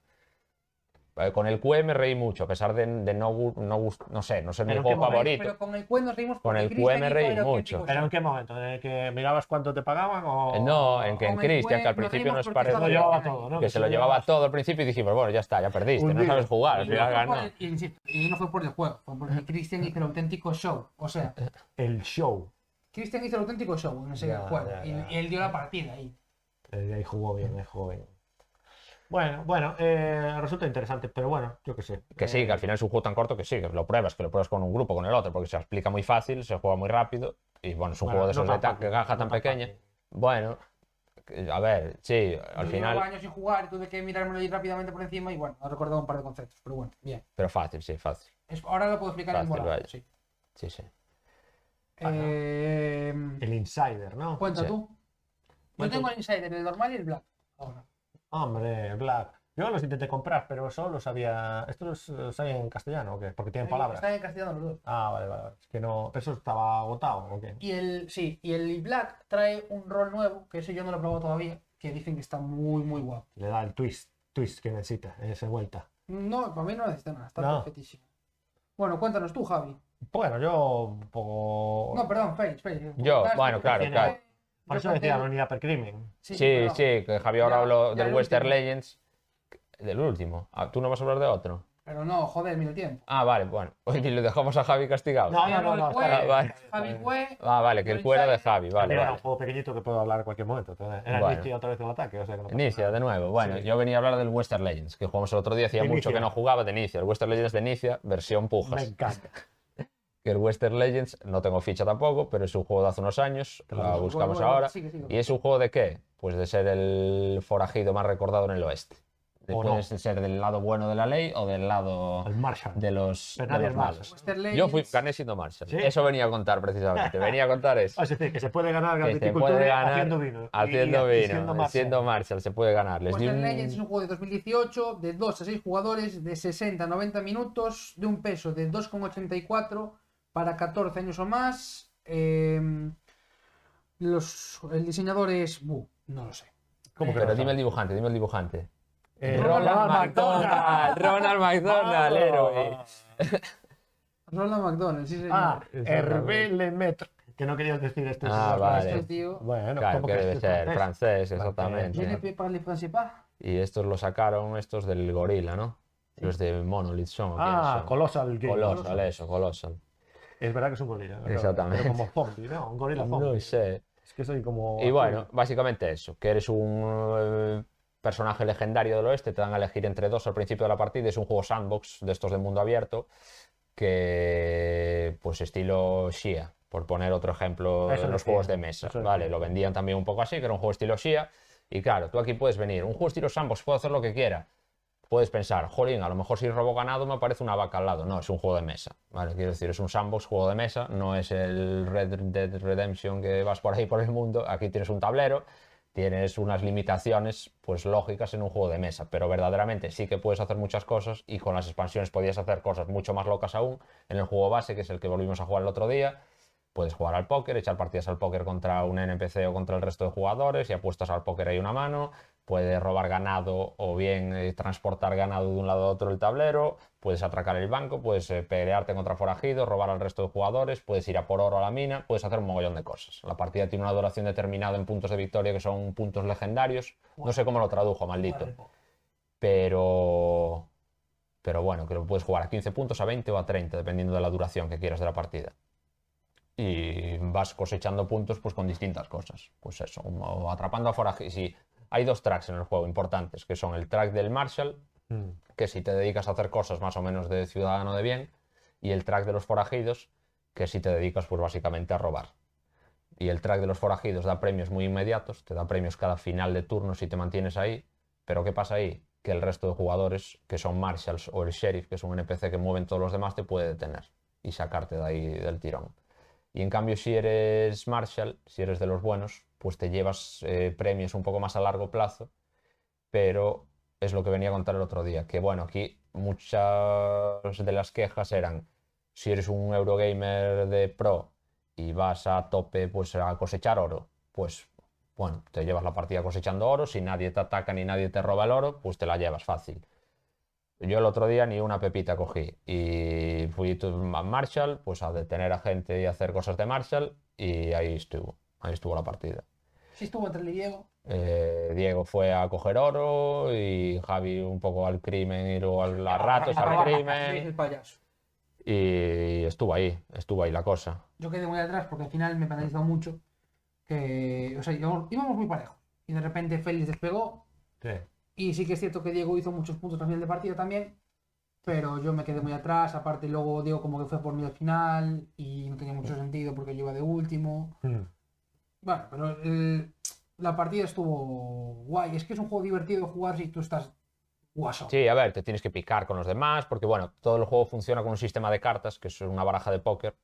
B: Eh, Con el QE me reí mucho, a pesar de, de no, gu- no, gust- no sé, no ser mi
C: Pero
B: juego
C: qué momento,
B: favorito.
A: Pero con el cuen nos reímos
B: Con el
A: porque Cristian
B: QM
A: hizo
B: reí
A: el
B: mucho.
A: auténtico
C: ¿Pero en
A: show.
C: qué momento? ¿En el que mirabas cuánto te pagaban o...?
B: Eh, No, en que en
A: Con el
B: Cristian, que al
A: Cuen nos
B: principio
A: reímos
B: nos
A: porque
C: Que
B: pareció
C: se
A: estaba
C: lo llevaba
A: bien ahí.
C: todo, ¿no?
B: que se lo llevaba todo al principio y dijimos, bueno, ya está, ya perdiste, no sabes jugar, al
A: Y no
B: final
A: fue por
B: ganó.
A: el- y insisto, y no fue por el juego, fue porque Cristian hizo el auténtico show. O sea,
C: El show.
A: Cristian hizo el auténtico show en ese
C: Ya,
A: juego.
C: ya,
A: y-
C: ya.
A: Y, él dio la partida ahí.
C: Eh, ahí jugó bien, ahí jugó bien. Bueno, bueno, eh, resulta interesante, pero bueno, yo qué sé.
B: Que sí,
C: Eh,
B: que al final es un juego tan corto que sí, que lo pruebas, que lo pruebas con un grupo, con el otro, porque se explica muy fácil, se juega muy rápido y bueno, es un
C: bueno,
B: juego de
C: no
B: esos
C: tan
B: de ta-
C: fácil,
B: que caja
C: no
B: tan pequeña.
C: fácil.
B: Bueno, que- a ver, sí, al
A: Yo llevaba
B: final,
A: años sin jugar, tuve que mirármelo ahí rápidamente por encima y bueno, he recordado un par de conceptos, pero bueno, bien.
B: pero fácil, sí, fácil.
A: Es- ahora lo puedo explicar en
B: Fácil,
A: moral.
B: vaya.
A: Sí.
B: Sí, sí.
C: Ah, no.
A: Eh,
C: El insider, ¿no?
A: Cuenta
B: Sí.
A: tú. Yo
C: Cuento-
A: tengo el insider, el normal y el black. Ahora.
C: Hombre, Black. Yo los intenté comprar, pero solo sabía. ¿Estos los, los hay en castellano o qué? Porque tienen palabras.
A: Están en castellano los dos.
C: Ah, vale, vale. vale. Es que no. pero ¿Eso estaba agotado o qué?
A: Y el, sí, y el Black trae un rol nuevo, que ese yo no lo he probado todavía, que dicen que está muy, muy guapo.
C: Le da el twist, twist que necesita, esa vuelta.
A: No, para mí no necesita nada, está
C: No.
A: perfectísimo. Bueno, cuéntanos tú, Javi.
C: Bueno, yo un poco.
A: No, perdón, Félix, Félix.
B: Yo,
A: Contaste,
B: bueno,
A: tú
B: claro,
A: tienes-
B: claro.
C: Por
A: yo
C: eso
A: conté-
C: decía la unidad per crimen.
B: Sí, sí,
A: perdón.
B: que Javier ahora
A: Ya-
B: habló
A: ya
B: del
A: el
B: Western
A: último.
B: Legends, del último. Ah, ¿Tú no vas a hablar de otro?
A: Pero no, joder, mira el tiempo.
B: Ah, vale, bueno, hoy lo dejamos a Javi castigado.
C: No, no, no, no.
A: Bueno,
C: está bien,
B: Ah, vale.
C: está bien.
A: Javi fue,
B: Ah, vale, que el cuero de Javi, vale.
C: Era
B: vale.
C: un juego pequeñito que puedo hablar en cualquier momento. entonces, Era
B: Bueno.
C: inicio otra vez un ataque, o sea que no pasa
B: Inicia,
C: nada.
B: de nuevo. Bueno,
C: Sí.
B: yo venía a hablar del Western Legends, que jugamos el otro día, hacía
C: De
B: mucho
C: Inicia.
B: que no jugaba de inicio. El Western Legends de inicia, versión
C: Me
B: pujas.
C: encanta.
B: Que el Western Legends, no tengo ficha tampoco, pero es un juego de hace unos años,
C: Claro.
B: la
C: Bueno,
B: buscamos
A: bueno,
B: ahora.
A: sigue, sigue.
B: ¿Y es un juego de qué? Pues de ser el forajido más recordado en el oeste. De
C: O no.
B: puedes ser del lado bueno de la ley o del lado
C: El Marshall.
B: de los,
C: Pero
B: de
C: nadie
B: los
C: es más.
B: malos.
A: Western Legends.
B: Yo fui, gané siendo Marshall.
C: ¿Sí?
B: Eso venía a contar precisamente. Venía a contar eso.
C: Es decir, que se puede ganar la
B: que se puede
C: viticultura
B: ganar
C: haciendo vino. y-
B: haciendo
C: y
B: vino,
C: siendo
B: siendo
C: Marshall.
B: Marshall. se puede ganar. Les di
A: Western
B: un-
A: Legends es un juego de 2018 de 2 a 6 jugadores de 60 a 90 minutos de un peso de 2,84 para 14 años o más. Eh, los, el diseñador es... buh, no lo sé.
C: ¿Cómo que
B: Pero
C: no
B: dime
C: sabe?
B: el dibujante, dime el dibujante.
C: Eh,
A: Ronald
B: McDonald, Ronald
C: Oh,
B: eh. McDonald, héroe.
A: Ronald McDonald, sí señor. Este
C: Ah,
B: Exactamente.
C: Hervé Lemaitre. Que no querías decir esto.
B: Ah,
C: es-
B: vale.
A: Este tío-
C: Bueno,
B: Claro,
C: ¿cómo
B: que
C: es
B: debe
C: es
B: ser francés,
A: Je ne
B: exactamente.
A: peux parler français pas.
B: Y estos lo sacaron, estos del gorila, ¿no? Los de Monolith son. ¿o quiénes
C: Ah,
B: son?
C: Colossal Game.
B: Colossal, eso, Colossal.
C: Es verdad que es un gorila. claro,
B: Exactamente.
C: Pero como zombie, ¿no? Un gorila zombie.
B: No sé.
C: Es que soy como.
B: Y bueno, básicamente eso, que eres un eh, personaje legendario del oeste, te dan a elegir entre dos al principio de la partida, es un juego sandbox de estos de mundo abierto, que pues estilo Shia, por poner otro ejemplo
C: Eso
B: en los
C: decía,
B: juegos de mesa,
C: eso
B: vale,
C: decía.
B: lo vendían también un poco así, que era un juego estilo Shia, y claro, tú aquí puedes venir, un juego estilo sandbox, puedo hacer lo que quiera, puedes pensar, jolín, a lo mejor si robo ganado me aparece una vaca al lado. No, es un juego de mesa, ¿vale? Quiero decir, es un sandbox juego de mesa, no es el Red Dead Redemption que vas por ahí por el mundo. Aquí tienes un tablero, tienes unas limitaciones, pues lógicas en un juego de mesa, pero verdaderamente sí que puedes hacer muchas cosas y con las expansiones podías hacer cosas mucho más locas aún. En el juego base, que es el que volvimos a jugar el otro día, puedes jugar al póker, echar partidas al póker contra un NPC o contra el resto de jugadores y apuestas al póker hay una mano, puedes robar ganado o bien eh, transportar ganado de un lado a otro el tablero, puedes atracar el banco, puedes eh, pelearte contra forajidos, robar al resto de jugadores, puedes ir a por oro a la mina, puedes hacer un mogollón de cosas. La partida tiene una duración determinada en puntos de victoria que son puntos legendarios. No sé cómo lo tradujo, maldito. Pero... Pero bueno, que lo puedes jugar a 15 puntos, a 20 o a 30, dependiendo de la duración que quieras de la partida y vas cosechando puntos pues con distintas cosas. Pues eso, o atrapando a forajidos. Y hay dos tracks en el juego importantes, que son el track del Marshall,
C: Mm.
B: que si te dedicas a hacer cosas más o menos de ciudadano de bien, y el track de los forajidos, que si te dedicas pues básicamente a robar. Y el track de los forajidos da premios muy inmediatos, te da premios cada final de turno si te mantienes ahí, pero ¿qué pasa ahí? Que el resto de jugadores, que son marshals o el sheriff, que es un NPC que mueven todos los demás, te puede detener y sacarte de ahí del tirón. Y en cambio, si eres marshal, si eres de los buenos, pues te llevas eh, premios un poco más a largo plazo pero es lo que venía a contar el otro día, que bueno, aquí muchas de las quejas eran, si eres un Eurogamer de pro y vas a tope pues a cosechar oro, pues bueno, te llevas la partida cosechando oro, si nadie te ataca ni nadie te roba el oro, pues te la llevas fácil. Yo el otro día ni una pepita cogí y fui tu- a Marshall, pues a detener a gente y a hacer cosas de Marshall y ahí estuvo, ahí estuvo la partida.
A: Sí estuvo entre el y Diego.
B: Eh, Diego fue a coger oro y Javi un poco al crimen y luego al, a ratos
A: Ah,
B: al
A: Sí,
B: crimen.
A: el payaso.
B: Y estuvo ahí, estuvo ahí la cosa.
A: Yo quedé muy atrás porque al final me penalizó mucho. Que, o sea, íbamos, íbamos muy parejos. Y de repente Félix despegó.
C: Sí.
A: Y sí que es cierto que Diego hizo muchos puntos al final de partida también. Pero yo me quedé muy atrás. Aparte, luego Diego como que fue por mí al final. Y no tenía mucho sentido porque yo iba de último.
C: Mm.
A: Bueno, pero el- la partida estuvo guay. Es que es un juego divertido jugar si tú estás guaso.
B: Sí, a ver, te tienes que picar con los demás, porque bueno, todo el juego funciona con un sistema de cartas, que es una baraja de póker,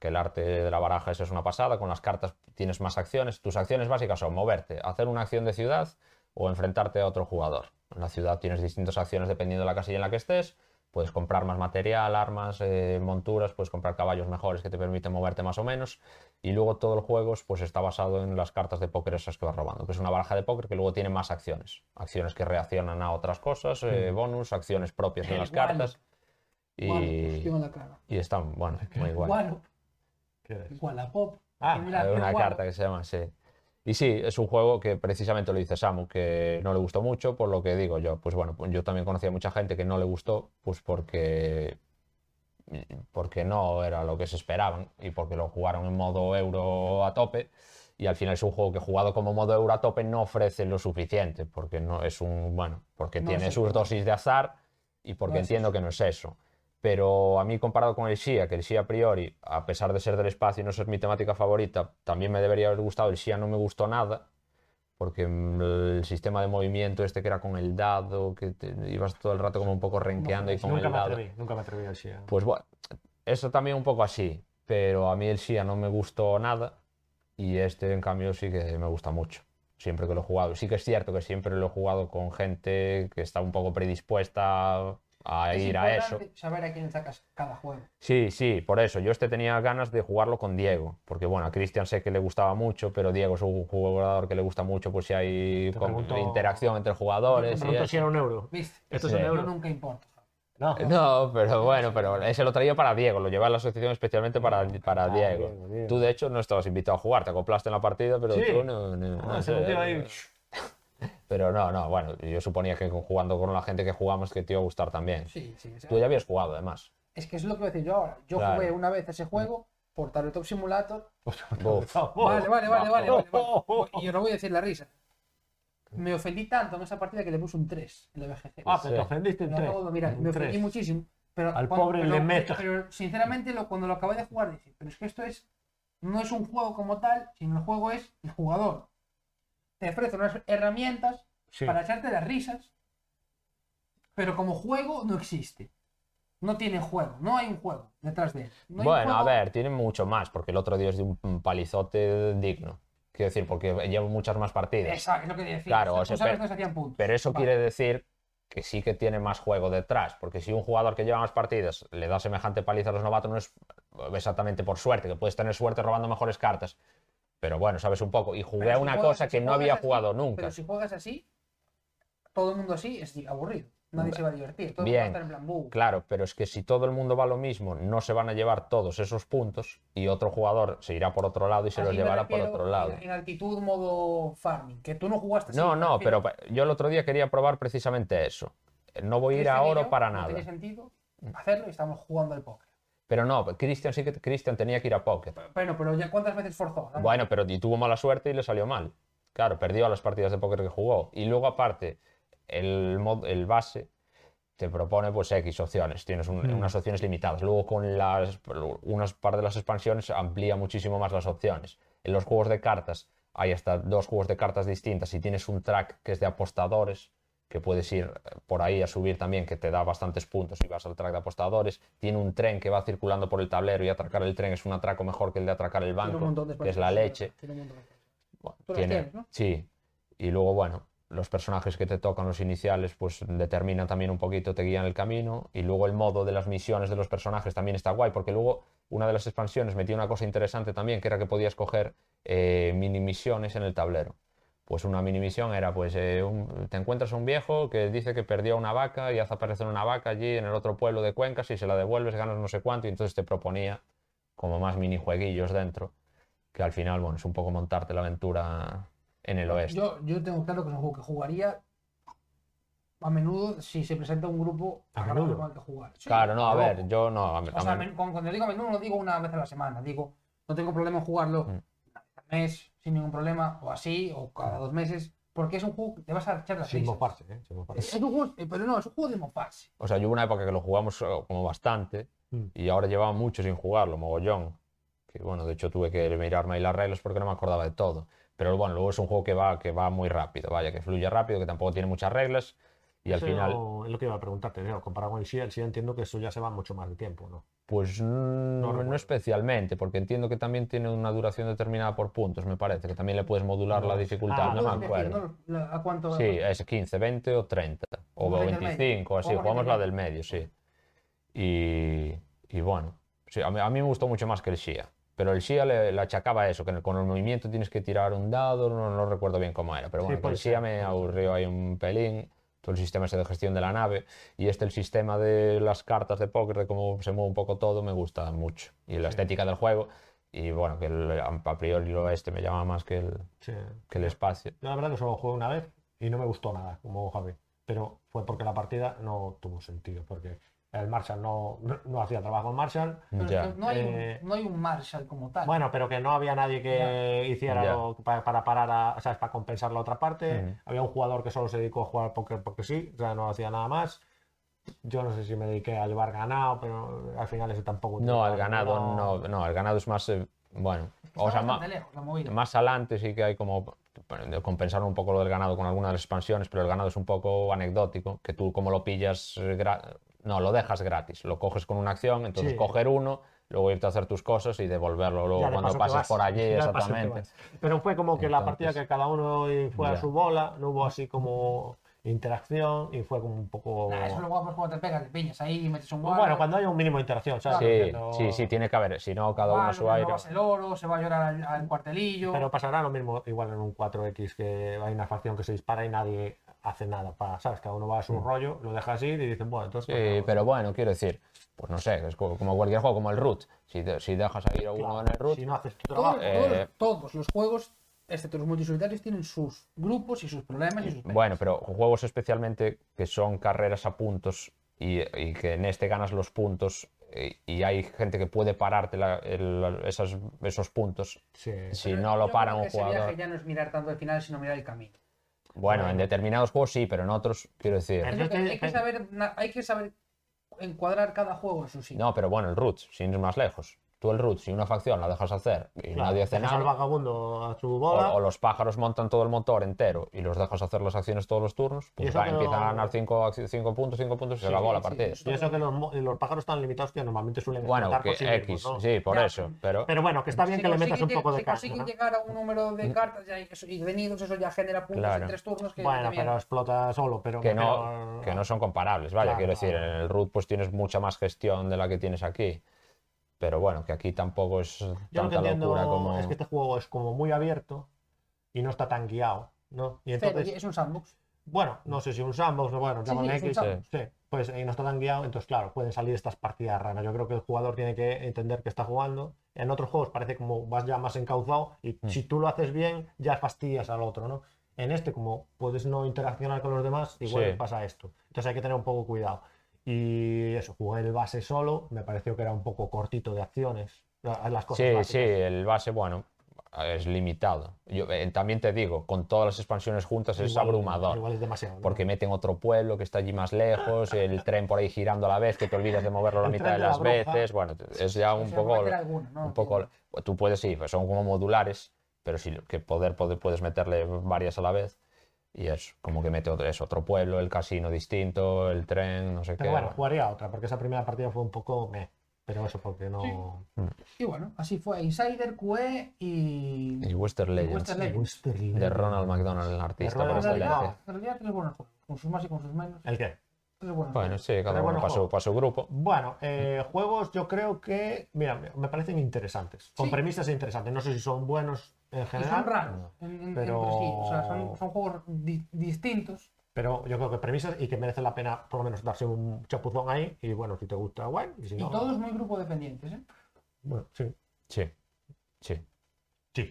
B: que el arte de la baraja esa es una pasada, con las cartas tienes más acciones, tus acciones básicas son moverte, hacer una acción de ciudad o enfrentarte a otro jugador. En la ciudad tienes distintas acciones dependiendo de la casilla en la que estés, puedes comprar más material, armas, eh, monturas, puedes comprar caballos mejores que te permiten moverte más o menos, y luego todo el juego pues está basado en las cartas de póker esas que vas robando, que es una baraja de póker que luego tiene más acciones, acciones que reaccionan a otras cosas, eh, bonus, acciones propias de
A: El
B: las
A: Wallop.
B: cartas.
A: Gualo,
B: Y,
A: pues, tengo la cara.
B: y están, bueno, muy guay.
A: Gualo,
C: ¿Qué es?
A: Wallapop.
C: Ah,
A: Tiene
B: Hay una
A: gualo.
B: carta que se llama así. Y sí, es un juego que precisamente lo dice Samu, que no le gustó mucho, por lo que digo yo. Pues bueno, yo también conocía mucha gente que no le gustó, pues porque, porque no era lo que se esperaban y porque lo jugaron en modo euro a tope. Y al final es un juego que jugado como modo euro a tope no ofrece lo suficiente, porque no es un, bueno, porque
A: No es
B: tiene
A: el
B: sus
A: juego.
B: dosis de azar y porque
A: No es
B: entiendo que no es eso. Pero a mí comparado con el SIA, que el SIA a priori, a pesar de ser del espacio y no ser mi temática favorita, también me debería haber gustado. El SIA no me gustó nada, porque mm, el sistema de movimiento este que era con el dado, que te- ibas todo el rato como un poco renqueando y con
C: pues nunca
B: el
C: me
B: dado.
C: atreví, nunca me atreví al SIA.
B: Pues bueno, eso también un poco así, pero a mí el SIA no me gustó nada y este en cambio sí que me gusta mucho, siempre que lo he jugado. Sí que es cierto que siempre lo he jugado con gente que está un poco predispuesta a
A: Es
B: ir a eso.
A: importante Saber a quién sacas cada juego.
B: Sí, sí, por eso. Yo este tenía ganas de jugarlo con Diego, porque bueno, a Cristian sé que le gustaba mucho, pero Diego es un jugador que le gusta mucho, pues si hay
C: Te
B: con-
C: pregunto-
B: interacción entre
C: Me
B: jugadores y
C: pregunto
B: eso.
C: si era un euro.
A: ¿Viste?
C: Esto es
B: Sí.
C: un
A: Yo
C: euro.
A: nunca importa.
C: No.
B: No, pero bueno, pero ese lo traía para Diego, lo llevaba a la asociación especialmente para, para
C: Ah,
B: Diego.
C: Diego, Diego.
B: Tú de hecho no estabas invitado a jugar, te acoplaste en la partida, pero
C: Sí.
B: tú no, no- no
C: Ah, se
B: sé.
C: metió ahí.
B: Pero no, no, bueno, yo suponía que con- jugando con la gente que jugamos que te iba a gustar también.
A: Sí, sí. o sea,
B: Tú ya habías jugado además.
A: Es que es lo que voy a decir yo ahora. Yo
B: Claro.
A: jugué una vez ese juego por Tabletop Simulator.
B: Buf.
A: vale, vale, vale, vale, vale,
C: oh, oh,
A: vale. Y os lo voy a decir la risa. Me ofendí tanto en esa partida que le puse un 3 en la BGG.
C: Ah, pero
B: Sí.
C: te ofendiste en
A: Lo
C: tres.
A: acabo de mirar.
C: Un
A: Me ofendí
C: tres.
A: muchísimo. Pero
C: Al pobre
A: pero-
C: le meto.
A: Pero sinceramente lo- cuando lo acabé de jugar dije, pero es que esto es no es un juego como tal, sino el juego es el jugador. Te ofrece unas herramientas
C: Sí.
A: para echarte las risas. pero como juego no existe. No tiene juego, no hay un juego detrás de él. No hay un
B: bueno, a
A: juego-
B: ver, tiene mucho más, porque el otro día es de un palizote digno. Quiero decir, porque lleva muchas más partidas.
A: Exacto, es lo que decía.
B: Claro,
A: Tú
B: o sea,
A: sabes
B: pero-
A: que no se hacían puntos.
B: Pero eso
A: Vale.
B: quiere decir que sí que tiene más juego detrás, porque si un jugador que lleva más partidas le da semejante paliza a los novatos, no es exactamente por suerte, que puedes tener suerte robando mejores cartas. Pero bueno, sabes un poco. Y jugué
A: Pero
B: a
A: si
B: una
A: juegas-
B: cosa
A: si
B: que no
A: juegas
B: había
A: así,
B: jugado nunca.
A: Pero si juegas así, todo el mundo así es aburrido. Nadie se va a divertir. Todo el
B: Bien.
A: mundo va a estar en plan "Bu".
B: Claro, pero es que si todo el mundo va a lo mismo, no se van a llevar todos esos puntos y otro jugador se irá por otro lado y se
A: Así
B: los
A: me
B: llevará por
A: refiero
B: otro lado.
A: En, en altitud modo farming, que tú no jugaste así,
B: No,
A: me
B: no,
A: refiero.
B: pero pa- yo el otro día quería probar precisamente eso. Eh, No voy a ir
A: Cristian
B: a
A: y
B: oro
A: yo,
B: para
A: este no
B: nada.
A: tiene sentido hacerlo y estamos jugando al póker.
B: Pero no, Christian sí que Christian tenía que ir a Pocket.
A: Bueno, pero ya cuántas veces forzó. Vamos.
B: Bueno, pero y tuvo mala suerte y le salió mal. Claro, perdió a las partidas de póker que jugó. Y luego, aparte, el, mod- el base te propone pues X opciones. Tienes un-
A: Hmm.
C: Mm.
B: unas opciones limitadas. Luego, con las, unas par de las expansiones, amplía muchísimo más las opciones. En los juegos de cartas hay hasta dos juegos de cartas distintas. Y tienes un track que es de apostadores, que puedes ir eh, por ahí a subir también, que te da bastantes puntos y vas al track de apostadores. Tiene un tren que va circulando por el tablero y atracar el tren es un atraco mejor que el de atracar el
A: Tiene un
B: banco,
A: montón de
B: que es la
A: expansiones,
B: leche.
A: tiene un montón de cosas.
B: Bueno,
A: Tú las
B: tiene-
A: tienes, ¿no?
B: Sí. Y luego, bueno, los personajes que te tocan, los iniciales, pues determinan también un poquito, te guían el camino. Y luego el modo de las misiones de los personajes también está guay, porque luego una de las expansiones metía una cosa interesante también, que era que podías coger eh, mini misiones en el tablero. Pues una mini misión era, pues, eh, un- te encuentras a un viejo que dice que perdió una vaca y hace aparecer una vaca allí en el otro pueblo de Cuenca, si se la devuelves ganas no sé cuánto, y entonces te proponía como más minijueguillos dentro, que al final, bueno, es un poco montarte la aventura en el oeste.
A: Yo, yo tengo claro que es un juego que jugaría a menudo si se presenta un grupo
C: A
A: para
C: menudo.
A: con el que jugar. Sí,
B: Claro, no, a
A: a
B: ver,
A: loco.
B: yo no, a mí-
A: O sea,
B: a mí-
A: men- cuando cuando digo a menudo, no digo una vez a la semana, digo, no tengo problema en jugarlo
B: Mm.
A: al mes sin ningún problema, o así, o cada dos meses, porque es un juego que te vas a echar las
C: Sin
A: risas.
C: mofarse, ¿eh? Sin mofarse.
A: Es un juego, eh, pero no, es un juego de mofarse.
B: o sea, yo hubo una época que lo jugamos eh, como bastante
C: Mm.
B: y ahora llevaba mucho sin jugarlo, mogollón. Que bueno, de hecho tuve que mirarme ahí las reglas porque no me acordaba de todo. Pero bueno, luego es un juego que va, que va muy rápido, vaya, que fluye rápido, que tampoco tiene muchas reglas y al
C: Eso
B: final...
C: es lo que iba a preguntarte, claro, comparado con el SIA, el SIA entiendo que eso ya se va mucho más de tiempo, ¿no?
B: Pues mm, no,
C: recuerdo.
B: especialmente, porque entiendo que también tiene una duración determinada por puntos, me parece, que también le puedes modular la
C: Ah,
B: dificultad,
C: ah,
B: no
A: Puedes
B: me
A: elegir,
B: acuerdo.
A: ¿no? La- ¿A cuánto?
B: Sí, es 15, 20 o 30, o
A: Jugamos la intermedia.
B: 25, así,
A: Jugamos la
B: jugamos la
A: intermedia.
B: del medio, sí. Y, y bueno, sí, a mí, a mí me gustó mucho más que el Shia, pero el Shia le, le achacaba eso, que en el- con el movimiento tienes que tirar un dado, no, no recuerdo bien cómo era, pero
C: Sí,
B: bueno, con
C: puede
B: el Shia
C: ser,
B: me
C: puede ser.
B: aburrió ahí un pelín, todo el sistema ese de gestión de la nave, y este el sistema de las cartas de póker, de cómo se mueve un poco todo, me gusta mucho, y la
C: Sí.
B: estética del juego, y bueno, que el, a priori lo este me llama más que el,
C: Sí.
B: que el espacio.
C: Yo la verdad que solo jugué una vez y no me gustó nada, como Javi. Pero fue porque la partida no tuvo sentido, porque el Marshall no, no, no hacía trabajo en Marshall.
A: Pero es
B: Ya.
A: que no, hay
C: Eh,
A: un, no hay un Marshall como tal.
C: Bueno, pero que no había nadie que hiciera
B: Ya.
C: lo- pa- para, parar, a- o sea, para compensar la otra parte.
B: Mm.
C: Había un jugador que solo se dedicó a jugar póker porque sí, o sea, no hacía nada más. Yo no sé si me dediqué a llevar ganado, pero al final eso tampoco.
B: No, al
C: al
B: ganado no, no, al ganado es más, eh, bueno,
A: Está
B: o sea, ma-
A: bastante lejos la movida.
B: más adelante sí que hay como bueno, de compensar un poco lo del ganado con alguna de las expansiones, pero el ganado es un poco anecdótico, que tú como lo pillas, eh, gra- no, lo dejas gratis, lo coges con una acción, entonces
C: Sí.
B: coger uno, luego irte a hacer tus cosas y devolverlo luego
C: Ya de
B: cuando
C: paso que
B: pases
C: vas,
B: por allí,
C: ya de paso que
B: exactamente.
C: vas. Pero fue como que la partida
B: Entonces,
C: que cada uno eh, fue a
B: ya.
C: su bola, no hubo así como interacción y fue como un poco.
A: Nah, eso es lo guapo es cuando te pegas, te piñas ahí, metes un guardo.
C: Bueno, cuando hay un mínimo de interacción, ¿sabes?
B: Sí,
C: Pero-
B: sí, sí, tiene que haber, si no, cada uno a
A: Vale,
B: su
A: te
B: aire.
A: robas el oro, se va a llorar al, al cuartelillo.
C: Pero pasará lo mismo igual en un 4X que hay una facción que se dispara y nadie hace nada para, ¿sabes? Cada uno va a su rollo, lo deja así y dicen, bueno, entonces... pues,
B: Mm. Sí,
C: no".
B: pero bueno, quiero decir, pues no sé, es co- como cualquier juego, como el root, si, te- si dejas a ir a uno en el root,
C: Si no haces tu
A: todos,
C: trabajo...
A: todos-
B: eh,
A: todos los juegos, excepto los multisolitarios, tienen sus grupos y sus problemas y sus pegas.
B: Bueno, pero juegos especialmente que son carreras a puntos y, y que en este ganas los puntos y, y hay gente que puede pararte la- el- esas- esos puntos
C: sí.
B: si
A: Pero
B: no lo
A: yo
B: para
A: creo
B: un
A: que Ese
B: jugador.
A: viaje ya no es mirar tanto el final, sino mirar el camino.
B: Bueno, en determinados juegos sí, pero en otros, quiero decir.
A: Es
C: Pero
A: lo que
C: es que-
A: hay, que saber, na- hay que saber encuadrar cada juego en su sitio.
B: No, pero bueno, el Roots, sin ir más lejos. tú el root, si una facción la dejas hacer y
C: Claro,
B: nadie hace
C: dejas al
B: nada,
C: vagabundo a su
B: o,
C: bola.
B: o los pájaros montan todo el motor entero y los dejas hacer las acciones todos los turnos, pues
C: eso
B: va,
C: que
B: empiezan a
C: no-
B: ganar 5 puntos, 5 puntos y se
A: Sí,
B: acabó la
A: sí,
B: partida.
A: sí.
C: Y eso que los, mo- los pájaros están limitados que normalmente suelen
B: Bueno,
C: explotar
B: que
C: por sí mismos,
B: X,
C: ¿no?
B: sí, por
A: Ya.
B: eso, pero...
C: Pero bueno, que está bien
A: Si
C: que le metas un
A: consiguen
C: poco
A: lleg-
C: de
A: Si
C: carne.
A: consiguen llegar a un número de cartas ya, y eso- y de nidos, eso ya genera puntos
B: Claro.
A: en tres turnos. Que
C: Bueno,
A: también-
C: pero explota solo, pero
B: que no,
C: pero-
B: que no son comparables, vaya,
C: Claro,
B: quiero decir,
C: claro.
B: en el root pues tienes mucha más gestión de la que tienes aquí. Pero bueno, que aquí tampoco es
C: Yo lo que
B: tanta
C: entiendo
B: locura como...
C: es que este juego es como muy abierto y no está tan guiado, ¿no? Y
A: Pero
C: entonces,
A: es un sandbox.
C: bueno, no sé si un sandbox, no, bueno,
A: Sí,
C: llámale
A: sí, es un
C: X,
A: sandbox.
C: sí, pues eh, no está tan guiado, entonces claro, pueden salir estas partidas raras. Yo creo que el jugador tiene que entender que está jugando. En otros juegos parece como vas ya más encauzado y
B: Mm.
C: si tú lo haces bien, ya fastidias al otro, ¿no? En este, como puedes no interaccionar con los demás, igual
B: Sí.
C: pasa esto. Entonces hay que tener un poco cuidado. Y eso, jugué el base solo, me pareció que era un poco cortito de acciones. la- Las cosas
B: Sí,
C: básicas.
B: sí, el base, bueno, es limitado. Yo, eh, también te digo, con todas las expansiones juntas es
C: Igual-
B: abrumador.
C: Igual es demasiado. ¿no?
B: Porque meten otro pueblo que está allí más lejos, el tren por ahí girando a la vez, que te olvidas de moverlo la
C: El
B: mitad
C: tren
B: de
C: de la
B: las
C: bruja.
B: veces. Bueno, es ya
A: O
B: un
A: sea,
B: poco.
A: puede haber alguno, ¿no?
B: un poco
A: Entiendo.
B: tú puedes sí pues son como modulares pero sí que poder, poder- puedes meterle varias a la vez y es como que mete otro, es otro pueblo el casino distinto el tren no sé
C: Pero
B: qué
C: bueno, jugaría a otra, porque esa primera partida fue un poco meh, Pero eso porque no.
A: Sí. Y bueno, así fue Insider, QE y.
B: y Western
A: y
B: Legends
A: Western Legends.
C: Western Legends.
B: de Ronald McDonald el artista por
C: Ronald
A: En realidad,
B: excelencia
C: McDonald.
A: en realidad, tres buenos juegos. Con sus más y con sus menos.
C: ¿El qué?
A: Tres buenos
B: bueno
A: juegos.
B: sí cada
C: Pero
B: uno
C: bueno,
B: para su,
C: juego.
B: para su grupo
C: Bueno, eh,
B: Mm.
C: juegos yo creo que. Mira, me- me parecen interesantes. Con
A: Sí.
C: premisas interesantes. No sé si son buenos en
A: Y
C: general.
A: son raros en- en- entre
C: Pero-
A: sí. O sea, son, son juegos di- distintos.
C: Pero yo creo que premisas y que merece la pena, por lo menos, darse un chapuzón ahí. Y bueno, si te gusta, guay. Y si
A: Y
C: no.
A: todos muy grupo dependientes, ¿eh?
C: Bueno, sí.
B: sí sí
C: Sí.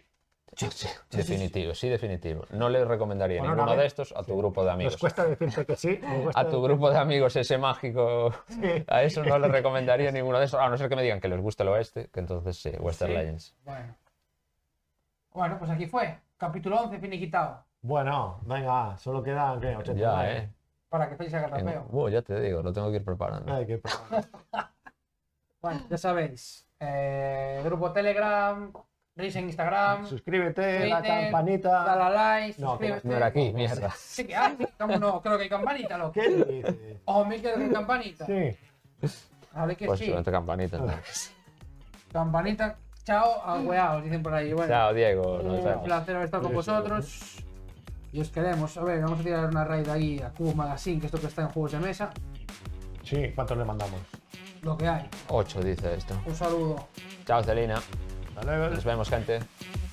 B: Sí, sí, definitivo, sí, definitivo. No le recomendaría
C: Bueno,
B: ninguno
C: una
B: de
C: vez-
B: estos a tu grupo de
C: Nos
B: amigos.
C: cuesta decirte que sí. nos cuesta
B: A tu grupo de amigos ese mágico
C: decir-
B: A eso no le recomendaría ninguno de esos, a no ser que me digan que les gusta el oeste, que entonces sí, Western
A: Sí.
B: Legends.
A: Bueno. Bueno, pues aquí fue. Capítulo 11, finiquitado.
C: Bueno, venga, solo quedan, ¿qué? 89.
B: Ya, eh.
A: Para que estéis a
B: En-
A: carrapeo.
B: Buh, ya te digo, lo tengo que ir preparando.
C: Ay, qué problema.
A: Bueno, ya sabéis. eh, grupo Telegram, Reis en Instagram,
C: Suscríbete, la
A: Twitter,
C: campanita.
A: dale a like,
C: No, que no-
A: suscríbete.
B: No era aquí, mierda.
A: Sí que hay, ¿cómo no? Creo que hay campanita, loco.
C: ¿Qué dices?
A: Oh, me quedo con campanita.
C: Sí.
A: Vale, que
B: Pues
A: sí.
B: solamente campanita. entonces.
A: Campanita, chao, agüeaos, dicen por ahí. Bueno,
B: Chao, Diego, nos
A: un
B: vemos.
A: placer haber estado con vosotros. Y os queremos. A ver, vamos a tirar una raid ahí a Cubo Magazine, que esto que está en juegos de mesa.
C: Sí, ¿cuántos le mandamos?
A: Lo que hay.
B: 8 dice esto.
A: Un saludo.
B: Chao, Celina.
C: Hasta luego.
B: Nos vemos, gente.